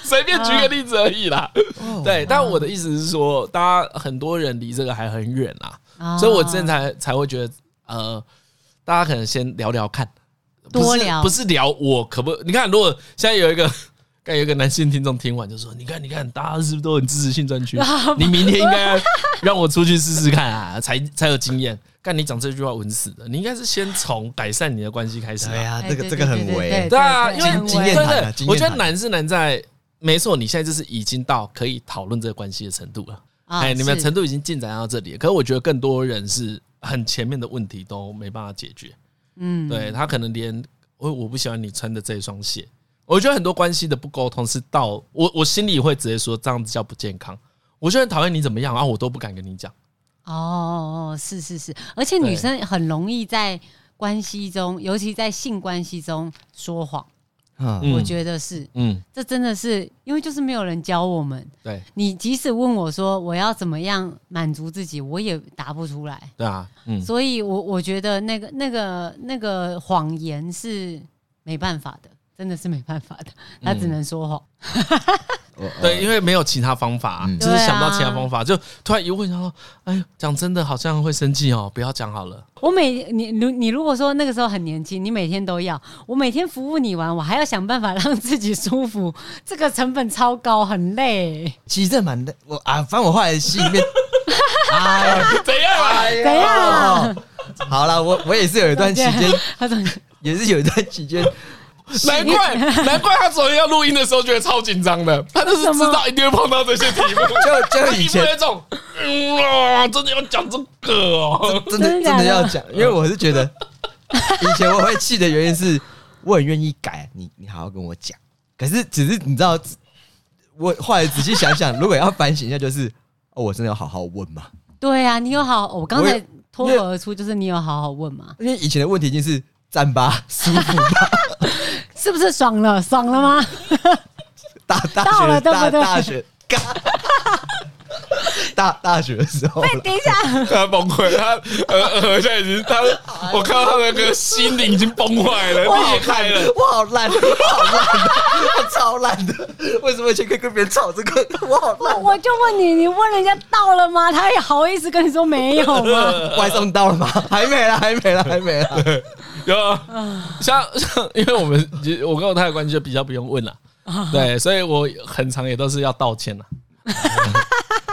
Speaker 1: 随便举个例子而已啦。
Speaker 4: 哦
Speaker 1: 对，但我的意思是说，大家很多人离这个还很远啦，
Speaker 4: 啊
Speaker 1: 所以我之前才才会觉得，呃，大家可能先聊聊看，不是
Speaker 4: 多聊
Speaker 1: 不是聊我可不？你看，如果现在有一个。 刚有一个男性听众听完就说：“你看，你看，大家是不是都很支持性 专区？
Speaker 4: 啊
Speaker 1: 你明天应该让我出去试试看啊，才才有经验。干你讲这句话稳死的，你应该是先从改善你的关系开始、啊。
Speaker 2: 对呀，
Speaker 4: 哎
Speaker 2: 这个
Speaker 4: 对
Speaker 2: 这个
Speaker 4: 对
Speaker 2: 很
Speaker 4: 对对
Speaker 2: 违
Speaker 4: 对。
Speaker 1: 对啊，
Speaker 4: 对
Speaker 1: 因为
Speaker 4: 很
Speaker 2: 经验
Speaker 1: 真
Speaker 2: 谈啊
Speaker 1: 的，
Speaker 2: 经验谈
Speaker 1: 我觉得难是难在，没错，你现在就是已经到可以讨论这个关系的程度了。
Speaker 4: 啊
Speaker 1: 哎，你们
Speaker 4: 是
Speaker 1: 程度已经进展到这里了，可是我觉得更多人是很前面的问题都没办法解决。
Speaker 4: 嗯
Speaker 1: 对他可能连哦我我不喜欢你穿的这一双鞋，我觉得很多关系的不沟通是到我我心里会直接说这样子叫不健康。我就很讨厌你怎么样啊，我都不敢跟你讲。
Speaker 4: 哦哦哦，是是是，而且
Speaker 1: 对
Speaker 4: 女生很容易在关系中，尤其在性关系中说谎，
Speaker 2: 嗯，
Speaker 4: 我觉得是。
Speaker 1: 嗯，
Speaker 4: 这真的是因为就是没有人教我们，
Speaker 1: 对
Speaker 4: 你即使问我说我要怎么样满足自己，我也答不出来。
Speaker 1: 对啊，嗯，
Speaker 4: 所以我我觉得那个那个那个谎言是没办法的，真的是没办法的，
Speaker 2: 嗯
Speaker 4: 他只能说谎。
Speaker 2: 我
Speaker 1: 对，因为没有其他方法、
Speaker 2: 嗯
Speaker 1: 就是想不到
Speaker 4: 对啊
Speaker 1: 其他方法，就突然一问，然后哎呦，讲真的好像会生气哦，不要讲好了。
Speaker 4: 我每你如你如果说那个时候很年轻，你每天都要，我每天服务你完，我还要想办法让自己舒服， 这个成本超高，很累。
Speaker 2: 其实这蛮的，我啊，反正我后来心 里面，哎呀，
Speaker 1: 怎样啊？
Speaker 2: 哎呀
Speaker 4: 怎样？
Speaker 2: 好了，我我也是有一段期间，
Speaker 4: 他总
Speaker 2: 也是有一段期间，
Speaker 1: 难怪难怪他昨天要录音的时候觉得超紧张的，他就是知道一定会碰到这些题 目，
Speaker 2: 就就
Speaker 1: 他
Speaker 2: 以
Speaker 1: 一副
Speaker 2: 前
Speaker 1: 那种，嗯啊，真的要讲这个哦，
Speaker 2: 真的
Speaker 4: 真的
Speaker 2: 真
Speaker 4: 假的
Speaker 2: 的要讲，因为我是觉得 以前我会气的原因是，我很愿意改，啊你你好好跟我讲。可是只是你知道，我后来仔细想想，如果要反省一下，就是哦，我真的要好好问嘛，
Speaker 4: 对啊，你有好，我刚
Speaker 2: 我
Speaker 4: 才
Speaker 2: 也
Speaker 4: 脱口而出就是你有好好问嘛，
Speaker 2: 因为以前的问题已经是赞吧，舒服吧，
Speaker 4: 是不是爽了？爽了吗？
Speaker 2: 大大
Speaker 4: 到
Speaker 2: 学
Speaker 4: 了
Speaker 2: 的
Speaker 4: 对不
Speaker 2: 大
Speaker 4: 对
Speaker 2: 大学，干大大学的时候了，
Speaker 4: 等一下，
Speaker 1: 他崩溃，他呃呃，现在已经他，
Speaker 4: 啊
Speaker 1: 我看到他那个心灵已经崩坏了，
Speaker 2: 我好
Speaker 1: 裂开了
Speaker 2: 烂，。我好烂，我好烂的，我超烂的。为什么以前可以跟别人吵这个？我好烂。
Speaker 4: 我就问你，你问人家到了吗？他也好意思跟你说没有 吗？
Speaker 2: 外送到了吗？还没啦，还没啦，还没啦。
Speaker 1: 有
Speaker 4: 啊
Speaker 1: 像像，因为我们其实我跟我太太关系就比较不用问了，
Speaker 4: 啊
Speaker 1: 对，所以我很常也都是要道歉 了。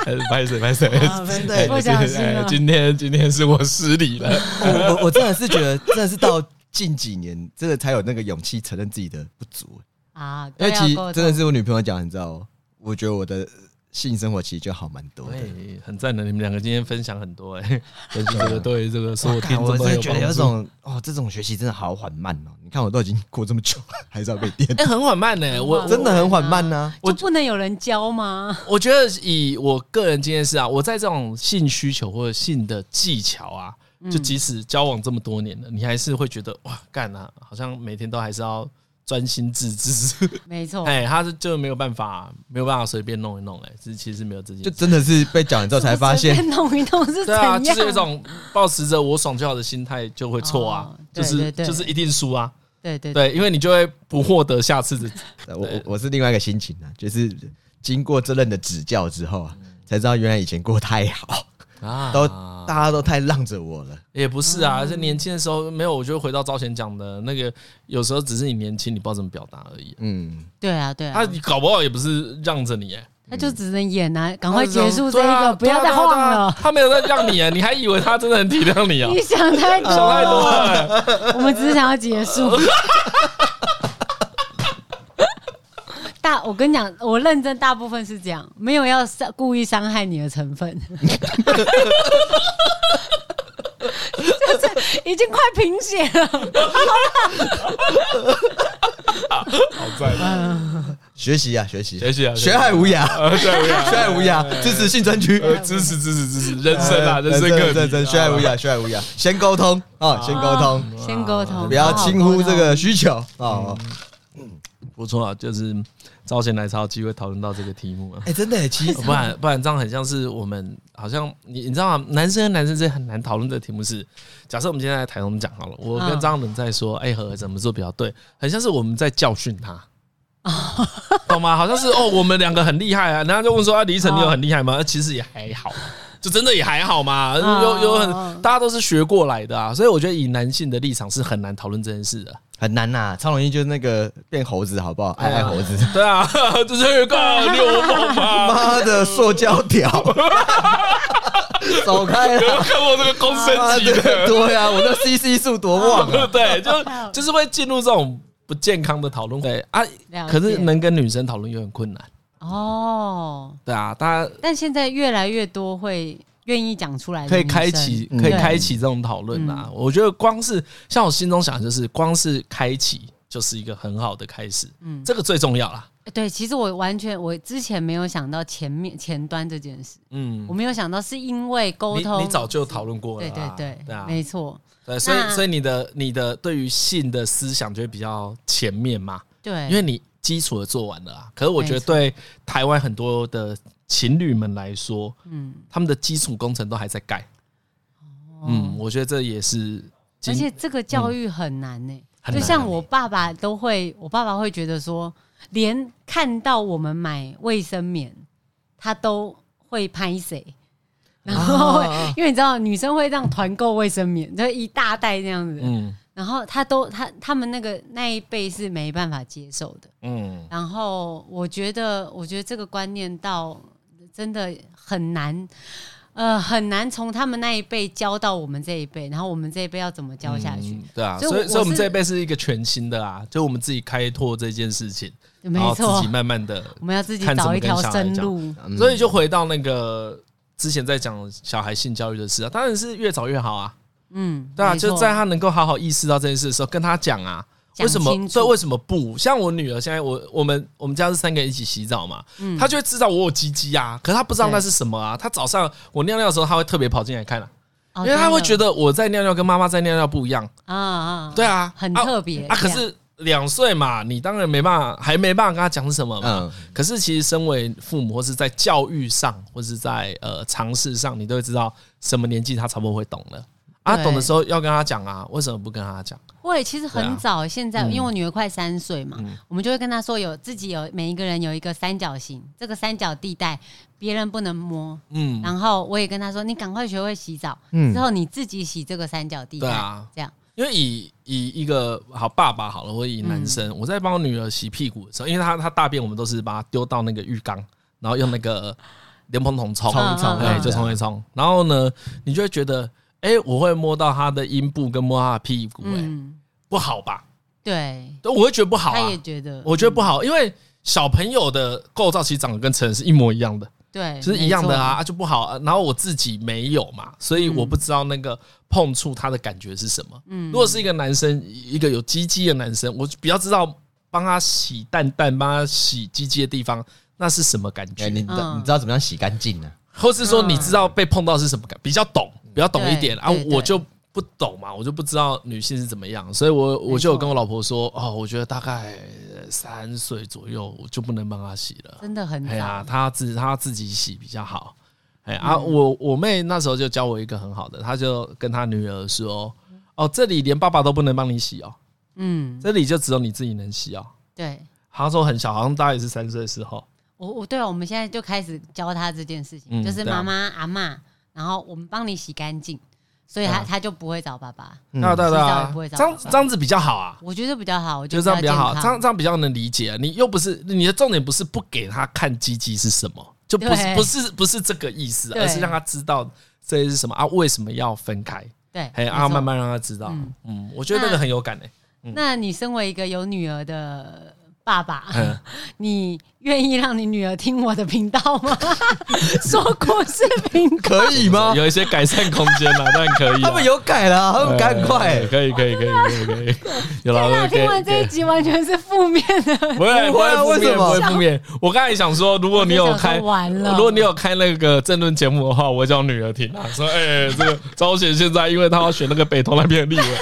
Speaker 1: 哎拍谁拍谁，
Speaker 4: 真
Speaker 2: 的
Speaker 4: 啊不小心啊了。
Speaker 1: 哎今天今天是我失礼了，
Speaker 2: 我我我真的是觉得，真的是到近几年，真的才有那个勇气承认自己的不足。
Speaker 4: 啊，
Speaker 2: 因
Speaker 4: 都
Speaker 2: 为
Speaker 4: 要
Speaker 2: 其实
Speaker 4: 沟
Speaker 2: 真的
Speaker 4: 通
Speaker 2: 是我女朋友讲，你知道哦，我觉得我的性生活其实就好蛮多的。
Speaker 1: 对，哎很赞的，你们两个今天分享很多 哎、分享这个对这个是我听
Speaker 2: 看，我
Speaker 1: 众都
Speaker 2: 真的
Speaker 1: 有
Speaker 2: 觉得有
Speaker 1: 帮助。
Speaker 2: 种哦，这种学习真的好缓慢哦。你看我都已经过这么久了，还是要被电，
Speaker 1: 哎、很缓慢呢、我
Speaker 4: 很
Speaker 1: 我
Speaker 2: 真的很缓慢啊呢、
Speaker 4: 就不能有人 教吗？
Speaker 1: 我觉得以我个人经验是啊，我在这种性需求或者性的技巧啊，
Speaker 4: 嗯
Speaker 1: 就即使交往这么多年了，你还是会觉得哇，干啊，好像每天都还是要专心致志。
Speaker 4: 没 错，
Speaker 1: 哎、他是就没有办法，没有办法随便弄一弄、哎，是其实没有这件
Speaker 2: 就
Speaker 1: 事。
Speaker 2: 真的是被讲 了之后才发
Speaker 4: 是
Speaker 2: 现，
Speaker 4: 不是随便弄一弄是怎
Speaker 1: 对啊，
Speaker 4: 样？
Speaker 1: 就是有一种抱持着我爽就好的心态就会错啊，
Speaker 4: 哦
Speaker 1: 就
Speaker 4: 对
Speaker 1: 是
Speaker 4: 对对
Speaker 1: 就是一定输啊，
Speaker 4: 对对对，
Speaker 1: 对，因为你就会不获得下次 的
Speaker 2: 我我我是另外一个心情啊，就是经过这任的指教之后啊，才知道原来以前过太好，
Speaker 1: 啊
Speaker 2: 都大家都太让着我了。
Speaker 1: 也不是
Speaker 4: 嗯
Speaker 1: 啊，是年轻的时候没有，我就回到招前讲的那个，有时候只是你年轻，你不知道怎么表达而已啊、
Speaker 2: 嗯，
Speaker 4: 对啊对啊
Speaker 1: 他，搞不好也不是让着你、哎，
Speaker 4: 他就只能演啊，赶快结束这
Speaker 1: 对
Speaker 4: 一
Speaker 1: 啊
Speaker 4: 个，不要再晃
Speaker 1: 对啊对啊
Speaker 4: 了。
Speaker 1: 他没有在让你、哎，你还以为他真的很体谅你啊？
Speaker 4: 你想太多，
Speaker 1: 想太多了、
Speaker 4: 我们只是想要 结束。大，我跟你讲，我认真，大部分是这样，没有要伤故意伤害你的成分， 就是已经快贫血了。
Speaker 1: 好在
Speaker 2: 学习啊，学习，
Speaker 1: 学习啊学习
Speaker 2: 学
Speaker 1: 啊
Speaker 2: 海无涯，
Speaker 1: 呃，对不
Speaker 2: 学海无涯，支持性专区。呃
Speaker 1: 支持支持支持，人生啊，人生
Speaker 2: 对
Speaker 1: 课
Speaker 2: 对对，
Speaker 1: 题
Speaker 2: 学海无涯，学海无涯，先沟通啊，先沟通，
Speaker 4: 先沟通，
Speaker 2: 不要
Speaker 4: 好好
Speaker 2: 轻忽
Speaker 4: 沟通
Speaker 2: 这个需求哦。
Speaker 1: 嗯不错啊，就是招贤来才有机会讨论到这个题目啊。
Speaker 2: 哎，真的耶， 其实
Speaker 1: 不然不然这样很像是我们好像你你知道吗？男生跟男生之间很难讨论这个题目是，假设我们今天在台中讲好了，我跟
Speaker 4: 嗯
Speaker 1: 张伦在说，哎、何怎么做比较对，很像是我们在教训 他。懂吗？好像是哦，我们两个很厉害啊，然后就问说啊，李晨你有很厉害吗？啊其实也还好， 就真的也还好嘛，
Speaker 2: 哦
Speaker 1: 有有很大家都是学过来的啊，所以我觉得以男性的立场是很难讨论这件事的。
Speaker 2: 很难呐、超容易就那个变猴子，好不好？爱爱猴子，
Speaker 1: 对啊， 就是个 流氓嘛，
Speaker 2: 妈的塑胶 条，走开
Speaker 1: 有没
Speaker 2: 啊！
Speaker 1: 有看过这个公
Speaker 2: 妈
Speaker 1: 升级
Speaker 2: 的
Speaker 1: 的？，
Speaker 2: 对啊，我那 CC 数多旺啊！
Speaker 1: 对，就就是会进入这种不健康的讨论。对啊，
Speaker 4: 了解
Speaker 1: 可是能跟女生讨论有点困难。
Speaker 4: 哦。
Speaker 1: 对啊，大家
Speaker 4: 但现在越来越多会愿意讲出来的女
Speaker 1: 可
Speaker 4: 生，嗯
Speaker 1: 以开启，
Speaker 2: 嗯
Speaker 1: 可以开启这种讨论啊。我觉得光是像我心中想的就是，光是开启就是一个很好的开始。嗯，这个最重要啦。
Speaker 4: 对，其实我完全我之前没有想到前面前端这件事，
Speaker 1: 嗯，
Speaker 4: 我没有想到是因为沟
Speaker 1: 你
Speaker 4: 通，
Speaker 1: 你早就讨论过了
Speaker 4: 对对
Speaker 1: 啦，
Speaker 4: 对，
Speaker 1: 对啊，
Speaker 4: 没错，
Speaker 1: 对，所以
Speaker 4: 那
Speaker 1: 所以你的你的对于性的思想就会比较前面嘛。
Speaker 4: 对，
Speaker 1: 因为你基础的做完了啊。可是我觉得
Speaker 4: 没错
Speaker 1: 对台湾很多的情侣们来说，
Speaker 4: 嗯，哦
Speaker 1: 他们的基础工程都还在盖。嗯，我觉得这也是今，嗯
Speaker 4: 而且这个教育很难呢、
Speaker 1: 很
Speaker 4: 就
Speaker 1: 难
Speaker 4: 像我爸爸都会，我爸爸会觉得说，连看到我们买卫生棉，他都会拍谁。然后会，
Speaker 1: 啊
Speaker 4: 因为你知道女生会这样团购卫生棉，就一大袋这样子。
Speaker 1: 嗯
Speaker 4: 然后他都他他们那个那一辈是没办法接受的。
Speaker 1: 嗯，
Speaker 4: 然后我觉得，我觉得这个观念到真的很难，呃，很难从他们那一辈教到我们这一辈，然后我们这一辈要怎么教下去？
Speaker 1: 嗯对啊，
Speaker 4: 所以
Speaker 1: 所以
Speaker 4: 我
Speaker 1: 所以我们
Speaker 4: 是
Speaker 1: 这一辈是一个全新的啊，就我们自己开拓这件事情，然
Speaker 4: 没
Speaker 1: 后
Speaker 4: 错
Speaker 1: 哦自己，慢慢的，
Speaker 4: 我们要自己
Speaker 1: 看怎么
Speaker 4: 找一
Speaker 1: 跟
Speaker 4: 条
Speaker 1: 小孩
Speaker 4: 生
Speaker 1: 讲
Speaker 4: 路。
Speaker 2: 嗯
Speaker 1: 所以就回到那个之前在讲小孩性教育的事啊，当然是越早越好啊。
Speaker 4: 嗯，
Speaker 1: 对啊，
Speaker 4: 没
Speaker 1: 就
Speaker 4: 错
Speaker 1: 在他能够好好意识到这件事的时候，跟他讲啊，
Speaker 4: 讲
Speaker 1: 为什么
Speaker 4: 清楚
Speaker 1: 对为什么不？像我女儿现在我，我们我们家是三个人一起洗澡嘛，
Speaker 4: 嗯
Speaker 1: 她就会知道我有鸡鸡啊，可是她不知道那
Speaker 4: 对
Speaker 1: 是什么啊。她早上我尿尿的时候，她会特别跑进来看啊，
Speaker 4: 哦
Speaker 1: 因为她会觉
Speaker 4: 真的
Speaker 1: 得我在尿尿跟妈妈在尿尿不一样。
Speaker 4: 啊啊，
Speaker 1: 对啊，
Speaker 4: 很
Speaker 1: 啊
Speaker 4: 特别
Speaker 1: 啊。可
Speaker 4: 这
Speaker 1: 是两岁嘛，你当然没办法，还没办法跟她讲什么嘛。
Speaker 2: 嗯，
Speaker 1: 可是其实身为父母，或是在教育上，或是在呃尝试上，你都会知道什么年纪他差不多会懂了。啊，
Speaker 4: 对
Speaker 1: 懂的时候要跟他讲啊，为什么不跟他讲？
Speaker 4: 会其实
Speaker 1: 对啊
Speaker 4: 很早，现在
Speaker 1: 嗯
Speaker 4: 因为我女儿快三岁嘛，我们就会跟她说有自己有每一个人有一个三角形，这个三角地带别人不能摸。
Speaker 1: 嗯，
Speaker 4: 然后我也跟她说，你赶快学会洗澡，
Speaker 2: 嗯
Speaker 4: 之后你自己洗这个三角地带。
Speaker 1: 对啊
Speaker 4: 这样
Speaker 1: 因为以以一个好爸爸好了，或以男生，
Speaker 4: 嗯
Speaker 1: 我在帮我女儿洗屁股的时候，因为她她大便我们都是把它丢到那个浴缸，然后用那个莲蓬桶冲
Speaker 4: 冲一冲
Speaker 1: 对，
Speaker 4: 嗯
Speaker 1: 就冲一冲。然后呢，你就会觉得，哎，我会摸到她的阴部跟摸她的屁股，哎，
Speaker 4: 嗯，
Speaker 1: 不好吧？
Speaker 4: 对，
Speaker 1: 我会觉得不好
Speaker 4: 他
Speaker 1: 啊
Speaker 4: 也，觉得，
Speaker 1: 我觉得不好，因为小朋友的构造其实长得跟成人是一模一样的，
Speaker 4: 对，
Speaker 1: 就是一样的啊，啊就不好、啊。然后我自己没有嘛，所以我不知道那个碰触他的感觉是什么。嗯，如果是一个男生，一个有鸡鸡的男生，我比较知道帮他洗蛋蛋、帮他洗鸡鸡的地方，那是什么感觉？
Speaker 2: 哎，你知道
Speaker 4: 嗯
Speaker 2: 你知道怎么样洗干净呢？啊
Speaker 1: 或是说你知道被碰到是什么感，比较懂，比较懂一点
Speaker 4: 嗯对
Speaker 1: 啊
Speaker 4: 对，对
Speaker 1: 我就不懂嘛，我就不知道女性是怎么样，所以我我就有跟我老婆说，哦，我觉得大概呃三岁左右我就不能帮她洗
Speaker 4: 没错，
Speaker 1: 了，
Speaker 4: 真的很
Speaker 1: 哎呀
Speaker 4: 早，，
Speaker 1: 她自她自己洗比较好，哎啊，
Speaker 4: 嗯
Speaker 1: 我我妹那时候就教我一个很好的，她就跟她女儿说，哦，这里连爸爸都不能帮你洗哦，
Speaker 4: 嗯，
Speaker 1: 这里就只有你自己能洗哦。
Speaker 4: 对。
Speaker 1: 她说很小，好像大概也是三岁的时候，
Speaker 4: 我我对啊，我们现在就开始教他这件事情，
Speaker 1: 嗯
Speaker 4: 就是
Speaker 1: 对啊
Speaker 4: 妈妈、阿嬷，然后我们帮你洗干净，所
Speaker 1: 啊
Speaker 4: 以他、他就不会找爸爸。
Speaker 1: 那对对
Speaker 4: 洗澡也
Speaker 1: 啊
Speaker 4: 不会，找
Speaker 1: 这样
Speaker 4: 爸爸
Speaker 1: 这样子比较好啊。
Speaker 4: 我觉得比较好，我
Speaker 1: 就
Speaker 4: 觉得
Speaker 1: 这样比较好，
Speaker 4: 健
Speaker 1: 这
Speaker 4: 康
Speaker 1: 样这样比较能理解、你又不是你的重点不是不给他看鸡鸡是什么，就不是
Speaker 4: 对
Speaker 1: 不是不是这个意思，
Speaker 4: 对
Speaker 1: 而是让他知道这是什么啊，为什么要分开，
Speaker 4: 对，
Speaker 1: 哎，
Speaker 4: 没
Speaker 1: 啊，
Speaker 4: 错
Speaker 1: 慢。慢让他知道。嗯
Speaker 4: 嗯
Speaker 1: 我觉得那个
Speaker 4: 那
Speaker 1: 很有感欸诶、
Speaker 4: 那你身为一个有女儿的爸爸，
Speaker 1: 嗯
Speaker 4: 你愿意让你女儿听我的频道吗？ 说故事频 道，
Speaker 2: 可以吗？
Speaker 1: 有一些改善空间啦，当然可 以啦。啊
Speaker 2: 他们有改了，他们改很快
Speaker 1: 哎，可以可以可以可以可以，有
Speaker 4: 天
Speaker 1: 啦，可
Speaker 4: 哪！听
Speaker 1: 以
Speaker 4: 完这一集完全是负面的。
Speaker 1: 不会
Speaker 2: 不
Speaker 1: 不
Speaker 2: 会啊
Speaker 1: 会负
Speaker 2: 为什
Speaker 1: 面，不
Speaker 2: 么
Speaker 1: 会负面。我刚才想说，如果你有
Speaker 4: 我就想
Speaker 1: 开，
Speaker 4: 说完了
Speaker 1: 如果你有开那个政论节目的话，我会叫我女儿听啊，说哎、这个招贤现在因为他要选那个北投那边的立委，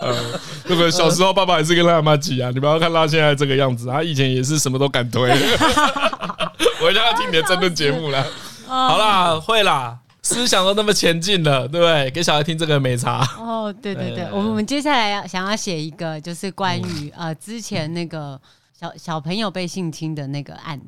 Speaker 1: 呃那个小时候爸爸也是跟他妈挤啊，你不要看他现在这个样子，他以前也是什么都敢推。我会叫他听你的政论节目啦。好啦，会啦，思想都那么前进了，对不对？给小孩听这个没差。
Speaker 4: 哦，对对对
Speaker 1: 对，
Speaker 4: 我们我们接下来要想要写一个，就是关于
Speaker 1: 嗯
Speaker 4: 呃之前那个小小朋友被性侵的那个案子，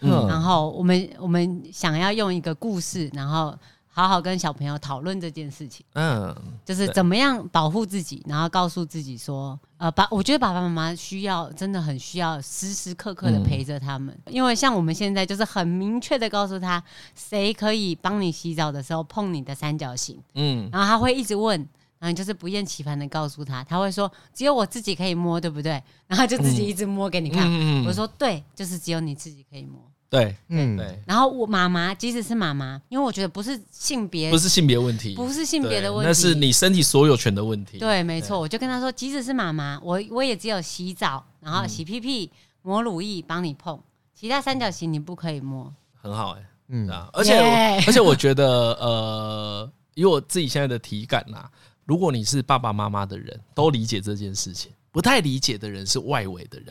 Speaker 4: 然
Speaker 2: 嗯，
Speaker 4: 后我们我们想要用一个故事，然后好好跟小朋友讨论这件事情。
Speaker 1: 嗯，
Speaker 4: 就是怎么样保护自己，然后告诉自己说，呃，爸，我觉得爸爸妈妈需要真的很需要时时刻刻的陪着他们，
Speaker 1: 嗯
Speaker 4: 因为像我们现在就是很明确的告诉他，谁可以帮你洗澡的时候碰你的三角形，
Speaker 1: 嗯，
Speaker 4: 然后他会一直问。然后你就是不厌其烦的告诉他，他会说只有我自己可以摸，对不对？然后他就自己一直摸给你看。
Speaker 1: 嗯
Speaker 4: 我说对，就是只有你自己可以摸。
Speaker 1: 对
Speaker 2: 嗯，
Speaker 1: 对，
Speaker 4: 然后我妈妈，即使是妈妈，因为我觉得不是性别，
Speaker 1: 不是性别问题，
Speaker 4: 不是性别的问题，
Speaker 1: 那是你身体所有权的问题。
Speaker 4: 对，没错，我就跟他说，即使是妈妈，我我也只有洗澡，然
Speaker 1: 嗯
Speaker 4: 后洗屁屁、抹乳液帮你碰，其他三角形你不可以摸。
Speaker 1: 很好哎、
Speaker 2: 嗯
Speaker 1: 对啊，而且我
Speaker 4: Yeah
Speaker 1: 而且我觉得呃，以我自己现在的体感呐、如果你是爸爸妈妈的人，都理解这件事情。不太理解的人是外围的人，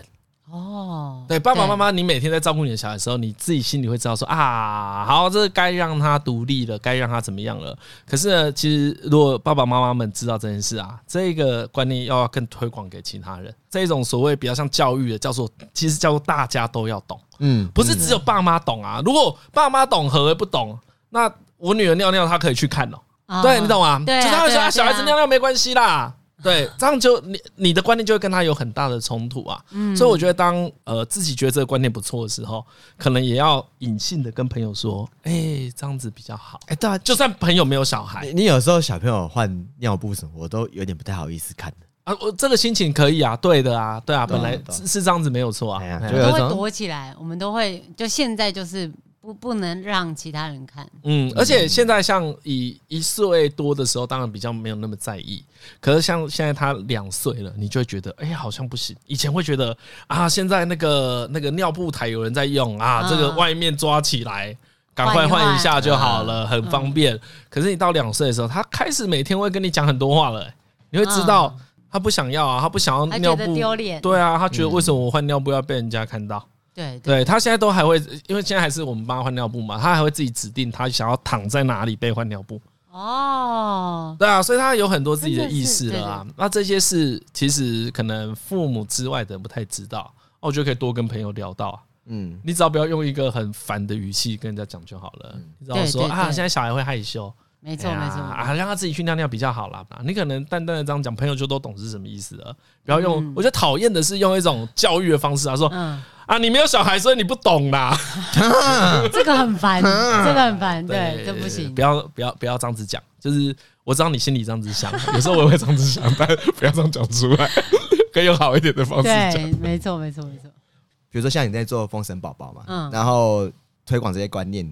Speaker 4: 哦，
Speaker 1: 对爸爸妈妈，你每天在照顾你的小孩的时候，你自己心里会知道说啊，好，这该让他独立了，该让他怎么样了。可是呢，其实如果爸爸妈妈们知道这件事啊，这个观念要更推广给其他人。这种所谓比较像教育的，叫做其实叫做大家都要懂。
Speaker 2: 嗯，
Speaker 1: 不是只有爸妈懂啊。如果爸妈懂，何为不懂？那我女儿尿尿，她可以去看哦、
Speaker 4: 啊
Speaker 1: 对你懂吗？
Speaker 4: 对啊
Speaker 1: 就是她会
Speaker 4: 对
Speaker 1: 说
Speaker 4: 啊
Speaker 1: 啊小孩子
Speaker 4: 对啊
Speaker 1: 尿尿没关系 啦。对，这样就你你的观念就会跟他有很大的冲突啊。
Speaker 4: 嗯
Speaker 1: 所以我觉得当呃自己觉得这个观念不错的时候，可能也要隐性的跟朋友说，哎、这样子比较好。
Speaker 2: 哎，对啊，
Speaker 1: 就算朋友没有小孩
Speaker 2: 你你有时候小朋友换尿布什么，我都有点不太好意思看的。
Speaker 1: 啊，我这个心情可以啊，对的啊，对啊，本来
Speaker 2: 对啊
Speaker 1: 是是这样子没有错啊。
Speaker 2: 哎呀
Speaker 1: 哎呀
Speaker 2: 就有
Speaker 4: 都
Speaker 2: 一种
Speaker 4: 会躲起来，我们都会就现在就是不不能让其他人看。
Speaker 1: 嗯，而且现在像以一岁多的时候，当然比较没有那么在意。可是像现在他两岁了，你就会觉得，哎、好像不行。以前会觉得啊，现在那个那个尿布台有人在用啊，
Speaker 4: 嗯
Speaker 1: 这个外面抓起来，赶快
Speaker 4: 换一
Speaker 1: 换
Speaker 4: 换嗯
Speaker 1: 一下就好了，很方便。可是你到两岁的时候，他开始每天会跟你讲很多话了、哎你会知道他不想要啊，他不想要
Speaker 4: 嗯他
Speaker 1: 尿
Speaker 4: 觉得
Speaker 1: 布，
Speaker 4: 丢脸嗯
Speaker 1: 对啊，他觉得为什么我换尿布要被人家看到？
Speaker 4: 对对
Speaker 1: 对他现在都还会，因为现在还是我们帮他换尿布嘛，他还会自己指定他想要躺在哪里被换尿布。
Speaker 4: 哦，
Speaker 1: 对啊，所以他有很多自己的意识
Speaker 4: 真的
Speaker 1: 了
Speaker 4: 是
Speaker 1: 啊。那这些事其实可能父母之外的人不太知道，哦那我觉得可以多跟朋友聊到啊。
Speaker 2: 嗯，
Speaker 1: 你只要不要用一个很烦的语气跟人家讲就好了。你只要说
Speaker 4: 对对
Speaker 1: 啊，
Speaker 4: 对
Speaker 1: 现在小孩会害羞，
Speaker 4: 没错
Speaker 1: 哎呀
Speaker 4: 没错，
Speaker 1: 啊，让他自己去尿尿比较好啦。你可能淡淡的这样讲，朋友就都懂是什么意思了。不要用，我觉得讨厌的是用一种教育的方式啊，说
Speaker 4: 嗯，
Speaker 1: 啊，你没有小孩，所以你不懂啦。嗯
Speaker 4: 这个很烦，这个很烦，对，这不行
Speaker 1: 不。要不要不要这样子讲，就是我知道你心里这样子想， 有时候我也会这样子想，但不要这样讲出来，可以用好一点的方式讲
Speaker 4: 对。，没错，没错，没错。
Speaker 2: 比如说像你在做《封神宝宝》嘛，
Speaker 4: 嗯
Speaker 2: 然后推广这些观念，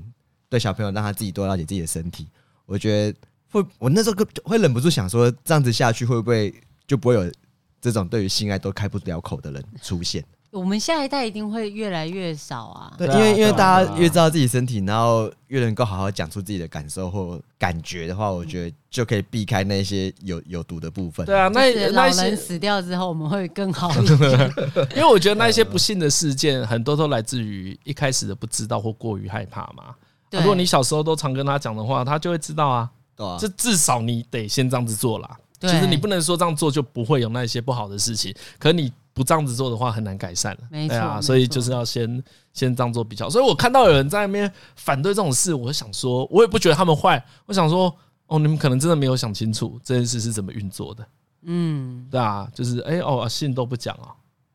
Speaker 2: 对小朋友让他自己多了解自己的身体，我觉得会，我那时候会忍不住想说，这样子下去会不会就不会有这种对于性爱都开不了口的人出现？
Speaker 4: 我们下一代一定会越来越少啊。
Speaker 2: 对，
Speaker 1: 对
Speaker 2: 因
Speaker 1: 啊
Speaker 2: 为因为
Speaker 1: 对啊
Speaker 2: 大家
Speaker 1: 对啊
Speaker 2: 越知道自己身体，然后越能够好好讲出自己的感受或感觉的话，我觉得就可以避开那些有有毒的部分。
Speaker 1: 对啊，那
Speaker 4: 就是老
Speaker 1: 那一些
Speaker 4: 人死掉之后，我们会更好 一点。
Speaker 1: 因为我觉得那一些不幸的事件，很多都来自于一开始的不知道或过于害怕嘛。啊
Speaker 4: 对
Speaker 1: 如果你小时候都常跟他讲的话，他就会知道啊。
Speaker 2: 对啊，
Speaker 1: 这至少你得先这样子做啦。其
Speaker 4: 对
Speaker 1: 实你不能说这样做就不会有那些不好的事情，可你不这样子做的话，很难改善了。
Speaker 4: 没
Speaker 1: 对啊，
Speaker 4: 错
Speaker 1: 所以
Speaker 4: 没错
Speaker 1: 就是要先先这样做比较好。所以我看到有人在那边反对这种事，我想说，我也不觉得他们坏，我想说，哦，你们可能真的没有想清楚这件事是怎么运作的，
Speaker 4: 嗯，
Speaker 1: 对啊，就是哎、哦，信都不讲哦。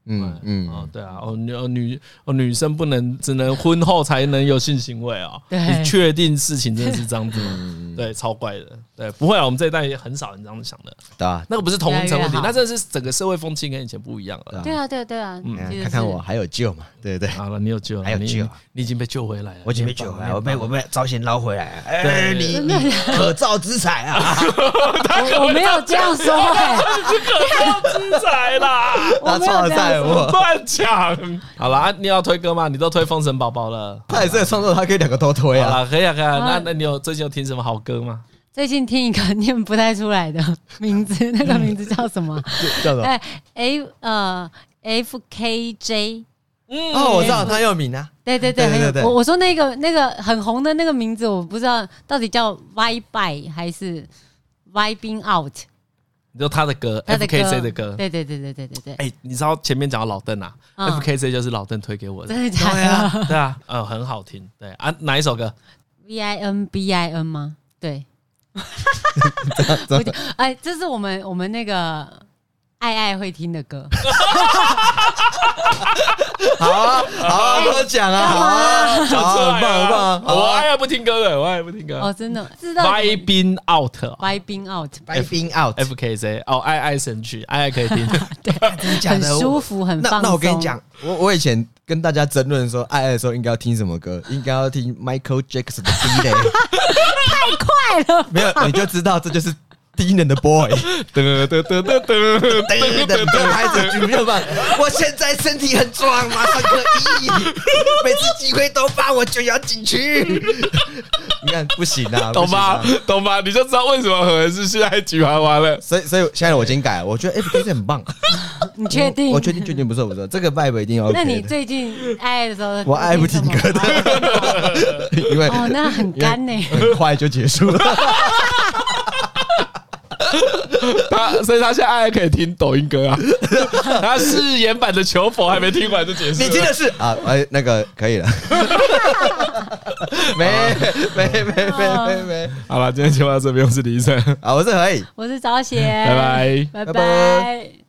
Speaker 2: 嗯嗯，
Speaker 1: 哦，对啊，哦女哦女哦女生不能只能婚后才能有性行为哦。
Speaker 4: 对
Speaker 1: 你确定事情真的是这样子
Speaker 2: 嗯
Speaker 1: 吗？对，超怪的。对，不会啊，我们这一代也很少人这样想的。
Speaker 2: 对啊，
Speaker 1: 那个不是同温层问题
Speaker 4: 越来越，好
Speaker 1: 那真的是整个社会风气跟以前不一样
Speaker 2: 对
Speaker 1: 了。
Speaker 2: 啊
Speaker 4: 对啊，对啊，对啊。
Speaker 1: 嗯
Speaker 2: 哎
Speaker 4: 其
Speaker 2: 呀看
Speaker 4: 实
Speaker 2: 看
Speaker 4: 是
Speaker 2: 我还有救嘛，对不对？
Speaker 1: 好了，你有救了，
Speaker 2: 还有
Speaker 1: 你
Speaker 2: 救
Speaker 1: 你已经被救回来了。
Speaker 2: 啊我已经被
Speaker 1: 你很
Speaker 2: 救
Speaker 1: 棒
Speaker 2: 回来，我被我被朝鲜捞回来了，哎，
Speaker 1: 对
Speaker 2: 你你可造之才 啊！
Speaker 4: 我我没有这样 说、哎，
Speaker 1: 之才啦，
Speaker 2: 他
Speaker 4: 我没有
Speaker 2: 超
Speaker 4: 这样
Speaker 2: 在
Speaker 4: 说。
Speaker 2: 我，
Speaker 1: 乱讲。好了，啊你要推歌吗？你都推《封神宝宝》了。
Speaker 2: 他也是个创作，他可以两个都推
Speaker 1: 好
Speaker 2: 啊。
Speaker 1: 了，可以啊，可以啊。
Speaker 4: 啊
Speaker 1: 那那你有最近有听什么好歌吗？
Speaker 4: 最近听一个念不太出来的名字，那个名字叫什么？
Speaker 2: 叫什么？
Speaker 4: 哎，A 呃 F K J，
Speaker 1: 嗯
Speaker 2: 哦，我知道他有名啊，
Speaker 4: 对对
Speaker 2: 对
Speaker 4: 对，很
Speaker 2: 对对
Speaker 4: 有我我说那个那个很红的那个名字，我不知道到底叫 Y by 还是 Vibing Out，
Speaker 1: 你说他的歌
Speaker 4: 他的歌
Speaker 1: ，FKC 的歌，
Speaker 4: 对对对对对对对，
Speaker 1: 哎、你知道前面讲到老邓啊、
Speaker 4: 嗯
Speaker 1: f k c 就是老邓推给我的，
Speaker 4: 真的假的
Speaker 1: 对啊，呃，很好听，对啊，哪一首歌？
Speaker 4: ？V I N B I N 吗？对，
Speaker 2: 真
Speaker 4: 不哎，这是我们我们那个爱爱会听的 歌，
Speaker 2: 好啊，好啊，多讲啊，好啊，好啊，很棒很棒啊，好
Speaker 1: 我
Speaker 2: 啊。
Speaker 1: 爱不听歌的，我爱不听歌。
Speaker 4: 哦，真的知道
Speaker 1: By Bin Out
Speaker 4: Vibing Out，
Speaker 2: 白冰 out，
Speaker 1: FKC 哦，爱爱神曲，爱爱可以 听。
Speaker 4: 很舒服，很
Speaker 2: 那
Speaker 4: 放松。
Speaker 2: 那我跟你讲，我我以前跟大家争论说，爱爱的时候应该要听什么歌，应该要听 Michael Jackson 的 B 类，
Speaker 4: 太快了，
Speaker 2: 没有你就知道这就是低能的 boy。
Speaker 1: 得得得得得
Speaker 2: 等等等，孩子举热棒，我现在身体很壮，马上可以，每次机会都把我就要进去。 你看不 行啊，
Speaker 1: 懂吧
Speaker 2: 不行啊？
Speaker 1: 懂吧？你就知道为什么何恩是现在举牌完了。
Speaker 2: 所以，所以现在我已经改了，我觉得 F K 是很棒，
Speaker 4: 你确定？
Speaker 2: 我确定，确定不错，不错，这个 vibe 一定要 OK
Speaker 4: 那
Speaker 2: 的。
Speaker 4: 你最近爱爱的时候，
Speaker 2: 我爱不听歌的
Speaker 4: 你 听什么
Speaker 2: 因为
Speaker 4: 哦，那很干呢。
Speaker 2: 很快就结束了，
Speaker 1: 他所以他现在爱爱可以听抖音 歌啊。他饰演版的求佛还没听完就结束
Speaker 2: 你
Speaker 1: 了。
Speaker 2: 听的是啊，哎，那个可 以了， 没没没没没
Speaker 4: 哦
Speaker 2: 没
Speaker 1: 好了，今天节目到这边，我是李医生，
Speaker 2: 啊，我是可以。
Speaker 4: 我是早写，
Speaker 1: 拜拜。
Speaker 2: 拜
Speaker 4: 拜拜。